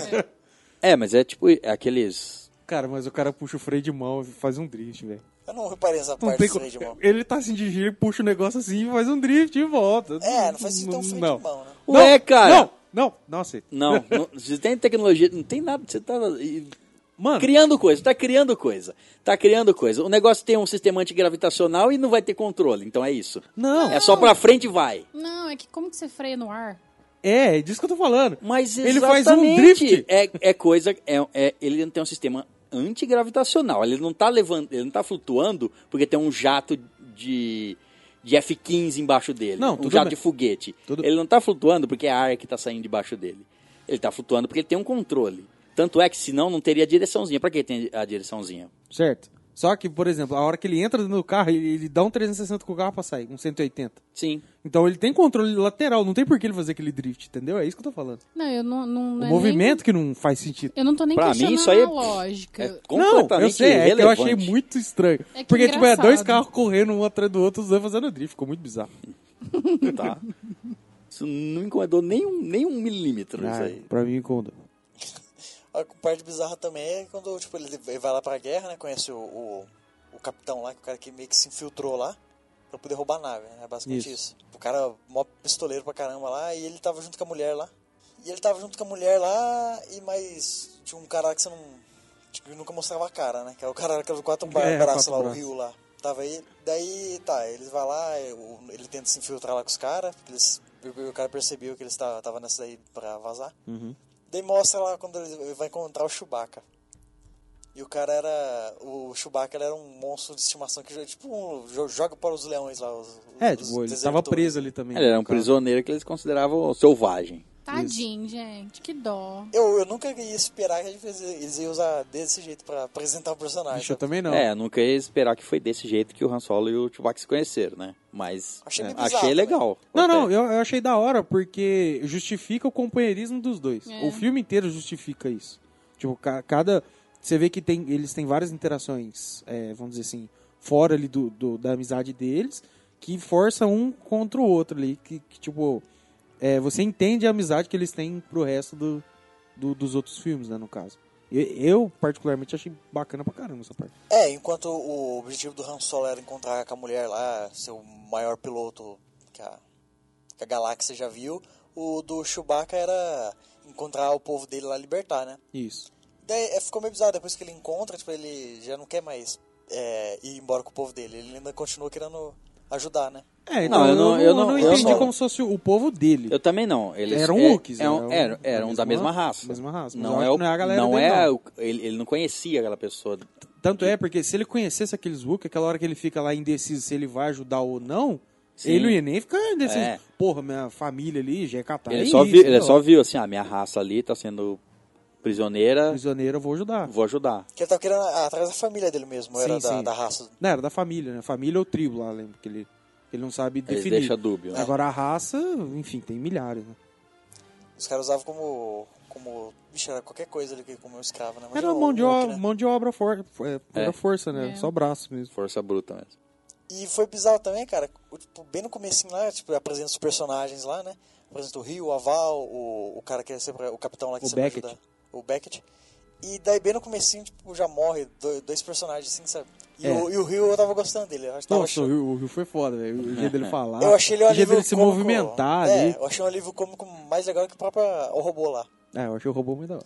É, mas é tipo é aqueles.
Cara, mas o cara puxa o freio de mão e faz um drift, velho.
Eu não reparei nessa
Não
parte
tem
do
co-
um freio de mão.
Ele tá assim dirigindo, ele puxa o negócio assim e faz um drift e volta.
É, não faz sentido ter um freio
não.
de mão, né?
Não,
Ué, cara!
Não, não, não aceito.
Não, não, você tem tecnologia, não tem nada, você tá e-
Mano,
criando coisa, tá criando coisa, tá criando coisa. O negócio tem um sistema antigravitacional e não vai ter controle, então é isso.
não.
É só pra frente e vai.
Não, é que como que você freia no ar?
É, é disso que eu tô falando.
Mas
Ele faz
exatamente,
um drift.
É, é coisa, é, é- ele não tem um sistema antigravitacional, ele não tá levando, ele não tá flutuando porque tem um jato de de F-15 embaixo dele,
Não,
um
tudo
jato
bem.
de foguete.
Tudo-
Ele não tá flutuando porque é ar que tá saindo debaixo dele. Ele tá flutuando porque ele tem um controle. Tanto é que senão não teria direçãozinha. Pra que tem a direçãozinha?
Certo. Só que, por exemplo, a hora que ele entra dentro do carro, ele, ele dá um 360 com o carro pra sair, um 180.
Sim.
Então ele tem controle lateral, não tem por que ele fazer aquele drift, entendeu? É isso que eu tô falando.
Não, eu não. não não
o
é
movimento que não faz sentido.
nem- eu não tô nem
Pra
questionando
mim, isso aí é,
a lógica.
é
Não,
completamente
eu sei, é que eu
irrelevante.
achei muito estranho.
É que
Porque, tipo, é dois
engraçado.
carros correndo um atrás do outro, os dois fazendo drift, ficou muito bizarro.
Tá. Isso não me incomodou nem um, nem um milímetro isso
Ah,
aí.
pra mim, quando.
A parte bizarra também é quando tipo, ele ele vai lá pra guerra, né? Conhece o, o, o capitão lá, que é o cara que meio que se infiltrou lá pra poder roubar a nave, né? É basicamente isso. O cara, mó pistoleiro pra caramba lá, e ele tava junto com a mulher lá. E ele tava junto com a mulher lá, e mais. Tinha um cara lá que você não. Tipo, nunca mostrava a cara, né? Que era o cara que era do quatro bar,
É,
braços
quatro
lá, o
braços.
Rio lá. Tava aí, daí tá, eles vai lá, o- ele tenta se infiltrar lá com os caras, porque eles, o cara percebeu que eles ta- tava nessa daí pra vazar. Daí mostra lá quando ele vai encontrar o Chewbacca. E o cara era. O Chewbacca ele era um monstro de estimação que joga- tipo um, jo- joga para os leões lá. Os,
É,
os
tipo, ele
desertores.
tava preso ali também. né,
Ele era um
no carro.
prisioneiro que eles consideravam selvagem.
Tadinho, gente, que dó.
Eu, eu nunca ia esperar que eles- eles iam usar desse jeito pra apresentar o personagem.
Bicho, eu também não.
É, eu nunca ia esperar que foi desse jeito que o Han Solo e o Chewbacca se conheceram, né? Mas
Achei
é,
meio bizarro,
achei
né?
legal.
Não,
até.
não, eu, eu achei da hora, porque justifica o companheirismo dos dois.
É.
O filme inteiro justifica isso. Tipo, ca- cada. Você vê que tem, eles têm várias interações, é, vamos dizer assim, fora ali do, do- da amizade deles, que força um contra o outro ali. Que, que, tipo, é, você entende a amizade que eles têm pro resto do, do- dos outros filmes, né, no caso. Eu, eu, particularmente, achei bacana pra caramba essa parte.
É, enquanto o objetivo do Han Solo era encontrar com a mulher lá, ser o maior piloto que a, que a galáxia já viu, o do Chewbacca era encontrar o povo dele lá e libertar, né?
Isso.
Daí é, ficou meio bizarro, depois que ele encontra, tipo, ele já não quer mais é, ir embora com o povo dele, ele ainda continua querendo ajudar, né?
É,
Não,
então,
eu
eu,
não-
não,
eu não- eu
entendi
não-
como se fosse o povo dele.
Eu também não. Eles
Eram né?
é-
Wookiees,
é um-
eram-
eram, eram da mesma raça.
mesma raça, mas eu
Não
acho
é, o,
que não é a galera
não
dele,
é
não.
o- ele, ele não conhecia aquela pessoa.
Tanto é, porque se ele conhecesse aqueles Wook, aquela hora que ele fica lá indeciso se ele vai ajudar ou não,
Sim.
ele não ia nem ficar indeciso.
É.
Porra, minha família ali já é catar.
ele só, viu, ele só viu assim, a minha raça ali tá sendo prisioneira,
Prisioneiro, eu vou ajudar.
vou ajudar.
Que ele tava querendo ah, atrás da família dele mesmo,
Sim,
era da,
sim.
da raça.
Não, era da família, né? Família ou tribo lá, lembro que ele, ele não sabe
Ele
definir.
deixa dúbio. né?
Agora a raça, enfim, tem milhares, né?
Os caras usavam como. como. Bicho, era qualquer coisa ali que como um escravo, né? Imagina
Era
o
mão de,
Hulk,
o-
né?
mão de obra for, é, pura
É.
força, né?
É.
Só braço mesmo.
Força bruta
*laughs*
mesmo.
E foi bizarro também, cara. o- tipo, bem no comecinho lá, tipo, apresenta os personagens lá, né? Apresenta o Rio, o Aval, o, o cara que é sempre o capitão lá que
O
sempre
Beckett.
ajuda. O Beckett. E daí bem no comecinho, tipo, já morre do- dois personagens assim, sabe? E,
É.
o, e o Rio eu tava gostando dele. Eu, acho que tava
Nossa, o
show.
Rio, o Rio foi foda, velho. O jeito
*laughs*
dele falar.
eu achei ele um
O jeito
alívio
dele se
cômico-
movimentar
é,
ali.
eu achei um alívio cômico mais legal que o próprio o robô lá.
É, eu achei o robô muito da hora.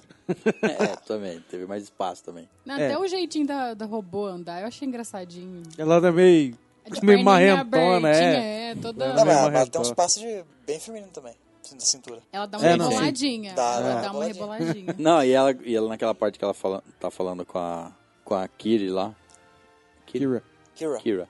É, também. Teve mais espaço também.
Até
É.
o jeitinho da, da robô andar, eu achei engraçadinho.
Ela tá meio, *laughs*
É de perninha
meio marrentona,
abertinha,
é.
é, toda...
mesmo
Não, mas, mas tem
reator.
uns passos de bem feminino também, assim, da cintura.
Ela dá uma
É, não, sim.
reboladinha.
Dá,
ela
dá
dá uma
uma
reboladinha.
*laughs*
Não, e ela, e ela naquela parte que ela fala, tá falando com a, com a Kiri lá.
Kira.
Kira.
Kira.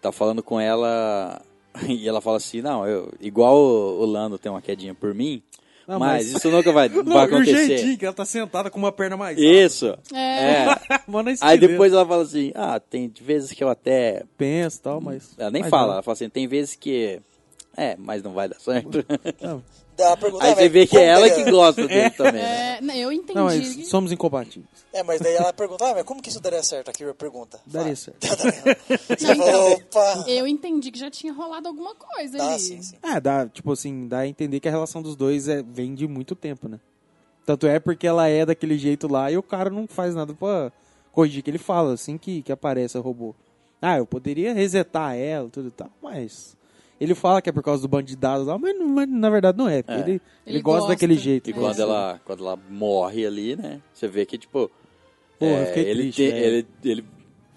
Tá falando com ela *laughs* e ela fala assim, não, eu, igual o o Lando tem uma quedinha por mim,
Não,
mas,
mas-
isso nunca vai,
*laughs* *laughs* Não,
vai
e o
acontecer.
jeitinho que ela tá sentada com uma perna mais
Isso.
assim
É.
é.
alta. *laughs* Mó na
Aí
esquina.
depois ela fala assim, ah, tem vezes que eu até...
Pensa e tal, mas...
Ela nem
mas
fala,
não.
ela fala assim, tem vezes que... É, mas não vai dar
*laughs*
certo. *laughs*
Daí ela pergunta,
Aí
"Ah,
você
mas
vê que é
como
ela
que-
que gosta dele também. né?
É, não, eu entendi.
Não, mas somos incompatíveis.
É, mas daí ela pergunta, ah, mas como que isso daria certo? A Kira pergunta.
Daria
Ah,
certo.
Não, então,
Opa! *laughs*
eu entendi que já tinha rolado alguma coisa
Ah,
ali.
sim, sim.
É, dá, tipo assim, dá a entender que a relação dos dois é, vem de muito tempo, né? Tanto é porque ela é daquele jeito lá e o cara não faz nada pra corrigir que ele fala, assim que, que aparece o robô. Ah, eu poderia resetar ela e tudo e tal, mas... Ele fala que é por causa do bandidado lá, mas, não- mas na verdade não é. porque
É.
Ele, ele,
Ele
gosta,
gosta.
daquele jeito.
E
É.
quando ela, quando ela morre ali, né? Você vê que, tipo.
Porra, eu
é,
fiquei
ele,
triste,
te-
velho.
ele, ele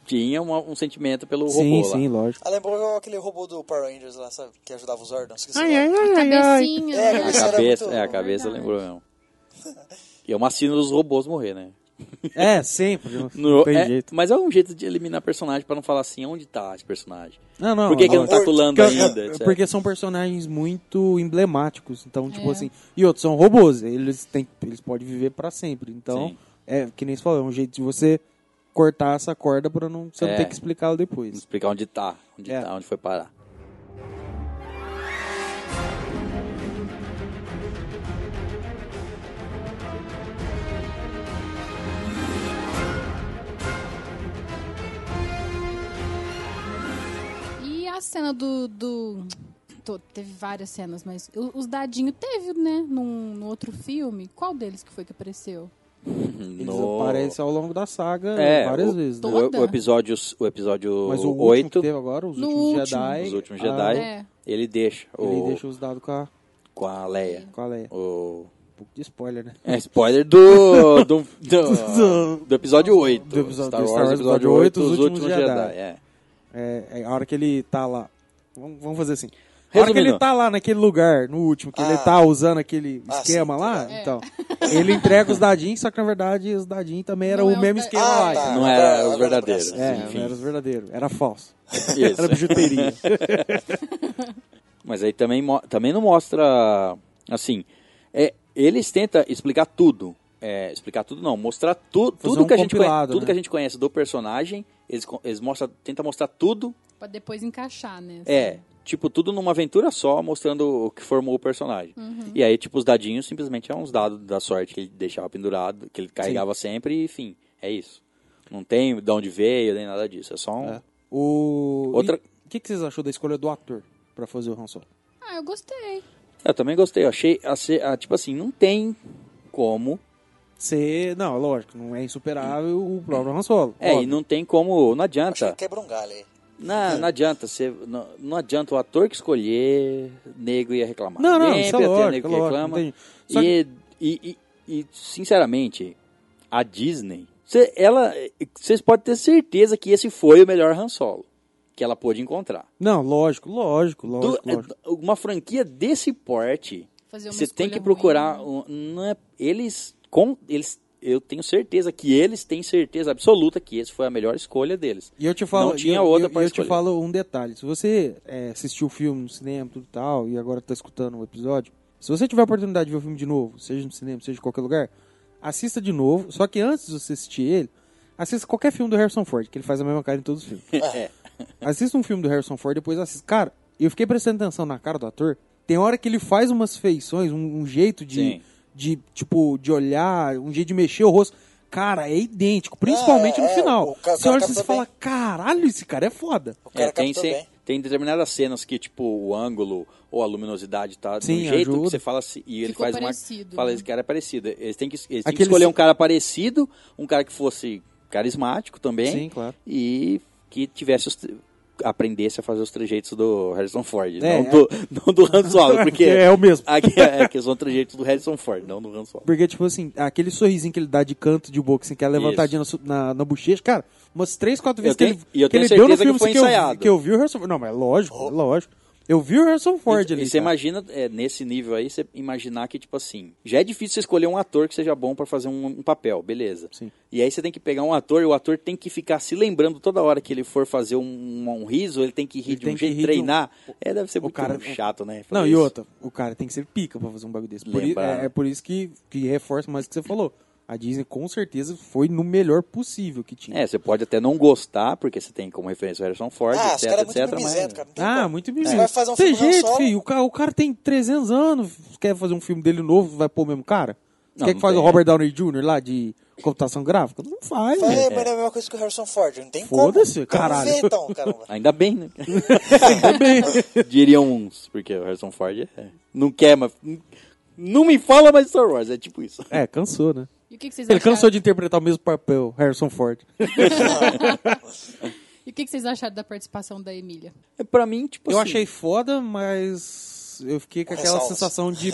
tinha uma- um sentimento pelo
Sim,
robô lá.
sim, lógico.
Ela Ah, lembrou aquele robô do Power Rangers lá, sabe? Que ajudava os Zordon. Esqueci o
Ai, ai,
nome.
ai, ai, ai.
Cabecinha.
É,
né?
A
Isso era
cabeça,
muito-
é, a cabeça
Verdade.
lembrou mesmo. E é uma sina dos robôs morrer, né?
É, sempre. Não,
No-
tem
é,
jeito.
Mas é um jeito de eliminar personagem pra não falar assim, onde tá esse personagem?
Não, não.
Por que, que ele não tá
Morto.
culando
Porque-
ainda? etc?
Porque são personagens muito emblemáticos. Então, tipo
É.
assim. E outros são robôs. Eles, têm, eles podem viver pra sempre. Então,
Sim.
é que nem você falou, é um jeito de você cortar essa corda pra não, você
É.
não ter que explicá-la
Vamos
depois.
explicar onde tá, onde
É.
tá, onde foi parar.
E a cena do. do- Tô- teve várias cenas, mas o- os dadinhos teve, né? Num, no outro filme. Qual deles que foi que apareceu?
Eles aparecem ao longo da saga
É,
várias
o-
vezes. Né?
Todo-
O,
Toda.
o episódio, o episódio
Mas o último
8,
que teve agora, os
No
últimos
último.
Jedi.
os últimos
a-
Jedi,
É.
ele deixa
Ele
o,
deixa os dados com a,
com a Leia.
com a Leia.
O,
Um pouco de spoiler, né?
é spoiler do, do,
*laughs*
do, do episódio 8.
Do episódio-
Star Wars, episódio 8, Os Últimos Jedi. é.
É, é a hora que ele tá lá. Vamos, vamos fazer assim. A hora que
Resumindo.
ele tá lá naquele lugar, no último, que
Ah.
ele tá usando aquele
Ah,
esquema
sim,
lá,
tá.
É.
então. Ele entrega os dadinhos, só que na verdade os dadinhos também era
Não
o
é os
mesmo
da-
esquema
Ah,
lá.
tá.
então.
Não
agora-
era
agora
os verdadeiros.
eu
É,
enfim.
não era os verdadeiros, era falso.
é. Isso.
*laughs* Era bijuteria.
Mas aí também, mo- também não mostra. Assim, é, eles tentam explicar tudo. É, explicar tudo não, mostrar tu, tudo,
um
que a gente conhece,
compilado,
tudo
né?
que a gente conhece do personagem. Eles, co- eles mostra, tentam mostrar tudo.
Pra depois encaixar, né?
É, tipo, tudo numa aventura só, mostrando o que formou o personagem. E aí, tipo, os dadinhos simplesmente é uns dados da sorte que ele deixava pendurado, que ele carregava sempre, e, enfim, é isso. Não tem de onde veio, nem nada disso. É só um.
É. O
Outra-
e- O que, que vocês achou da escolha do ator pra fazer o Han Solo?
Ah, eu gostei.
Eu também gostei, eu achei. a se- a- tipo assim, não tem como
Você, não, lógico, não é insuperável o próprio Han Solo.
É, e
óbvio.
não tem como. Não
Acho que
adianta.
quebra um galho aí.
É.
Não, não adianta. Você, não, não adianta o ator que escolher, nego ia reclamar.
Não, não,
Sempre
isso é
ia ter
lógico,
nego
é
que
lógico,
reclama.
não tem- Só que-
E, e, e- e, sinceramente, a Disney. cê- ela, vocês podem ter certeza que esse foi o melhor Han Solo que ela pôde encontrar.
Não, lógico, lógico,
Do-
lógico, lógico.
é, Uma franquia desse porte,
Fazer uma
você tem
escolha
que procurar.
ruim, né?
um- não é- eles, com, eles, eu tenho certeza que eles têm certeza absoluta que esse foi a melhor escolha deles.
E eu te falo,
Não tinha
e eu,
outra
e eu,
pra
e eu te
escolher.
falo um detalhe. Se você é, assistiu o filme no cinema tudo e tal, e agora tá escutando o episódio, se você tiver a oportunidade de ver o filme de novo, seja no cinema, seja em qualquer lugar, assista de novo. Só que antes de você assistir ele, assista qualquer filme do Harrison Ford, que ele faz a mesma cara em todos os filmes.
É.
Assista um filme do Harrison Ford, depois assista. Cara, eu fiquei prestando atenção na cara do ator. Tem hora que ele faz umas feições, um, um jeito de,
Sim.
de, tipo, de olhar, um jeito de mexer o rosto. Cara, é idêntico, principalmente
É,
no
é,
final.
o ca-
Você
o cara tá
olha e você
captou
fala, caralho, esse cara é foda.
O cara
É, tem,
captou
ce-
bem.
tem determinadas cenas que, tipo, o ângulo ou a luminosidade tá de
Sim,
um jeito
ajuda.
que você fala assim, e ele
Ficou
faz
parecido,
uma. Fala,
né?
esse cara é parecido. Eles têm que, eles têm que
Aqueles-
escolher um cara parecido, um cara que fosse carismático também
Sim, claro.
e que tivesse os tre- aprendesse a fazer os trejeitos do Harrison Ford,
É,
não, do, *laughs* não do Han Solo, porque
*laughs* É o mesmo.
Aqui, é que são trejeitos do Harrison Ford, não do Han Solo.
Porque, tipo assim, aquele sorrisinho que ele dá de canto de boca, assim, que é a levantadinha na, su- na, na bochecha, cara, umas três, quatro
Eu
vezes
tenho-
que
e
ele,
eu
que
tenho
ele deu no
certeza que
filme
foi
assim, que, eu, vi-
ensaiado.
que eu vi o Harrison Ford. Não, mas é lógico, lógico. Eu vi o Harrison Ford
E-
ali.
E você
cara.
imagina, é, nesse nível aí, você imaginar que, tipo assim, já é difícil você escolher um ator que seja bom pra fazer um, um papel, beleza.
Sim.
E aí você tem que pegar um ator e o ator tem que ficar se lembrando toda hora que ele for fazer um, um, um riso, ele tem que rir
Ele
de
tem
um
que
jeito,
rir de um-
treinar. É, deve ser
O
muito
cara-
chato, né? fazer
Não, e
isso.
outra, o cara tem que ser pica pra fazer um bagulho desse. Por i-
Lembrar,
é,
né?
é por isso que, que reforça mais o que você falou. A Disney com certeza foi no melhor possível que tinha.
É, você pode até não gostar, porque você tem como referência o Harrison Ford,
Ah, os
etc,
caras é muito
etc. mas-
mimizento, cara. não tem
Ah,
como.
muito
Você
bonito.
vai fazer um
Tem
filme do Han
jeito,
Solo,
filho. O cara, o cara tem 300 anos. Quer fazer um filme dele novo, vai pôr o mesmo cara?
Não,
quer que
não
faz o
tem.
Robert Downey Jr. lá de computação gráfica? Não faz,
Mas é,
velho.
mas é a mesma coisa que o Harrison Ford, não tem como.
Foda-se,
Então
caralho.
vê então,
*laughs*
caramba.
Ainda bem, né? *laughs* Diriam uns, porque o Harrison Ford é- não quer, mas... Não me fala mais Star Wars, é tipo isso.
É, cansou, né?
E o que, que vocês
Ele
acharam?
cansou de interpretar o mesmo papel, Harrison Ford.
Tipo
E o que, que vocês acharam da participação da Emília?
É, Pra mim, tipo
Eu
assim...
achei foda, mas eu fiquei com aquela
Ressalvas.
sensação
*laughs*
de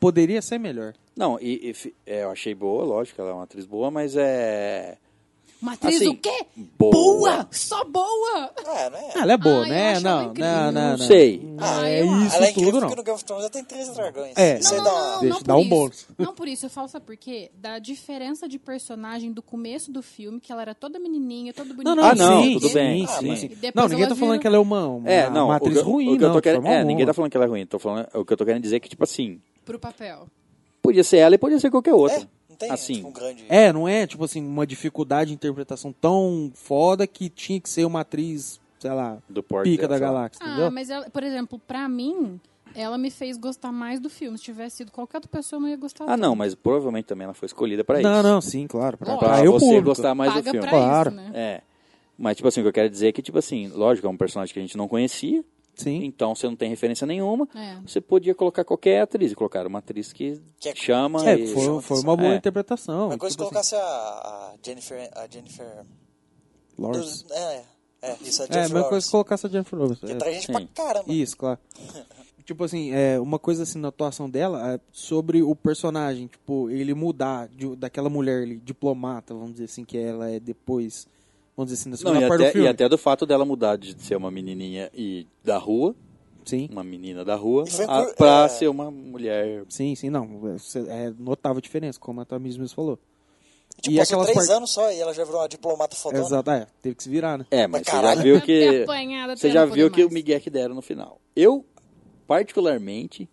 poderia ser melhor.
Não, e, e fi- é, eu achei boa, lógico, ela é uma atriz boa, mas é...
Uma atriz
Assim,
o quê?
boa.
Só boa!
Ah, não é?
Ah, ela é boa,
Ah, eu
né?
acho ela
Não, não,
incrível.
não,
Não sei.
Ah,
é
eu acho.
isso
Ela é incrível
tudo,
porque
não.
no Game of Thrones ela tem três dragões.
É.
Isso aí
não,
dá
não,
uma...
não
Deixa eu dar
por
um
isso.
bônus.
Não por isso, eu falo sabe por quê? Da diferença de personagem do começo do filme, que ela era toda menininha, toda bonitinha.
não, Ah, não,
sim,
tudo
sim,
bem,
sim,
tudo
sim,
bem.
sim.
E depois
Não, ninguém
ela
tá falando
vira-
que ela é uma, uma,
É, não,
uma
o que
atriz
eu-
ruim,
o que eu
não.
tô
de
querendo,
forma
é,
alguma.
ninguém tá falando que ela é ruim. Tô falando, o que eu tô querendo dizer é que, tipo assim,
Pro papel.
podia ser ela e podia ser qualquer outra.
Não tem
Assim,
tipo, um grande.
É, não é, tipo assim, uma dificuldade de interpretação tão foda que tinha que ser uma atriz, sei lá,
do porte
pica
dela,
da
sei lá.
galáxia,
Ah,
entendeu?
mas, ela, por exemplo, pra mim, ela me fez gostar mais do filme. Se tivesse sido qualquer outra pessoa, eu não ia gostar
Ah, não, mas provavelmente também ela foi escolhida pra isso.
Não, não, sim, claro. Pra,
Lógico.
Pra
pra eu
você
público.
gostar mais
Paga
do filme.
pra
Claro.
isso, né?
É. Mas, tipo assim, o que eu quero dizer é que, tipo assim, lógico, é um personagem que a gente não conhecia,
Sim.
então você não tem referência nenhuma.
É.
Você podia colocar qualquer atriz, e colocar uma atriz que,
Que é-
chama
É,
e...
foi, foi uma boa
É.
interpretação.
Uma coisa que
tipo
colocasse a, a Jennifer. A Jennifer.
assim, Lawrence.
Dos- é, é, isso, a
É, mesma
Jennifer.
coisa que
Lawrence.
colocasse a Jennifer Lawrence.
Que
é.
traz gente
Sim.
pra caramba.
Isso,
*laughs*
claro. tipo assim, é, uma coisa assim na atuação dela é sobre o personagem, tipo, ele mudar de- daquela mulher ali, diplomata, vamos dizer assim, que ela é depois, vamos dizer assim, na
Não,
segunda
e
parte do
até, e
filme.
até do fato dela mudar de ser uma menininha e da rua,
Sim,
uma menina da rua,
E foi
a-
por-
pra
é.
ser uma mulher...
sim, sim, não. é, cê- É notável a diferença, como a Tamiris mesmo falou.
Tipo,
e
passou
aquelas
três
partes.
anos só e ela já virou uma diplomata fodona.
Exato, é, teve que se virar, né?
É, mas você já
caralho.
viu
*laughs* Até
que...
apanhada, até
Você já
não
viu
poder
que o
mais.
Miguel que deram no final. Eu, particularmente,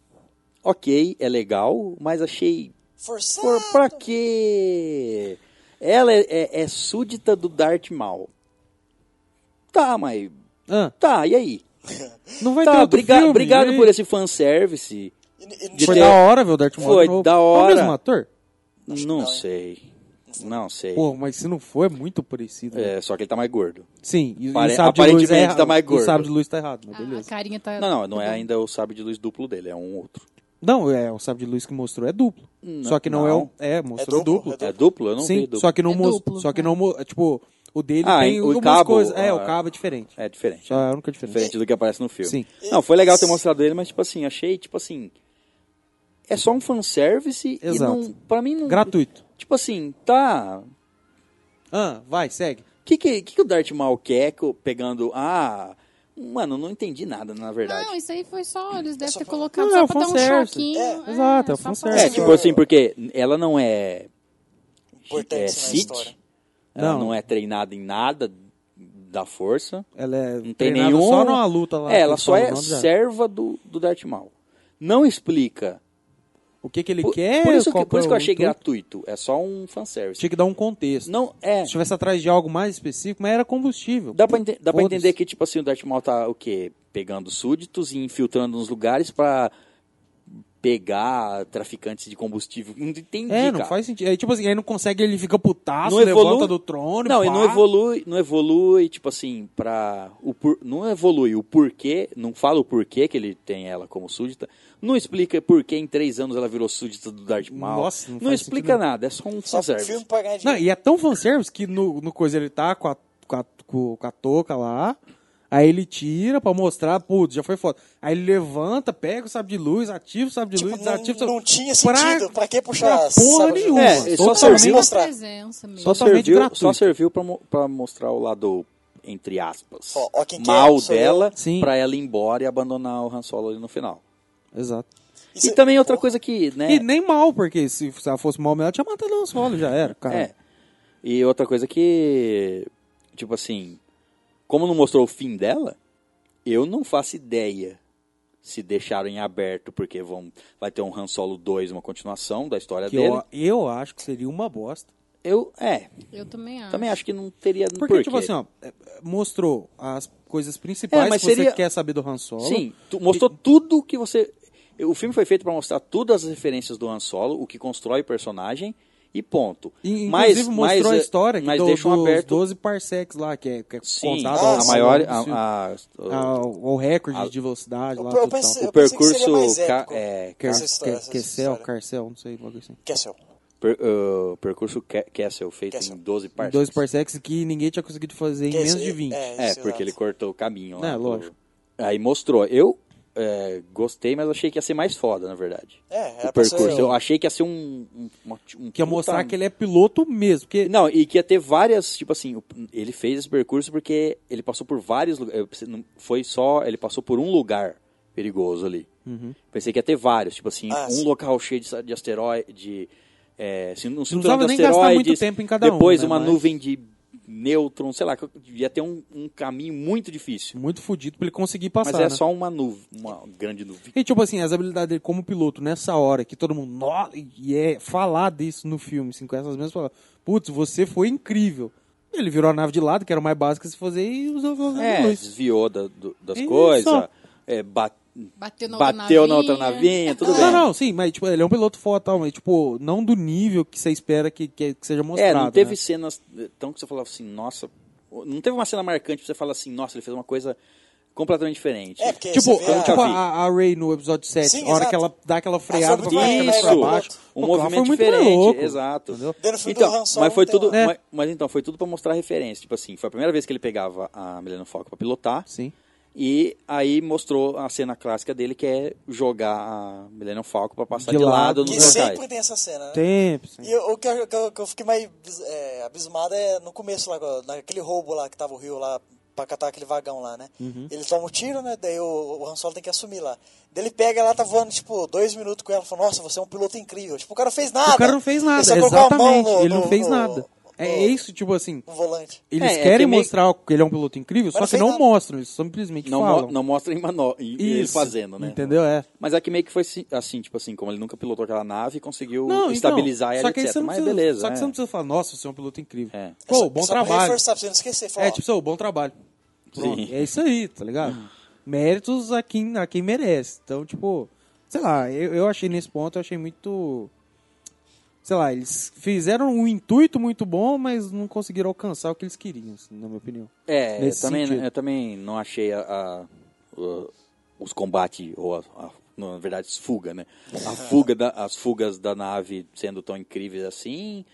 ok, é legal, mas achei
Forçado.
Por, pra quê? Ela é, é- é súdita do Darth Maul. Tá, mas...
Ah,
Tá, e aí?
não vai ter
tá,
outro
briga-
filme,
obrigado
e-
por esse fanservice.
E- e-
de
Foi
ter-
da hora ver o Darth Maul
Foi
de novo.
da
É
hora.
o mesmo ator?
Acho que
Não
não, hein?
sei. Não sei.
Pô, mas se não for, é muito parecido. né?
É, só que ele tá mais gordo.
Sim, e,
Apare-
e sabe de luz
aparentemente
é errado.
tá mais
E
gordo.
sabe de luz tá errado, mas
A- A
beleza.
carinha tá.
Não, não, não é
tá-
ainda o sabre de luz duplo dele, é um outro.
Não, é, o sabre de luz que mostrou é duplo. só que não, é o. É, mostrou
É duplo,
duplo.
é
É duplo? Eu não
Sim,
vi duplo.
só que não
É
mostrou.
duplo,
só que
é.
não. mo- tipo, o dele
Ah,
tem
e o
algumas
cabo,
coisas. É,
ah.
o cabo é diferente.
É diferente.
Só é a única diferença.
Diferente do que aparece no filme.
Sim.
Não, foi legal ter mostrado ele, mas tipo assim, achei, tipo assim... É só um fanservice e
Exato.
não... Pra mim não...
Gratuito.
Tipo assim, tá...
Ah, vai, segue.
O que, que, que que o Darth Maul quer que eu- pegando. Ah, mano, não entendi nada, na verdade.
Não, isso aí foi só. Eles devem
só
ter
pra-
colocado
Não, é
só
o
pra dar um
fanservice.
choquinho.
É,
exato, é o
só pra-
fanservice.
é, tipo assim, porque ela não é. É
Importante na
Sith?
história.
Ela não.
Não.
é treinada em nada da força.
Ela é.
Não tem
treinada
nenhum.
Só numa luta lá.
É, ela
que
só
eles
é
falam o nome já.
serva do, do Darth Maul. Não explica.
O que, que ele
Por,
quer.
por isso, que,
qual
por isso que eu
é o
achei
intuito.
gratuito. É só um fanservice.
Tinha que dar um contexto.
Não, é.
Se estivesse atrás de algo mais específico, mas era combustível.
Dá pra, ente- dá pra
Foda-se.
entender que, tipo assim, o Darth Maul tá o quê? Pegando súditos e infiltrando nos lugares pra pegar traficantes de combustível. Não entendi,
É, não
cara.
faz sentido. Aí, tipo assim, aí não consegue, ele fica putaço,
um Não
levanta
evolui-
do trono.
Não,
pá.
e não evolui, não evolui, tipo assim, pra. O por- Não evolui o porquê, não fala o porquê que ele tem ela como súdita. Não explica por que em três anos ela virou súdita do Darth Maul.
Nossa, não
não
faz
explica
sentido
nada, é só um
Só
fanservice.
filme pra ganhar
Não,
dinheiro.
e é tão fanservice que no, no coisa ele tá com a, com, a, com, com a touca lá, aí ele tira pra mostrar, putz, já foi foda. Aí ele levanta, pega o sabre de luz, ativa o sabre de
Tipo,
luz,
não,
desativa o sabre
não tinha sentido. Pra, que puxar
pra
essa-
porra
sabe,
nenhuma.
É,
É,
só
Só pra
serviu-
totalmente,
mostrar.
presença mesmo.
Só tá-
Totalmente
serviu,
gratuito.
só serviu pra, mo- pra mostrar o lado, entre aspas,
Ó, ó quem que é,
mal
sou eu.
dela,
Sim.
pra ela ir embora e abandonar o Han Solo ali no final.
Exato.
E
Isso- é um
também outra
Pô,
coisa que, né?
E nem mal, porque se, se ela fosse mal, mesmo, ela tinha matado o solo, já era, cara.
é. E outra coisa que, tipo assim, como não mostrou o fim dela, eu não faço ideia se deixaram em aberto, porque vão, vai ter um Han Solo 2, uma continuação da história
Que
dele.
eu, eu acho que seria uma bosta.
Eu, é,
Eu também acho.
também acho que não teria
Porque,
por
tipo
quê.
assim, ó, é, é, mostrou as coisas principais
É, mas
que você
seria-
quer saber do Han Solo.
Sim, tu- mostrou tudo que você. O filme foi feito pra mostrar todas as referências do Han Solo, o que constrói o personagem e ponto.
E,
mas,
inclusive mostrou
mas,
a
eh,
história que
mas
do,
deixam
dos
aberto.
12 parsecs lá, que é, que é
Sim,
contado
a
ao-
maior.
ao-
a- a-
ao- ao recorde
a-
de velocidade lá.
Eu, eu
total.
pensei, eu
O
pensei que seria
percurso
mais
ca-
épico.
é,
Car-
essa história,
Ca-
essa
Kessel,
história. um-
Carcel, não sei, logo assim.
Kessel.
per- eh, percurso Ca- Castle feito
Castle.
em 12 partes.
12 parsecs que ninguém tinha conseguido fazer em
Kessel,
menos de 20.
É,
isso,
porque ele
exato.
cortou o caminho lá.
É,
pro-
lógico.
Aí mostrou. Eu eh, gostei, mas achei que ia ser mais foda, na verdade.
É, era
o
pra ser-
percurso. Eu achei que ia ser um. um, uma- um
Que ia
então
puta-
mostrar
tá.
que ele é piloto mesmo. Porque,
Não, e que ia ter várias, tipo assim, o- ele fez esse percurso porque ele passou por vários lugares, foi só, ele passou por um lugar perigoso ali.
Uhum.
Pensei que ia ter vários, tipo assim,
Ah,
um
sim.
local cheio de, sa- de asteroide, de, é, assim, um cinturão
precisava
de
nem gastar muito
asteroides,
tempo em cada um,
depois
né,
uma
mas-
nuvem de nêutron, sei lá, que ia ter um, um caminho muito difícil.
Muito fodido pra ele conseguir passar.
Mas é
né?
só uma nuvem, uma grande nuvem.
E tipo assim, as habilidades dele como piloto nessa hora, que todo mundo, "Nó", e é falar disso no filme, assim, com essas mesmas palavras. Putz, você foi incrível. Ele virou a nave de lado, que era o mais básico que se fazer, e usou a velocidade
É,
de luz.
desviou da- do- das
Isso.
coisas, é, ba-
Bateu na outra
bateu na outra
navinha.
navinha, tudo
Não,
bem.
não, sim, mas tipo, ele é um piloto foda tal, mas tipo, não do nível que você espera que, que, que seja mostrado.
É, não teve
né?
cenas eh, tão que você falava assim, nossa. Não teve uma cena marcante pra você falar assim, nossa, ele fez uma coisa completamente diferente.
É, porque
Tipo,
você vê a-
tipo
vi.
a, a Ray no episódio 7,
Sim,
a hora
exato.
que ela dá aquela freada
foi
pra
muito
baixo,
maneiro,
cabeça pra
velho,
baixo.
um
Pô, aquela
movimento
foi muito mais
diferente,
louco.
exato.
Entendeu?
Deu no filme do
Então,
Han Solo,
mas foi
não tem
tudo,
lá.
mas, mas então foi tudo para mostrar referência, tipo assim, foi a primeira vez que ele pegava a Milena Foco pra pilotar
Sim.
e aí mostrou a cena clássica dele que é jogar a Milena Falco pra passar de,
De
lado,
lado.
nos
Que
locais.
sempre tem essa cena, né?
Tempo, sim.
E o que eu, que eu- que eu fiquei mais bis- é, abismado é no começo, lá, naquele roubo lá que tava o Rio lá pra catar aquele vagão lá, né?
Uhum.
Ele toma o tiro, né? Daí o, o Han Solo tem que assumir lá. Daí ele pega lá, tá voando, tipo, dois minutos com ela. Fala, nossa, você é um piloto incrível. Tipo, o cara não fez nada.
O cara não fez nada,
Ele só colocou a mão
exatamente.
no-
ele não
no-
fez
no-
nada. É
no-
isso, tipo assim,
no volante.
eles
É, é que
querem
meio-
mostrar que ele é um piloto incrível, só
não
que
fez
não
nada.
mostram, eles simplesmente
Não,
falam.
mo- não mostra em mano- em- ele
Isso.
fazendo, né?
Entendeu? É.
Mas aqui meio que foi si- assim, tipo assim, como ele nunca pilotou aquela nave, conseguiu
Não, então,
estabilizar ela,
só que aí
etc.
você não
Mas
precisa-
beleza.
Só que
é.
você não precisa falar, nossa, você é um piloto incrível.
É.
Pô,
Só-
bom
só pra
trabalho.
reforçar, pra você não esquecer. Fala,
É,
ó,
tipo, seu bom trabalho. Pronto,
Sim.
É isso aí, tá ligado? Méritos a quem, a quem merece. Então, tipo, sei lá, eu, eu achei nesse ponto, eu achei muito. Sei lá, eles fizeram um intuito muito bom, mas não conseguiram alcançar o que eles queriam, assim, na minha opinião.
É, eu
Nesse
também,
sentido.
eu também não achei a, a- o- os combates, ou a, a- não, na verdade, as fuga, né? A
É.
fuga da- as fugas da nave sendo tão incríveis assim.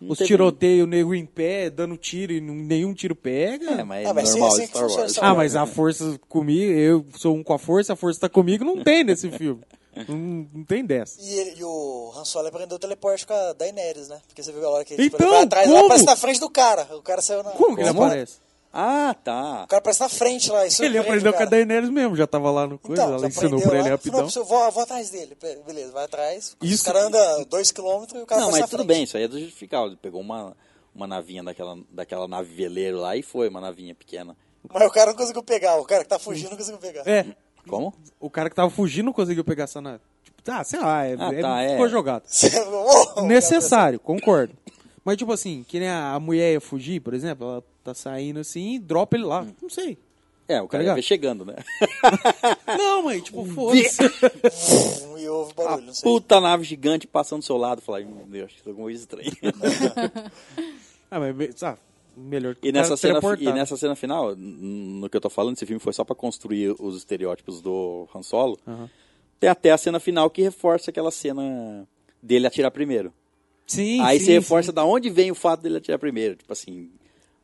não
Os
teve-
tiroteios, o nego em pé, dando tiro e n- nenhum tiro pega.
É, mas é
Ah, mas sim,
normal
sim,
Star
funciona,
Wars.
Star
Ah, mas a força comigo, eu sou um com a força, a força tá comigo, não tem nesse filme. Não, não tem dessa.
E, ele- e o Han Solo aprendeu o teleporte com a Daenerys, né? Porque você viu a hora que ele, tipo,
Então,
ele vai atrás, ela
como?
aparece na frente do cara. O cara saiu na...
Como que ele aparece?
Ah, tá.
O cara aparece na frente lá. Isso
Ele aprendeu com a
cara.
Daenerys mesmo, já tava lá no coisa,
Então,
ela
já
ensinou
aprendeu
pra
lá.
ele
Falou,
rapidão.
"Pô, eu vou, vou atrás dele. Pe- Beleza, vai atrás. Os
Isso-
caras andam 2km e o cara
não, mas
passa na
tudo
frente.
bem, isso aí é justificável. Ele pegou uma, uma navinha daquela, daquela nave veleiro lá e foi, uma navinha pequena.
Mas o cara não conseguiu pegar. O cara que tá fugindo não conseguiu pegar. *laughs*
É,
Como?
o cara que tava fugindo não conseguiu pegar essa nave. Tipo, tá, sei lá, é,
Ah,
é-
tá, é.
ficou jogado.
Uou!
Necessário, concordo. Mas tipo assim, que nem a, a mulher ia fugir, por exemplo, ela tá saindo assim e dropa ele lá.
*laughs*
Não sei.
É, o cara ia
Tá ligado?
ver chegando, né?
Não, mas tipo, foda-se. *laughs*
E houve barulho, não sei.
Puta nave gigante passando do seu lado. Falei, meu Deus, tem alguma coisa
*laughs*
estranha.
ah, mas me- ah, melhor que
E
o cara
nessa, cena,
teleportar.
e nessa cena final, n- no que eu tô falando, esse filme foi só pra construir os estereótipos do Han Solo. Tem até a cena final que reforça aquela cena dele atirar primeiro.
Sim,
Aí
sim,
você reforça
sim.
da onde vem o fato dele atirar primeiro. Tipo assim,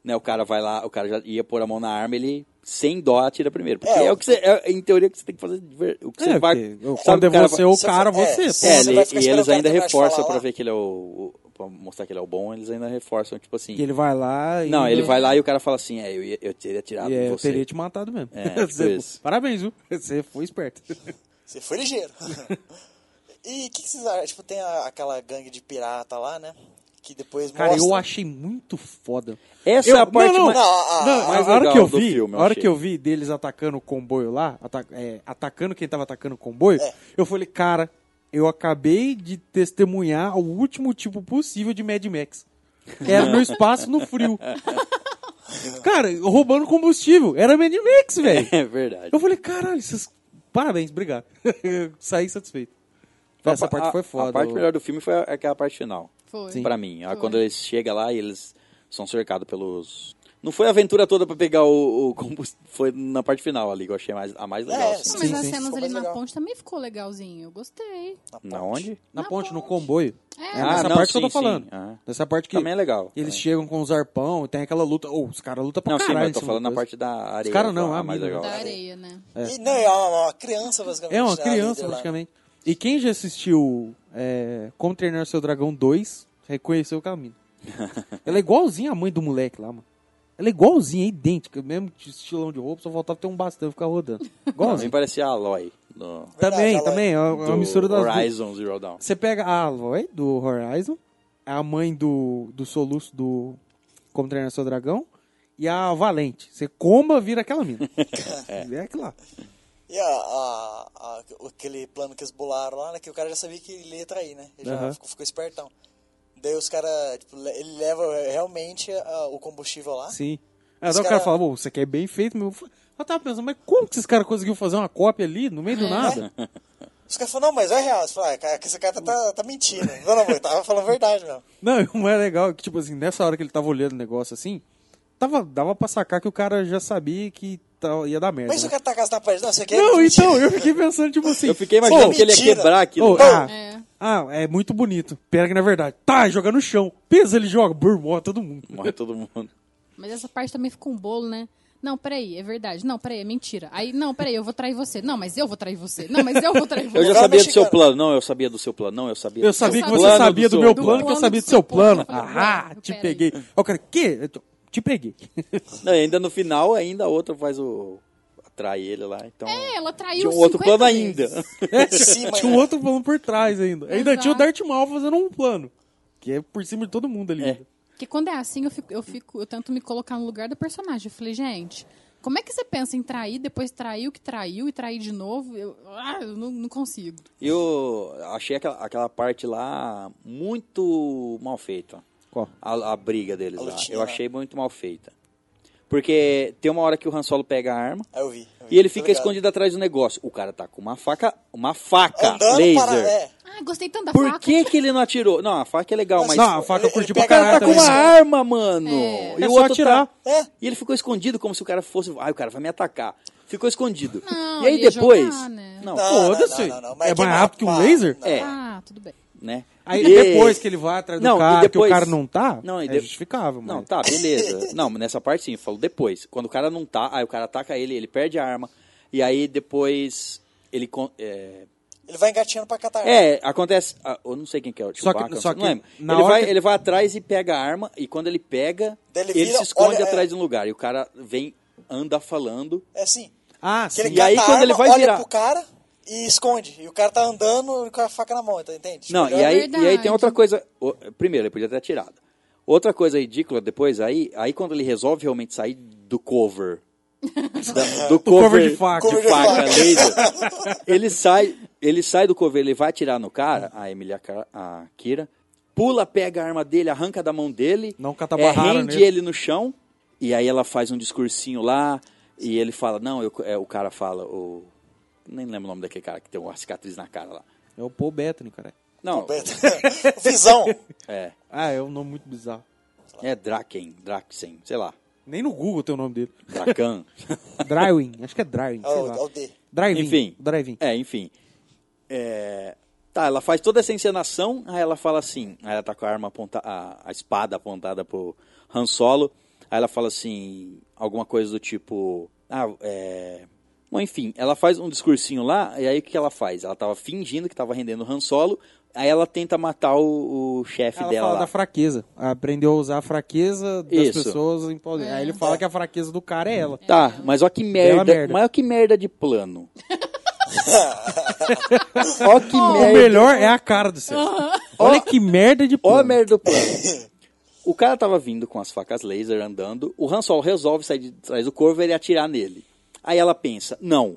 né, o cara vai lá, o cara já ia pôr a mão na arma, ele sem dó atira primeiro. Porque é,
É,
o que você, é, em teoria, o que você tem que fazer, de ver- o que você
É,
vai...
porque
sabe,
quando
o cara
é você
vai-
o
Você
cara,
vai- é,
você.
sim.
pô.
É,
você
ele-
vai ficar
e
esperando
eles
o cara
ainda
terminar de
reforçam
falar
pra
lá.
ver que ele é o, o... Pra mostrar que ele é o bom, eles ainda reforçam, tipo assim...
E ele vai lá e...
Não, ele vai lá e o cara fala assim, é, eu, ia- eu teria atirado
E
em
é, eu
você.
teria te matado mesmo.
É, tipo
*laughs* Você-
isso.
Parabéns, viu? *laughs* Você foi esperto.
Você foi ligeiro. *laughs* e o que, que vocês acham? Tipo, tem a- aquela gangue de pirata lá, né? Que depois
Cara,
mostra...
eu achei muito foda.
Essa
Eu-
é a parte
não, não,
mais...
Não, a, a-
Não,
mais
a hora
legal
que eu
do
vi,
filme, eu
a hora
achei.
que eu vi deles atacando o comboio lá, ata- é, atacando quem tava atacando o comboio,
É.
eu falei, cara, eu acabei de testemunhar o último tipo possível de Mad Max. Que Era no espaço, no
*laughs*
frio. cara, roubando combustível. Era Mad Max, velho.
*laughs* É verdade.
Eu falei, caralho, vocês... Parabéns, obrigado. *laughs* Eu Saí satisfeito. Essa
A-
parte
a-
foi foda.
A parte
eu-
melhor do filme foi a- aquela parte final.
Foi.
Sim.
assim
é.
Pra mim. A-
Foi.
Quando eles chegam lá e eles são cercados pelos. Não foi a aventura toda pra pegar o, o combustível. Foi na parte final ali que eu achei mais, a mais legal.
É,
assim.
Não,
Sim,
mas as
sim.
cenas
Ficou
ali
mais
na
legal.
ponte também ficou legalzinho. Eu gostei.
Na onde?
Na,
Na
ponte, no
ponte.
comboio.
É.
É,
Ah,
nessa
não,
parte que eu
sim,
tô
sim.
falando.
Ah.
Nessa parte que.
Também é legal.
Eles
também.
chegam com os arpão e tem aquela luta. Ou os caras lutam pra
Não, sim,
caralho.
mas eu tô
em cima
falando na
do coisa.
parte da areia. tá,
caras não,
a
é
mais
amigo.
legal. assim.
Da areia, né?
E, não, é uma, uma criança, basicamente.
É uma
né, a
criança,
líder lá.
praticamente. E quem já assistiu é, Como Treinar Seu Dragão 2 reconheceu
*laughs*
o caminho. Ela é igualzinha a mãe do moleque lá, mano. Ela é igualzinha, é idêntica. Mesmo de estilão de roupa, só faltava ter um bastão e
*laughs*
ficar rodando.
Pra mim
Igualzinho.
parecia a Aloy. No,
também,
Verdade, ela é
também. É uma é uma
do
mistura das duas.
Horizon Zero Dawn.
é Você pega a Aloy do Horizon, a mãe do, do Soluço do. Como Treinar Seu Dragão, e a Valente. Você comba, vira aquela mina. é. aquilo lá.
E a, a- a- aquele plano que eles bolaram lá, né, que o cara já sabia que ele ia trair, né? Ele já
Aham.
ficou, ficou espertão. Daí os caras, tipo, le- ele leva realmente a- o combustível lá.
Sim. Aí
Os
o cara
cara-
fala, pô, isso aqui é bem feito, meu. Eu tava pensando, mas como que esse cara conseguiu fazer uma cópia ali, no meio do nada?
Os caras falaram, não, mas é real. Você fala, ah, cara, esse cara tá, tá, tá
*laughs*
mentindo. Não, não, eu tava falando a verdade, não.
Não, e o mais legal é que, tipo assim, nessa hora que ele tava olhando o negócio assim, tava, dava pra sacar que o cara já sabia que tal- ia dar merda.
Mas se
né?
o cara tá casado na parede, não, isso aqui é
Não,
mentira.
então, eu fiquei pensando, tipo assim.
Eu fiquei imaginando
"Ô,
que ele ia
mentira.
quebrar aquilo.
ô, ah,
É.
ah, é muito bonito. Pera que na verdade. Tá, joga no chão. Pesa, ele joga. Burr, morre todo mundo.
Morre todo mundo.
Mas essa parte também fica um bolo, né? Não, peraí, é verdade. Não, peraí, é mentira. Aí, não, peraí, eu vou trair você. Não, mas eu vou trair você. Não, mas eu vou trair
*laughs*
você.
Eu já
Lugar
sabia do seu
mexicano.
plano. Não, eu sabia do seu plano. Não, eu sabia
Eu
do seu
sabia que
sabia
você
plano,
sabia do meu
seu
plano, que eu
plano,
sabia
do
do seu
seu plano.
plano.
Eu falei,
Ah,
"Ué,
te
pera aí."
peguei. Aí o cara, que? Eu tô- Te peguei.
Não, e ainda no final, ainda a outra faz o... Atrai ele lá, então...
É, ela traiu
Tinha um outro
50
plano
vezes.
ainda.
Em cima,
*laughs* Tinha um
né?
outro plano por trás ainda. Ainda
Exato.
tinha o Darth Maul fazendo um plano. Que é por cima de todo mundo ali.
É.
Porque quando é assim, eu fico, eu fico, eu tento me colocar no lugar do personagem. Eu falei, gente, como é que você pensa em trair, depois trair o que traiu e trair de novo? Eu, ah, eu não, não consigo.
Eu achei aquela, aquela parte lá muito mal feita.
Qual?
A, a briga deles
A
lá.
lutinha
Eu
lá.
achei muito mal feita. Porque tem uma hora que o Han Solo pega a arma
Aí eu vi.
É,
eu vi.
e ele fica
Obrigado.
escondido atrás do negócio. O cara tá com uma faca, uma faca
Andando
laser.
para... É.
Ah, gostei tanto da
Por
faca.
que, que ele não atirou? Não, a faca é legal, mas.
Não, a faca eu
Ele-
curti
ele
pra
o cara
caralho
tá com
também.
uma arma, mano.
É.
E
É
o
só
outro
atirar.
tá-
É.
E ele ficou escondido como se o cara fosse. Ai, o cara vai me atacar. Ficou escondido.
Não,
e aí
ele ia
depois.
jogar, né?
Tá,
Não,
Foda-se. É mais rápido que um laser?
É.
É.
Ah, tudo bem.
né?
Aí
E-
depois que ele vai atrás do
Não, e
cara, que
depois-
o cara não tá,
Não, e
é
de-
justificável, mano.
Não, tá, beleza. não, mas nessa parte sim, eu falo depois. Quando o cara não tá, aí o cara ataca ele, ele perde a arma. E aí depois ele. con- É,
Ele vai engatinhando pra catar.
é, acontece. ah, eu não sei quem que é o
Só que-
Chewbacca,
só
não
que
lembro.
na
ele,
hora
vai,
que-
ele vai atrás e pega a arma, e quando ele pega,
Daí
ele,
ele vira,
se esconde
olha, é.
atrás de um lugar. E o cara vem, anda falando.
É assim.
Ah,
Que
sim.
ele
E aí,
cata a
quando
tá arma,
ele vai
olha
virar-
pro cara e esconde. E o cara tá andando com a faca na mão, então, entende?
Não,
*laughs* Tipo,
e aí, e aí
verdade.
tem outra coisa. o- Primeiro, ele podia ter atirado. Outra coisa ridícula depois, aí, aí quando ele resolve realmente sair do cover. da- do, cover,
cover de
de
faca.
Cover de
faca,
faca.
laser, ele sai, ele sai do cover, ele vai atirar no cara, a Emilia Ca- a Kira, pula, pega a arma dele, arranca da mão dele,
Dá um
é,
catabarrara
rende
nele.
ele no chão, e aí ela faz um discursinho lá, e ele fala, não, eu, é, o cara fala, o, nem lembro o nome daquele cara que tem uma cicatriz na cara lá.
É o Paul Bettany, cara.
Não,
*laughs* Visão.
*laughs* é,
Ah, é um nome muito bizarro.
É Draken, Draxen, sei lá.
Nem no Google tem o nome dele.
Drakan.
*laughs* Drywin, acho que é Drywin,
É
sei
o, é o
lá.
D.
Driving.
Enfim.
Driving.
é, enfim. É, Tá, ela faz toda essa encenação, aí ela fala assim, aí ela tá com a arma apontada, a, a espada apontada pro Han Solo, aí ela fala assim, alguma coisa do tipo, ah, é... Bom, enfim, ela faz um discursinho lá, e aí o que ela faz? Ela tava fingindo que tava rendendo o Han Solo, aí ela tenta matar o, o chefe
Ela
dela
fala
lá.
da fraqueza. Aprendeu a usar a fraqueza das
Isso.
pessoas. Em... pau- Aí ele fala que a fraqueza do cara é ela.
Tá, mas ó que merda,
merda.
mas ó que merda de
*laughs*
plano. ó que
O
merda.
melhor é a cara do Celso. Olha que merda
Ó
de
a
plano.
merda do plano. O cara tava vindo com as facas laser andando. O Han Solo resolve sair de trás do corvo e ele atirar nele. Aí ela pensa,
*laughs*
não.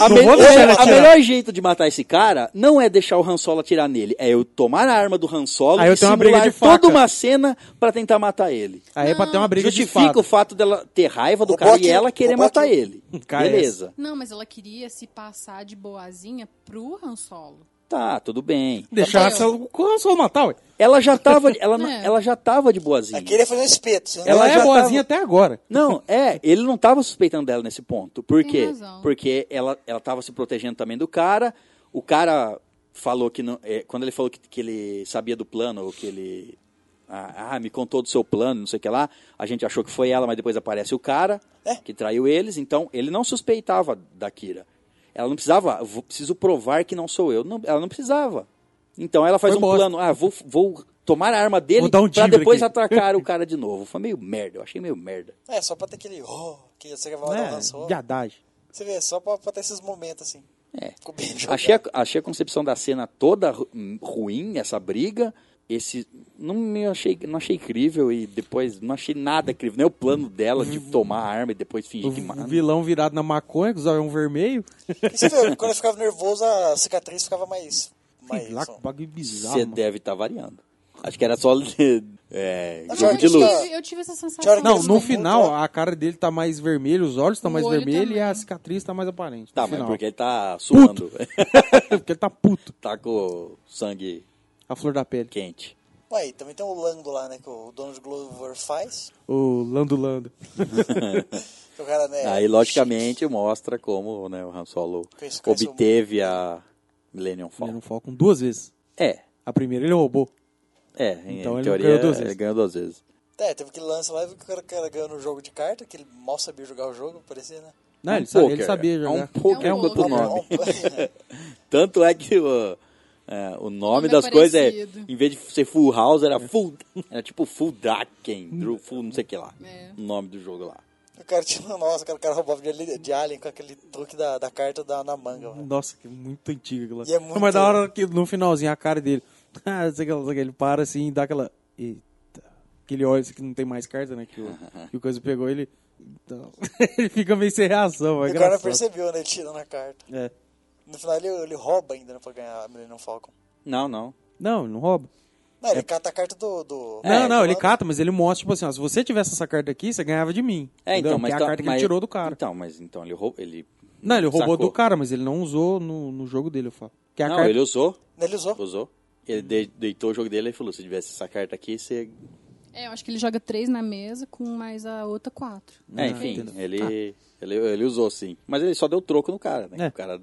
a
Não
me-
vou deixar ele
o- a
atirar.
melhor jeito de matar esse cara não é deixar o Han Solo atirar nele, é eu tomar a arma do Han Solo
Aí
e
eu tenho uma briga
simular
de faca.
toda uma cena pra tentar matar ele.
Aí é pra ter uma briga
Justifica
de
o
fato.
fato dela ter raiva do
Roubou
cara e
aquilo,
ela querer
roubou
matar
aquilo.
ele.
Cara, é
Beleza.
Não, mas ela queria se passar de boazinha pro Han Solo.
Tá, tudo bem.
Deixar
Entendeu?
essa- o Han Solo matar, ué.
Ela já tava, ela, não-
É.
ela já tava de boazinha.
Aqui ele ia fazer um espeto. você não
Ela
Ela,
vai-
já
é boazinha até agora.
*laughs* Não, é, ele não tava suspeitando dela nesse ponto. Por
Tem
quê?
razão.
Porque ela, ela tava se protegendo também do cara. O cara falou que não, é, quando ele falou que, que ele sabia do plano, ou que ele ah, ah, me contou do seu plano, não sei o que lá, a gente achou que foi ela, mas depois aparece o cara
É.
que traiu eles, então ele não suspeitava da Kira. Ela não precisava, "Ah, vou- preciso provar que não sou eu. Não, ela não precisava. Então ela faz
Foi
um
bosta.
plano, ah, vou, vou tomar a arma dele
Vou dar um
pra
drible
depois
aqui.
atracar
*laughs*
o cara de novo. Foi meio merda, eu achei meio merda.
É, só pra ter aquele... Oh, que você vai
É,
dar um só.
viadagem.
Você vê, só pra, pra ter esses momentos assim.
É.
Ficou bem *laughs* jogado.
Achei a, achei a concepção da cena toda ru- hum, ruim, essa briga. esse não me achei, não achei crível e depois não achei nada crível, nem o plano dela de tomar a arma e depois fingir que
O
mata.
vilão virado na maconha, com os olhos vermelho.
E você vê, quando eu ficava nervoso, a cicatriz ficava mais. mais
Lá,
ó.
bagulho bizarro.
Você
mano.
deve estar variando. Acho que era só é,
Mas
jogo
eu
de
acho que
luz.
é-
tive, eu tive essa sensação.
Tinha hora que
Não,
eles
um
no
também.
não
final
mudam.
a cara dele tá mais vermelha, os olhos tá mais
olho
vermelhos e
também.
a cicatriz tá mais aparente.
Tá,
no
mas
final.
porque ele tá suando. *laughs*
*laughs* Porque ele tá puto,
tá com o sangue
a flor da pele.
quente.
Ué, e também tem o Lando lá, né? Que o Donald Glover faz.
O Lando Lando.
Que o cara, né?
Aí, logicamente, mostra como né, o Han Solo
Conheço- conheço
obteve a Millennium
Ele
Falcon.
não Falcon duas vezes.
É,
A primeira ele roubou.
é. Em
Então ele
teoria,
ganhou duas
ele
vezes.
ganhou duas vezes.
É, teve que lança lá e viu que o cara, o cara ganhou no jogo de carta, que ele mal sabia jogar o jogo, parecia, né?
Não,
É um
ele, sa- ele
poker,
sabia
É um
jogar.
poker
É um
com
Tipo
outro
poker.
nome. *laughs*
É
Tanto é que o, é, o nome
Nome
das coisas é,
parecido.
em vez de ser Full House, era
É.
Full, era tipo Full Draken, Dru- Full não sei o que lá,
É.
o nome do jogo lá.
O cara tinha. Nossa, o cara, o cara roubava de, ali- de Alien com aquele truque da, da carta da, na manga, mano.
Nossa, que muito antiga aquela.
E é muito-
Mas da hora que no finalzinho a cara dele. *laughs* Ah, não sei o que lá, não sei o que, ele para assim e dá aquela. Eita. Aquele olho assim que não tem mais carta, né?
*laughs*
Que o, que o coisa pegou ele. Então, *laughs* ele fica meio sem reação. É
E o cara
engraçado.
não percebeu, né? Ele tirando a carta.
É.
No final ele, ele rouba ainda né, pra ganhar a Millennium Falcon.
Não, não.
Não, ele não rouba.
Não, ele cata a carta do. do
É.
É,
é,
não,
do
então
não, ele
Lando.
cata, mas ele mostra, tipo assim, ó, se você tivesse essa carta aqui, você ganhava de mim.
É,
entendeu?
então, mas
que é
tá-
a carta que
mas-
ele tirou do cara.
Então, mas então ele roubou, ele
não, ele roubou
sacou.
do cara, mas ele não usou no, no jogo dele, eu falo. Que É a
Não,
carta...
ele usou,
Ele usou.
usou.
Hum.
Ele de- deitou o jogo dele e falou: se tivesse essa carta aqui, você.
É, eu acho que ele joga três na mesa com mais a outra quatro.
É, enfim,
entendo.
ele, ele, ele usou sim. Mas ele só deu troco no cara, né?
Ah. É.
O cara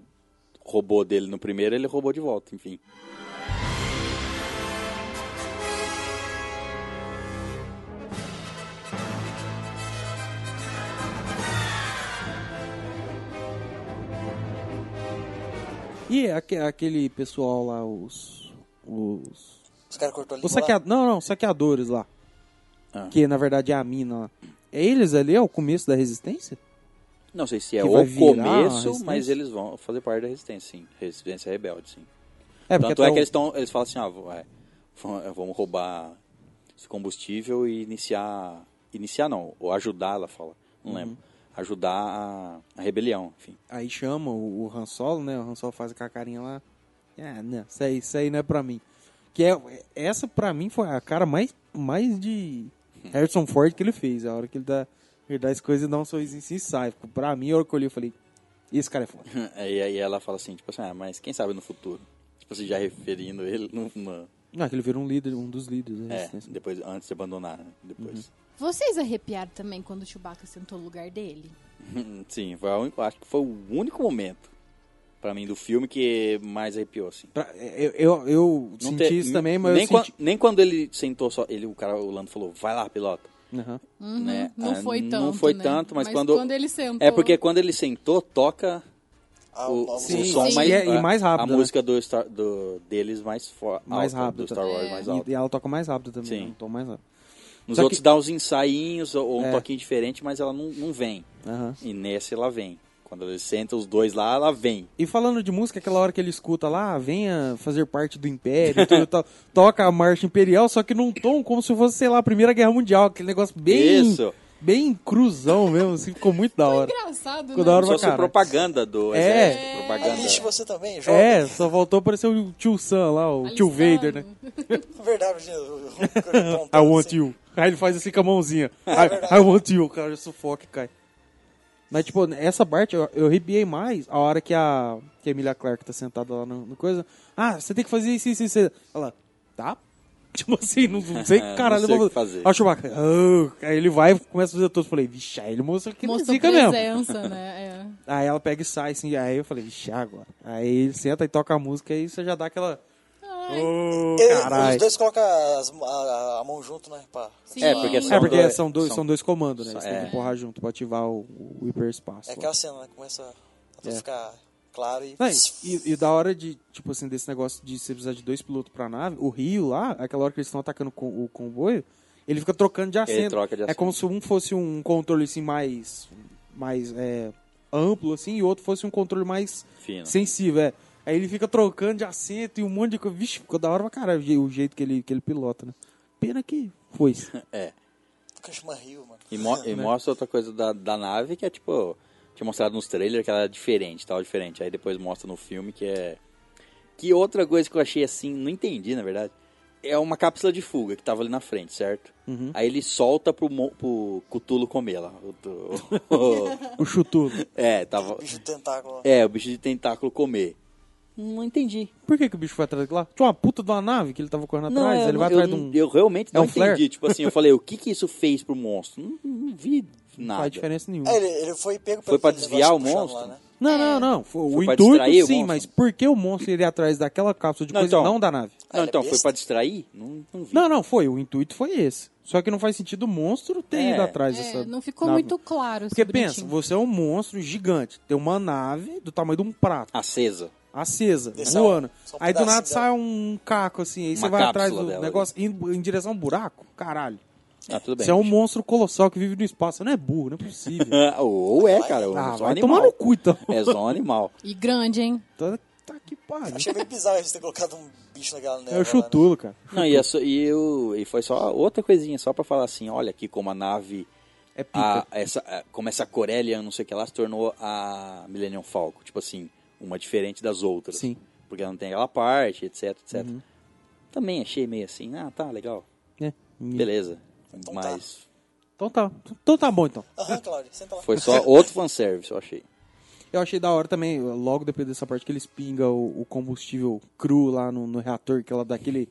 roubou dele no primeiro, ele roubou de volta, enfim.
E aque- aquele pessoal lá, os... Os,
Os caras cortou a língua.
os
lá.
saquea... não, não, saqueadores lá.
Ah.
Que, na verdade, é a mina lá. É eles ali, é o começo da resistência?
Não sei se é
Que
o
vai virar a
começo,
resistência?
mas eles vão fazer parte da resistência, sim. Resistência rebelde, sim.
É,
Tanto é
até
que
o-
eles estão. Eles falam assim, ah, v- é, v- vamos roubar esse combustível e iniciar. Iniciar não, ou ajudar, ela fala. Não
Uhum.
lembro. Ajudar a, a rebelião, enfim. *laughs*
Aí chama o, o Han Solo, né? O Han Solo faz aquela carinha lá. Ah, não, isso aí, isso aí não é pra mim. Que é, essa pra mim foi a cara mais, mais de Harrison Ford que ele fez. A hora que ele dá, ele dá as coisas e dá um sorrisinho assim e sai. Ficou- Pra mim, a hora que eu olhei, eu falei, esse cara é foda.
e aí ela fala assim, tipo assim, ah, mas quem sabe no futuro? Tipo assim, já referindo ele numa.
Não, que ele virou um líder, um dos líderes da
É,
resistência.
depois, antes de abandonar, né? Depois.
Vocês arrepiaram também quando o Chewbacca sentou no lugar dele?
Uhum.
*laughs* Sim, foi o único- acho que foi o único momento, pra mim, do filme que mais arrepiou, assim.
Pra- é, eu eu, eu
Não
senti
te-
isso também, mas
nem
eu senti...
quan- nem quando ele sentou só, ele, o cara, o Lando falou, vai lá, pilota.
Aham.
Uhum,
Né?
Não
Ah,
foi
não
tanto.
foi
né?
tanto, mas quando-
ele sentou.
É porque quando ele sentou, toca
Ah,
o,
o-
o
Sim,
som
sim.
mais,
E é- e mais rápido,
A
né?
música do Star- do- deles mais forte.
Mais rápido, tá.
Do Star Wars
É.
mais
E-
alto.
E, ela toca mais rápido também,
Sim.
né? um tom mais rápido.
Nos
Só
outros dá uns ensaiinhos ou um
É.
toquinho diferente, mas ela não, não vem.
Aham.
E nesse ela vem. Quando eles sentam os dois lá, ela vem.
E falando de música, aquela hora que ele escuta lá, "Ah, venha fazer parte do Império, e tudo, *laughs* e tal, toca a marcha imperial, só que num tom como se fosse, sei lá, a Primeira Guerra Mundial, aquele negócio bem,
Isso.
bem cruzão mesmo, assim, ficou muito da hora.
Engraçado, né?
Ficou da hora
Só
pra
se
caralho.
propaganda do
É.
exército.
Ah, lixe
Propaganda.
você também, joga.
É, só voltou aparecer o tio Sam lá, o tio Vader, né?
É Verdade, o- o-
*laughs* I
o-
want you. Aí ele faz assim com a mãozinha. I, I want you. O cara já sufoca e cai. Mas, tipo, essa parte eu, eu arrepiei mais a hora que a, que a Emilia Clarke tá sentada lá no, no coisa. Ah, você tem que fazer isso, isso, isso. Ela, tá? *laughs* Tipo assim, não,
*laughs*
não sei que caralho
É, Não sei
eu vou
o que fazer.
Aí o Chewbacca, "Ah", aí ele vai e começa a fazer todos. Falei, vixe, aí ele mostra que ele
Mostrou
zica mesmo.
presença, né? É.
Aí ela pega e sai, assim. Aí eu falei, vixe, agora. Aí ele senta e toca a música e você já dá aquela. Ô,
Ele- Os
caralho.
dois colocam as- a, a mão junto, né? Pra,
Sim.
É, porque
É,
são
porque
dois-
são, dois, são, dois comandos, né?
são-
Você tem
é.
que empurrar junto pra ativar o, o hiperespaço.
É
lá.
aquela cena, né? Começa a tudo ficar claro e.
É. Não, e, e da hora de, tipo assim, desse negócio de você precisar de dois pilotos pra nave, o Rio lá, aquela hora que eles estão atacando com, o comboio, ele fica trocando de assento.
troca de
É
assento.
como se um fosse um controle assim mais. mais é, amplo, assim, e o outro fosse um controle mais
Fino.
sensível. É. Aí ele fica trocando de assento e um monte de coisa. Vixe, ficou da hora pra caralho o je- o jeito que ele, que ele pilota, né? Pena que foi.
É.
Cachuma Rio, mano.
E,
É,
mo-
né?
e mostra outra coisa da, da nave que é tipo. Tinha mostrado nos trailers que ela era diferente, tal, diferente. Aí depois mostra no filme que é. Que outra coisa que eu achei assim, não entendi na verdade. É uma cápsula de fuga que tava ali na frente, certo?
Uhum.
Aí ele solta pro, mo- pro Cutulo comer lá. O-
*laughs*
o-
*laughs* O chutudo.
é,
O
tava.
bicho tentáculo.
É, o bicho de tentáculo comer. Não entendi.
Por que, que o bicho foi atrás de lá? Tinha uma puta de uma nave que ele tava correndo
Não,
atrás.
eu,
ele vai
eu,
atrás de um.
eu realmente
É
não
um
entendi.
flare?
Tipo assim, eu falei, o que que isso fez pro monstro? Não, não vi
Não
nada.
faz diferença nenhuma.
É, ele, ele foi pego
Foi
pelo
pra
aquele
desviar
negócio
o
puxando
monstro?
Lá, né?
Não, não, não. Foi o
é. Foi pra
intuito
distrair o
sim,
monstro.
mas por que o monstro iria atrás daquela cápsula de
Não,
coisa
então.
não da nave?
Ah,
Não,
ele é
então, foi
besta?
pra distrair? Não, não vi.
Não, não, foi. O intuito foi esse. Só que não faz sentido o monstro ter
É.
ido atrás
É,
dessa.
não ficou
nave.
muito claro.
Porque
esse
pensa,
bonitinho.
você é um monstro gigante, tem uma nave do tamanho de um prato,
Acesa.
acesa,
Esse é
voando.
um- só um
aí do nada
pedacinho
sai um caco assim,
Uma
aí você vai atrás
cápsula
do
dela
negócio indo em direção a um buraco? Caralho.
Ah, tudo bem.
Você é um monstro colossal que vive no espaço, não é burro, não é
*laughs*
possível.
Ah, Ou é, cara. ou
ah,
é só
vai
animal.
tomar no
*laughs*
cu então.
É só animal.
E grande, hein?
Tá, tá que pariu.
Achei bem bizarro eles terem colocado um bicho naquela névoa.
É o chutulo, cara.
né, Não, e, é só- e eu, e foi só outra coisinha, só pra falar assim, olha aqui como a nave,
É pica.
a, essa, a- como essa Corellian, não sei o que lá, se tornou a Millennium Falcon. Tipo assim, uma diferente das outras.
Sim. Uhum.
Porque ela não tem aquela parte, etc, etc. Também achei meio assim, ah, tá, legal.
É.
Beleza.
Então tá.
Mas
Então tá. Então tá bom então.
né? Aham, Claudio, senta lá.
foi só
*laughs*
outro fanservice, eu achei.
Eu achei da hora também, logo depois dessa parte que eles pingam o, o combustível cru lá no, no reator, que ela dá aquele.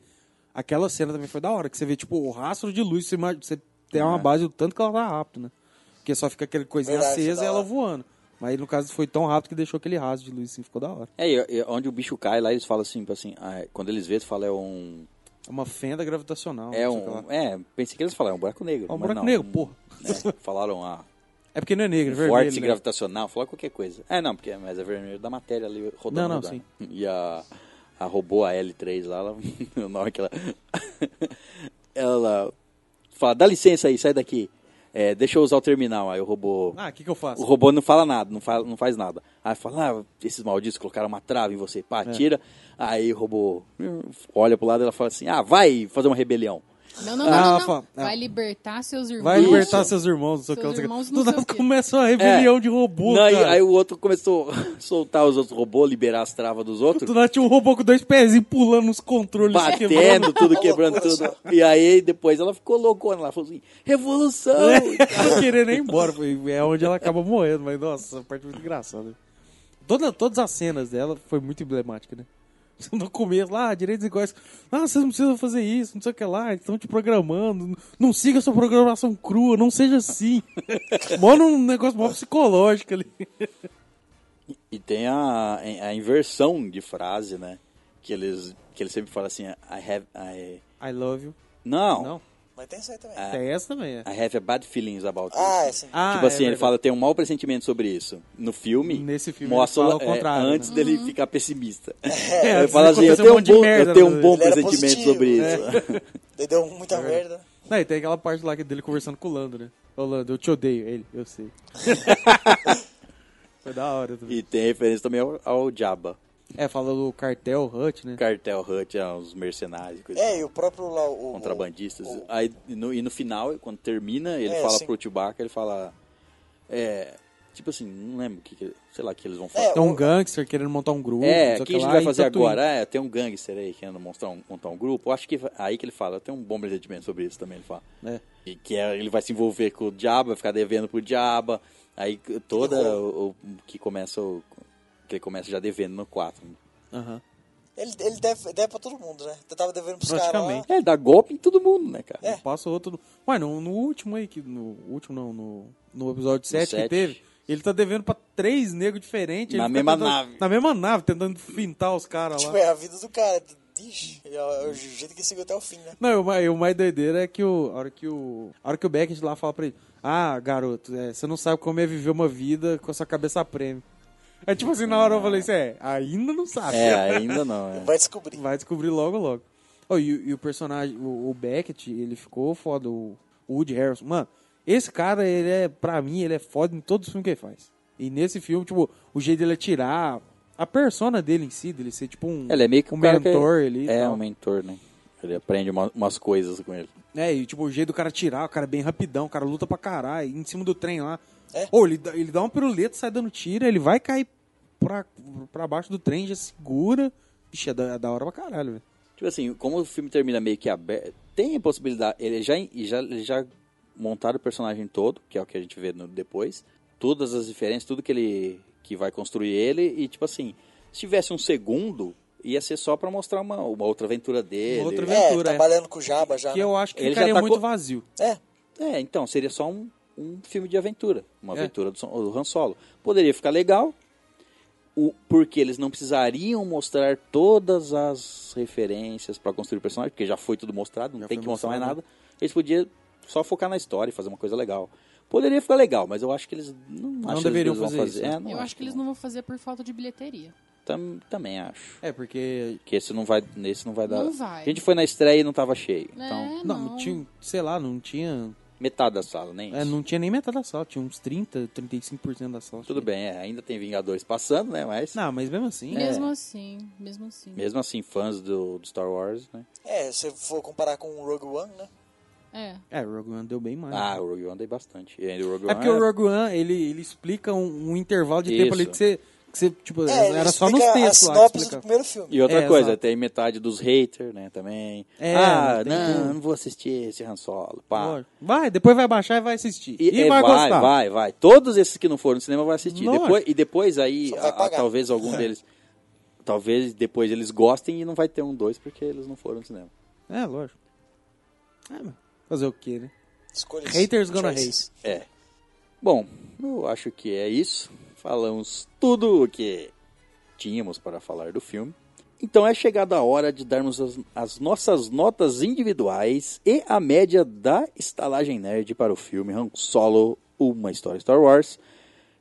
Aquela cena também foi da hora, que você vê, tipo, o rastro de luz, você, ima- você tem
É.
uma base do tanto que ela tá rápido, né? Porque só fica aquele coisinha
Verdade,
é
acesa e
da
ela
hora.
voando. Mas no caso foi tão rápido que deixou aquele rastro de luz, assim, ficou da hora.
É, e- e onde o bicho cai lá, eles falam assim, assim ah, é- quando eles vê, eles falam é um...
É uma fenda gravitacional.
É
não sei o que lá.
um. É, pensei que eles falaram, é um buraco negro.
É um
mas
buraco
não,
negro, porra.
né? falaram ah,
*laughs* É porque não é negro, é
vórtice
vermelho. né?
gravitacional, falaram qualquer coisa. É, não, porque mas é vermelho da matéria ali rodando.
Não, não,
no lugar.
sim.
*laughs* E a, a robô, a L3 lá, ela, *laughs* na hora que ela. ela fala, dá licença aí, sai daqui. É, deixa eu usar o terminal. Aí o robô.
Ah, o que, que eu faço?
O robô não fala nada, não, fala, não faz nada. Aí fala, ah, esses malditos colocaram uma trava em você,
É.
pá, tira. Aí o robô hum, olha pro lado e ela fala assim, ah, vai fazer uma rebelião.
Não, não,
Ah,
não. não, não.
fa- ah.
Vai libertar seus irmãos.
Vai libertar seus irmãos, não sei o que
Seus
lá, não sei o
irmãos
que lá.
não
Do
sei o
nada
quê.
começa uma rebelião de robô,
É. Não, aí,
cara.
aí o outro começou *laughs* a soltar os outros robôs, liberar as travas dos outros,
Do nada tinha um robô com dois pezinhos pulando os controles.
*laughs*
batendo, tudo quebrando
Loucura
tudo. E aí depois ela ficou loucona, ela falou assim,
*laughs*
revolução!
Tô querendo ir embora. foi- É onde ela acaba morrendo. Mas, nossa, essa parte é muito engraçada. Toda, todas as cenas dela foi muito emblemática, né? *laughs* No começo, lá, direitos iguais. Ah, vocês não precisam fazer isso, não sei o que lá. Eles estão te programando. Não siga sua programação crua, não seja assim. *laughs* Mora um negócio mó psicológico ali.
E tem a, a inversão de frase, né? Que eles, que eles sempre falam assim, I have... I...
I love you.
Não,
Não,
Mas tem isso aí também.
é essa também, é.
I have a bad feelings about it.
Ah, é sim.
Ah,
tipo
é
assim, ele
verdade.
fala, tem um mau pressentimento sobre isso. No filme,
Nesse filme
mostra
ele fala
é,
o contrário,
antes dele ficar pessimista.
É,
ele fala assim, eu
aconteceu
tenho um,
monte de
bom,
merda né? É.
eu tenho
na
um bom
vida dele.
pressentimento sobre *laughs*
Ele
isso.
Daí deu
É
muita merda.
Não, e tem aquela parte lá que dele conversando com o Lando, né? Ô, Lando, eu te odeio. Ele, eu sei. *laughs* Foi da hora. também.
E tem referência também ao, ao Jabba.
É, fala do cartel Hut, né?
Cartel Hut, aos mercenários, e coisa assim,
É, e o próprio lá, o...
contrabandistas.
o-
Aí, no, e no final, quando termina, ele
É,
fala
sim.
pro Chewbacca, ele fala... É, tipo assim, não lembro o que, que... Sei lá o que eles vão falar.
É,
Tem um gangster querendo montar um grupo.
É,
não sei
o
o
que a gente
lá,
vai
em
fazer
Tatooine.
agora? É, tem um gangster aí querendo montar um, montar um grupo. Eu acho que aí que ele fala, tem um bom pressentimento sobre isso também, ele fala.
É.
E que é- ele vai se envolver com o Diaba, vai ficar devendo pro Diaba. Aí c- toda
Uhum.
o, o que começa o, que ele começa já devendo no 4.
Aham.
Ele, ele deve, deve pra todo mundo, né? Eu tava devendo pros caras lá.
Praticamente.
É, dá golpe em todo mundo, né, cara?
Um Passa o outro. Ué, no, no último aí, que no último não, no, no episódio 7
sete.
que teve, ele tá devendo pra três negros diferentes.
Na
ele fica
mesma
tentando-
nave.
Na mesma nave, tentando fintar os caras lá.
Tipo, é a vida do cara. Ixi, é o é o jeito que seguiu até o fim, né?
Não, e o mais- e o mais doideira é que o, a hora que o. A hora que o Beckett lá fala pra ele, ah, garoto, é, você não sabe como é viver uma vida com a sua cabeça a prêmio. É tipo assim, na hora eu falei assim, é, ainda não sabe.
É, ainda não,
*laughs*
é.
Vai descobrir.
Vai descobrir logo, logo. Ó, e, e o personagem, o, o Beckett, ele ficou foda, o, o Woody Harrison. Mano, esse cara, ele é, pra mim, ele é foda em todos os filmes que ele faz. E nesse filme, tipo, o jeito dele atirar, A persona dele em si, dele ser tipo um,
Ele é meio que
um
o cara que
mentor ali. e
É,
tal.
um mentor, né? Ele aprende uma- umas coisas com ele.
É, e tipo, o jeito do cara tirar, o cara é bem rapidão, o cara luta pra caralho, em cima do trem lá.
É.
Ou ele, dá- ele dá um piruleta, sai dando tiro, ele vai cair pra, pra baixo do trem, já segura. Ixi, é da, é da hora pra caralho, velho.
Tipo assim, como o filme termina meio que aberto, tem a possibilidade. Ele já, e já, eles já montaram o personagem todo, que é o que a gente vê no- depois. Todas as diferenças, tudo que ele que vai construir ele. E tipo assim, se tivesse um segundo, ia ser só pra mostrar uma, uma outra aventura dele.
Uma outra
É,
Aventura, é.
trabalhando com Jabba já.
Que
né?
eu acho que
Ele já
ficaria
tá
muito
co-
vazio.
É,
É, então, seria só um, um filme de aventura. Uma
É.
aventura do, Son- do Han Solo. Poderia ficar legal, o, porque eles não precisariam mostrar todas as referências para construir o personagem, porque já foi tudo mostrado, não
Já
tem
foi
que mostrar mais
mostrado.
nada. Eles podiam só focar na história e fazer uma coisa legal. Poderia ficar legal, mas eu acho que eles não, acho que
deveriam
eles vão
fazer isso, né?
É, não
Eu acho que eles
vão.
não vão fazer por falta de bilheteria.
Tam- também acho.
É, porque.
Que esse não vai, nesse não vai dar.
Não vai.
A gente foi na estreia e não tava cheio. Então,
é,
Não,
não.
tinha, sei lá, não tinha.
metade da sala, nem
é,
isso.
não tinha nem metade da sala, tinha uns 30, 35% da sala.
Tudo bem, é, ainda tem Vingadores passando, né? Mas.
Não, mas mesmo assim.
Mesmo assim, mesmo assim.
É. Mesmo assim, fãs do, do Star Wars, né?
é, se for comparar com o Rogue One, né?
É.
É, o Rogue One deu bem mais.
Ah, o Rogue One dei bastante. E ainda o Rogue
É
One
porque o Rogue One, ele, ele explica um, um intervalo de
Isso.
tempo ali que você, que você tipo,
É, ele
era só nos
explica a
textos lá que
sinopse do
explica.
primeiro filme.
E outra
É,
coisa,
exato.
tem metade dos haters, né, também.
É,
ah,
não tem
não,
como.
não vou assistir esse Han Solo, pá.
Lógico. Vai, depois vai baixar e vai assistir. E,
é,
vai, gostar.
vai, vai. Todos esses que não foram no cinema vão assistir.
Lógico.
Depois, e depois aí,
Só vai
a- a-
pagar.
talvez algum
*laughs*
deles... Talvez depois eles gostem e não vai ter um dois porque eles não foram no cinema.
É, lógico. É, mas fazer o quê, né?
Escolhas.
Haters gonna hate.
choices.
É. Bom, eu acho que é isso. Falamos tudo o que tínhamos para falar do filme. Então é chegada a hora de darmos as, as nossas notas individuais e a média da estalagem nerd para o filme Han Solo, uma história Star Wars.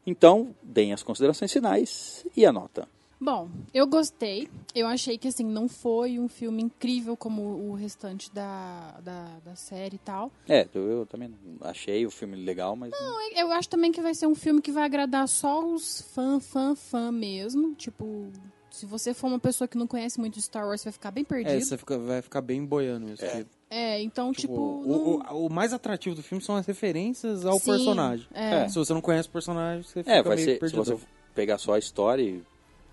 Então, deem as considerações finais e a nota.
Bom, eu gostei. Eu achei que, assim, não foi um filme incrível como o restante da, da, da série e tal.
É, eu, eu também achei o filme legal, mas não,
Então, Eu acho também que vai ser um filme que vai agradar só os fã, fã, fã mesmo. Tipo, se você for uma pessoa que não conhece muito de Star Wars, você vai ficar bem
É,
perdido.
você fica- vai ficar bem boiando mesmo. porque,
É, então,
tipo,
tipo... não-
o, o- o mais atrativo do filme são as referências ao
Sim,
personagem.
é.
Se você não conhece o personagem, você fica
É, vai
meio
ser.
perdido.
Se você pegar só a história e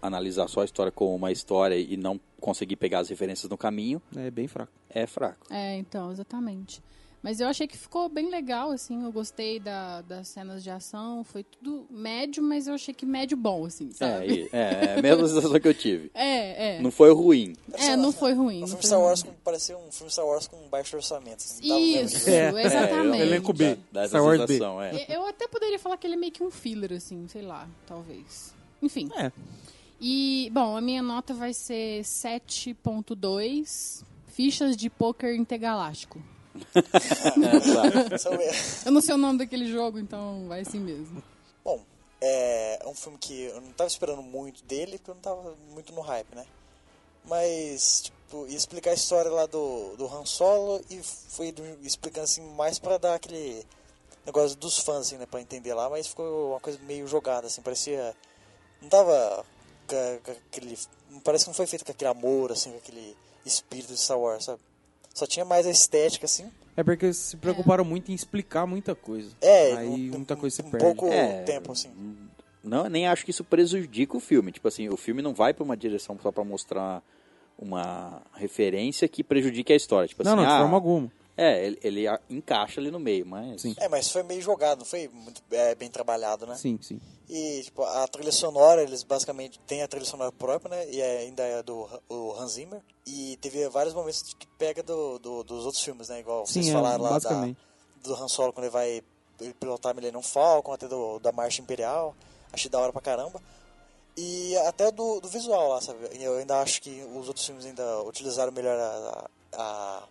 analisar só a história como uma história e não conseguir pegar as referências no caminho,
É bem fraco.
é fraco.
É, então, exatamente. Mas eu achei que ficou bem legal, assim, eu gostei da, das cenas de ação, foi tudo médio, mas eu achei que médio bom, assim,
É,
sabe?
e- é, é a mesma *laughs* sensação que eu tive.
É, é.
Não foi ruim.
É, não foi ruim.
Um
não
filme
foi
Star
ruim.
Wars com, parecia um filme Star Wars com baixo orçamento. assim, não dava mesmo de
Isso, *laughs*
ver.
É,
exatamente.
É, eu-
Elenco B.
Dá essa
Star Wars B.
sensação, é.
E- Eu até poderia falar que ele é meio que um filler, assim, sei lá, talvez. Enfim.
É.
E, bom, a minha nota vai ser 7.2 fichas de pôquer intergaláctico.
Só ver.
Eu não sei o nome daquele jogo, então vai assim mesmo.
Bom, é é um filme que eu não tava esperando muito dele, porque eu não tava muito no hype, né? Mas, tipo, ia explicar a história lá do, do Han Solo e fui do- explicando assim mais pra dar aquele negócio dos fãs, assim, né, pra entender lá, mas ficou uma coisa meio jogada, assim, parecia. Não tava ca- ca- aquele. Parece que não foi feito com aquele amor, assim, com aquele espírito de Star Wars, sabe? Só tinha mais a estética, assim.
É porque se preocuparam muito em explicar muita coisa.
É,
Aí
um-
muita coisa se
um
perde.
pouco
É.
tempo, assim.
Não, nem acho que isso prejudica o filme. Tipo assim, o filme não vai pra uma direção só pra mostrar uma referência que prejudique a história. Tipo
Não,
assim,
não, de
ah,
forma alguma.
É, ele, ele a- encaixa ali no meio, mas.
Sim.
É, mas foi meio jogado, não foi muito é, bem trabalhado, né?
Sim, sim.
E, tipo, a trilha sonora, eles basicamente têm a trilha sonora própria, né? E é- ainda é do Ha- o Hans Zimmer. E teve vários momentos de que pega do, do- dos outros filmes, né? Igual vocês
Sim, é,
falaram lá da,
basicamente.
do Han Solo, quando ele vai pilotar Millennium Falcon, até do, da Marcha Imperial. Achei da hora pra caramba. E até do, do visual lá, sabe? E Eu ainda acho que os outros filmes ainda utilizaram melhor a, a,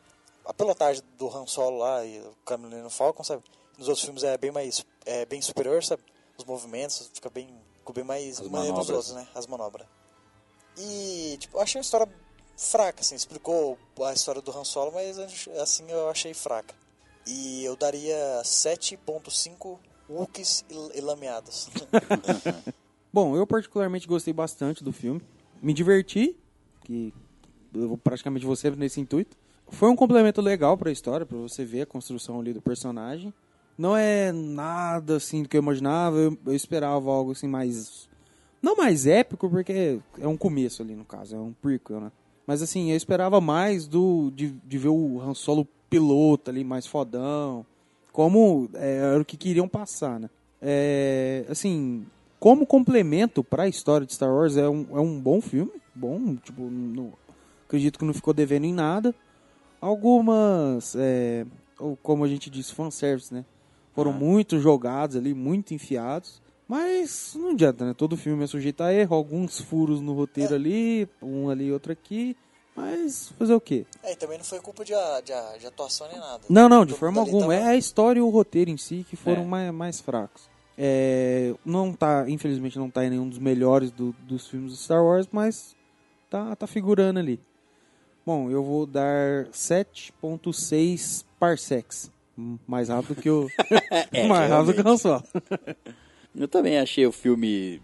a pilotagem do Han Solo lá e do Caminho Falcon, sabe? Nos outros filmes é bem mais é bem superior, sabe? Os movimentos fica bem ficou bem mais
As
maneiro
manobras.
dos outros, né? As manobras. E tipo, eu achei a história fraca, assim, explicou a história do Han Solo, mas assim eu achei fraca. E
*laughs*
eu daria 7.5 Wookies e, e lameadas.
Bom, eu particularmente gostei bastante do filme. Me diverti, que eu vou praticamente vou sempre nesse intuito. Foi um complemento legal pra história, pra você ver a construção ali do personagem. Não é nada assim do que eu imaginava, eu, eu esperava algo assim mais. Não mais épico, porque é um começo ali no caso, é um prequel, né? Mas assim, eu esperava mais do de, de ver o Han Solo piloto ali, mais fodão. Como é, era o que queriam passar, né? É, assim, como complemento pra história de Star Wars, é um, é um bom filme. Bom, tipo, não, acredito que não ficou devendo em nada. Algumas, é, ou como a gente disse, fanservice, né? Foram muito jogados ali, muito enfiados. Mas não adianta, né? Todo filme é sujeito a erro, alguns furos no roteiro ali, um ali, outro aqui. Mas fazer o quê?
É, e também não foi culpa de, a- de a- de atuação nem nada.
Não, não, de
Todo
forma
mundo ali
alguma. É
tava-
a história e o roteiro em si que foram
tá É.
mais, mais fracos. É, não tá, infelizmente não tá em nenhum dos melhores do- dos filmes do Star Wars, mas tá, tá figurando ali. Bom, eu vou dar 7.6 parsecs. Hum, Mais rápido que
*laughs*
o... *laughs*
É,
mais rápido que o Han Solo.
Eu também achei o filme.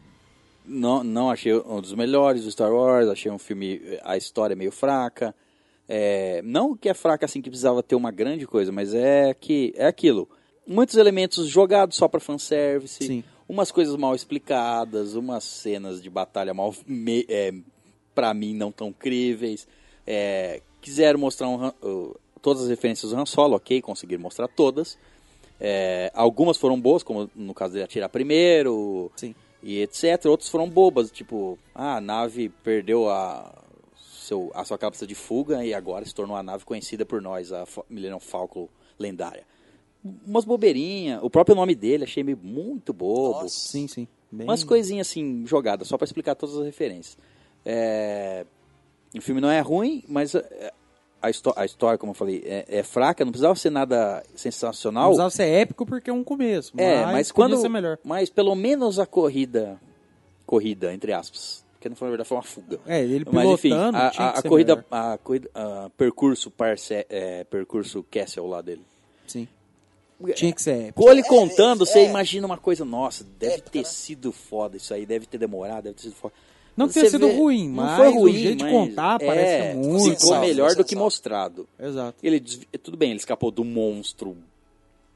Não, não achei um dos melhores do Star Wars, achei um filme. A história meio fraca. É, não que é fraca assim que precisava ter uma grande coisa, mas é que é aquilo. Muitos elementos jogados só pra fanservice,
Sim.
umas coisas mal explicadas, umas cenas de batalha mal. Me, é, pra mim, não tão críveis. É, quiseram mostrar um Han- o- todas as referências do Han Solo, ok, conseguiram mostrar todas. É, algumas foram boas, como no caso dele atirar primeiro
Sim.
e etc. Outros foram bobas, tipo, ah, a nave perdeu a, seu, a sua cápsula de fuga e agora se tornou a nave conhecida por nós, a Fa- Millennium Falcon lendária. Umas bobeirinhas, o próprio nome dele achei meio muito bobo.
Nossa.
Sim, sim. Bem-
Umas coisinhas assim, jogadas, só pra explicar todas as referências. É, O filme não é ruim, mas é, a, histó- a história, como eu falei, é, é fraca, não precisava ser nada
Não
sensacional.
precisava ser épico porque é um começo. Mas
É, mas
podia
quando.
ser melhor.
Mas pelo menos a corrida. Corrida, entre aspas. Porque não foi na verdade, foi uma fuga.
É, ele
mas enfim,
pilotando
a,
tinha
a-
que
a
ser
corrida.
melhor.
A corrida. a percurso, parce, é, percurso Castle lá dele.
Sim. Tinha que ser épico.
Com ele
É,
contando,
é.
você imagina uma coisa, nossa, deve
Épica,
ter
né?
sido foda isso aí, deve ter demorado, deve ter sido foda.
Não que tenha
Você
sido
vê-
ruim,
não
mas
foi
o
ruim,
jeito de
mas
contar parece
é,
que é muito
Ficou
sensacional,
melhor do que
sensacional.
mostrado.
Exato.
Ele desvi- Tudo bem, ele escapou do monstro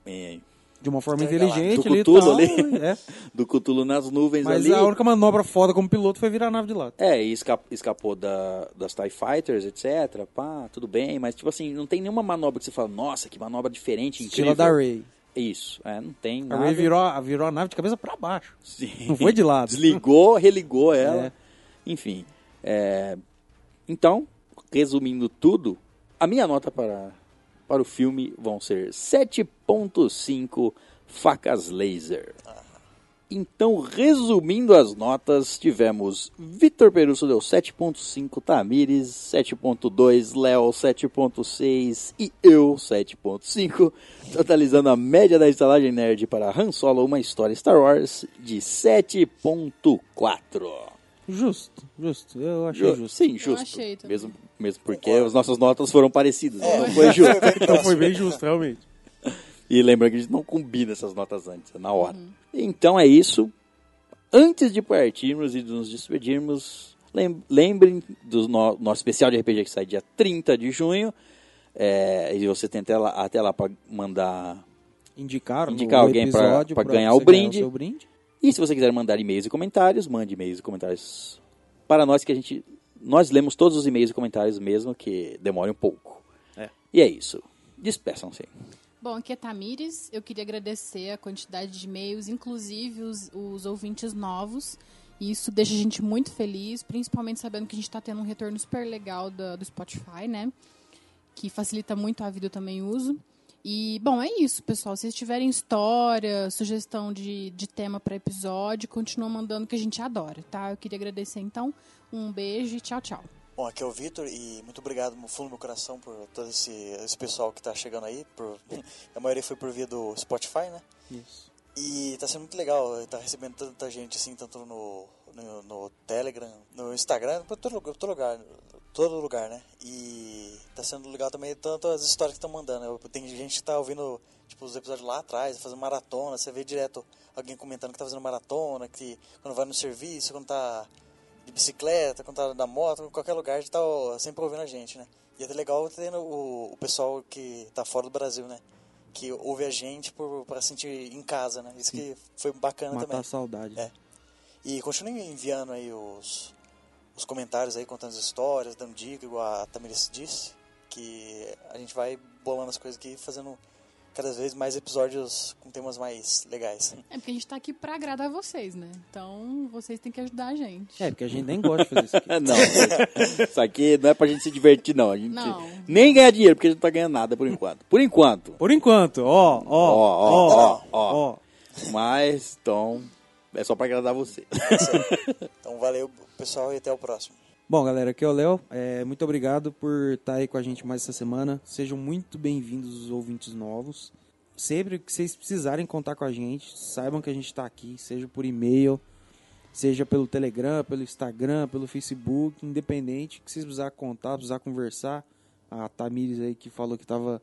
é,
De uma forma
Entrega lá.
inteligente
Do
ali e
Cthulhu
tal, *laughs*
ali.
é.
do Cutulo nas nuvens
Mas
ali.
a única manobra foda como piloto foi virar a nave de lado.
É, e esca- escapou da, das TIE Fighters, etc. Pá, tudo bem, mas tipo assim, não tem nenhuma manobra que você fala, nossa, que manobra diferente, incrível.
Estilo da Ray.
Isso, é, não tem
A
nada. *laughs*
Ray virou, a- virou a nave de cabeça pra baixo.
Sim.
Não foi de lado.
Desligou, religou ela.
É.
Enfim. é, Então, resumindo tudo, a minha nota para, para o filme vão ser 7.5 facas laser. Então, resumindo as notas, tivemos Vitor Perusso deu 7.5, Tamires 7.2, Léo 7.6 e eu 7.5, totalizando a média da estalagem nerd para Han Solo, uma história Star Wars de 7.4.
Justo, justo. Eu achei
Ju-
justo.
Sim, justo.
achei também.
mesmo, mesmo porque as nossas notas foram parecidas, então foi justo.
Foi bem
Então
próximo.
foi bem justo, realmente.
E lembra que a gente não combina essas notas antes, é na hora. Então é isso. Antes de partirmos e de nos despedirmos, lem- lembrem do no- nosso especial de RPG que sai dia 30 de junho. É, e você tem até lá, até lá para mandar.
Indicaram
Indicar
no
alguém pra-
episódio
pra
pra
ganhar
você
o brinde.
seu brinde.
E se você quiser mandar e-mails e comentários, mande e-mails e comentários para nós que a gente nós lemos todos os e-mails e comentários mesmo que demore um pouco. E é isso. Despeçam-se.
Bom, aqui é Tamires. Eu queria agradecer a quantidade de e-mails, inclusive os, os ouvintes novos. E isso deixa a gente muito feliz, principalmente sabendo que a gente está tendo um retorno super legal da- do Spotify, né? Que facilita muito a vida, eu também uso. E, bom, é isso, pessoal. Se vocês tiverem história, sugestão de, de tema para episódio, continua mandando que a gente adora, tá? Eu queria agradecer, então. Um beijo e tchau, tchau.
Bom, aqui é o Vitor e muito obrigado no fundo do meu coração por todo esse, esse pessoal que tá chegando aí. Por, *laughs* a maioria foi por via do Spotify, né?
Isso.
E tá sendo muito legal, tá recebendo tanta gente assim, tanto no, no, no Telegram, no Instagram, pra todo, lugar- todo lugar, todo lugar, né? E tá sendo legal também tanto as histórias né? que estão mandando. Eu- Tem gente que tá ouvindo, tipo, tipo, os episódios lá atrás, fazendo maratona, você vê direto alguém comentando que tá fazendo maratona, que quando vai no serviço, quando tá de bicicleta, quando tá na moto, em qualquer lugar, a gente tá ó, sempre ouvindo a gente, né? E é até legal tendo o, o pessoal que tá fora do Brasil, né? Que ouve a gente por, pra sentir em casa, né? Isso que foi bacana
Matar
também.
a saudade.
É. E continue enviando aí os, os comentários aí, contando as histórias, dando dica, igual a Tamiris disse, que a gente vai bolando as coisas aqui, fazendo cada vez mais episódios com temas mais legais.
É porque a gente tá aqui pra agradar vocês, né? Então vocês têm que ajudar a gente.
É, porque a gente nem gosta de fazer isso
*laughs*
aqui.
É, Não, isso aqui não é pra gente se divertir, não. A gente
Não.
nem ganha dinheiro, porque a gente não tá ganhando nada por enquanto. Por enquanto.
Por enquanto, ó, ó,
Ó,
ó,
ó, ó.
ó.
Mas, então, é só pra agradar você.
Então valeu pessoal e até o próximo.
Bom, galera, aqui é o Léo. É, muito obrigado por estar aí com a gente mais essa semana. Sejam muito bem-vindos os ouvintes novos. Sempre que vocês precisarem contar com a gente, saibam que a gente está aqui, seja por e-mail, seja pelo Telegram, pelo Instagram, pelo Facebook, independente, que vocês precisarem contar, precisar conversar. A Tamires aí que falou que tava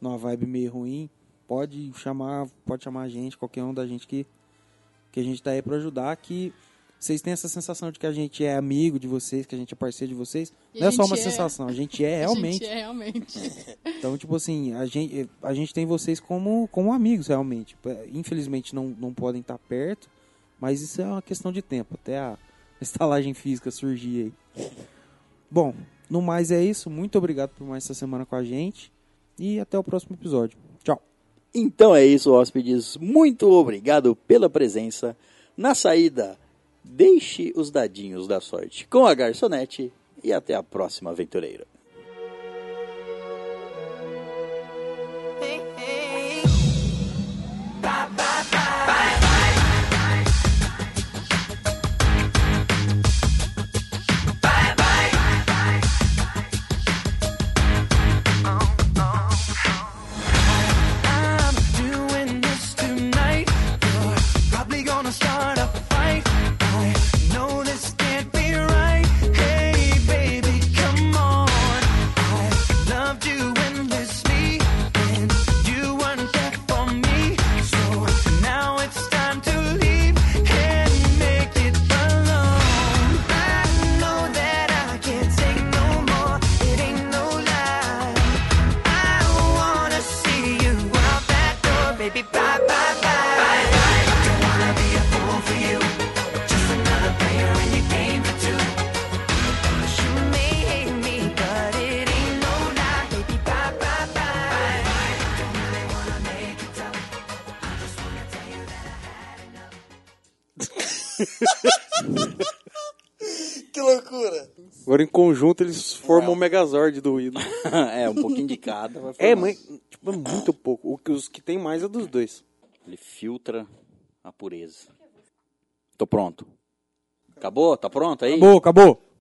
numa vibe meio ruim, pode chamar, pode chamar a gente, qualquer um da gente que que a gente tá aí para ajudar que vocês têm essa sensação de que a gente é amigo de vocês, que a gente é parceiro de vocês.
E a
Não é só
gente
uma
é.
sensação, a gente é
*laughs* A
realmente.
gente é realmente.
Então, tipo assim, a gente, a gente tem vocês como, como amigos, realmente. Infelizmente não, não podem estar perto, mas isso é uma questão de tempo, até a *laughs* estalagem física surgir aí. Bom, no mais é isso. Muito obrigado por mais essa semana com a gente. E até o próximo episódio. Tchau.
Então é isso, hóspedes. Muito obrigado pela presença. Na saída, deixe os dadinhos da sorte com a garçonete e até a próxima aventureira. *laughs*
I'm doing this tonight. You're probably gonna start a fight. I know this can't be right. Hey, baby, come on. I loved you endlessly, and you weren't there for me. So now it's time to leave and make it alone. I know that I can't take no more. It ain't no lie. I wanna see you out that door, baby. Bye bye bye. Bye bye. Don't wanna be a fool for you. Just another player in your game for two. You may hate me, but it ain't no lie, baby. Bye bye bye. Don't really wanna make it tough. I just wanna tell you that I had enough.
Que loucura!
Agora em conjunto eles formam o Megazord do ruído.
é, um pouquinho de cada. vai
É,
formando.
mas tipo, é muito pouco. O que- os que tem mais é dos dois.
Ele filtra a pureza. Tô pronto. Acabou? Tá pronto aí?
Acabou, acabou.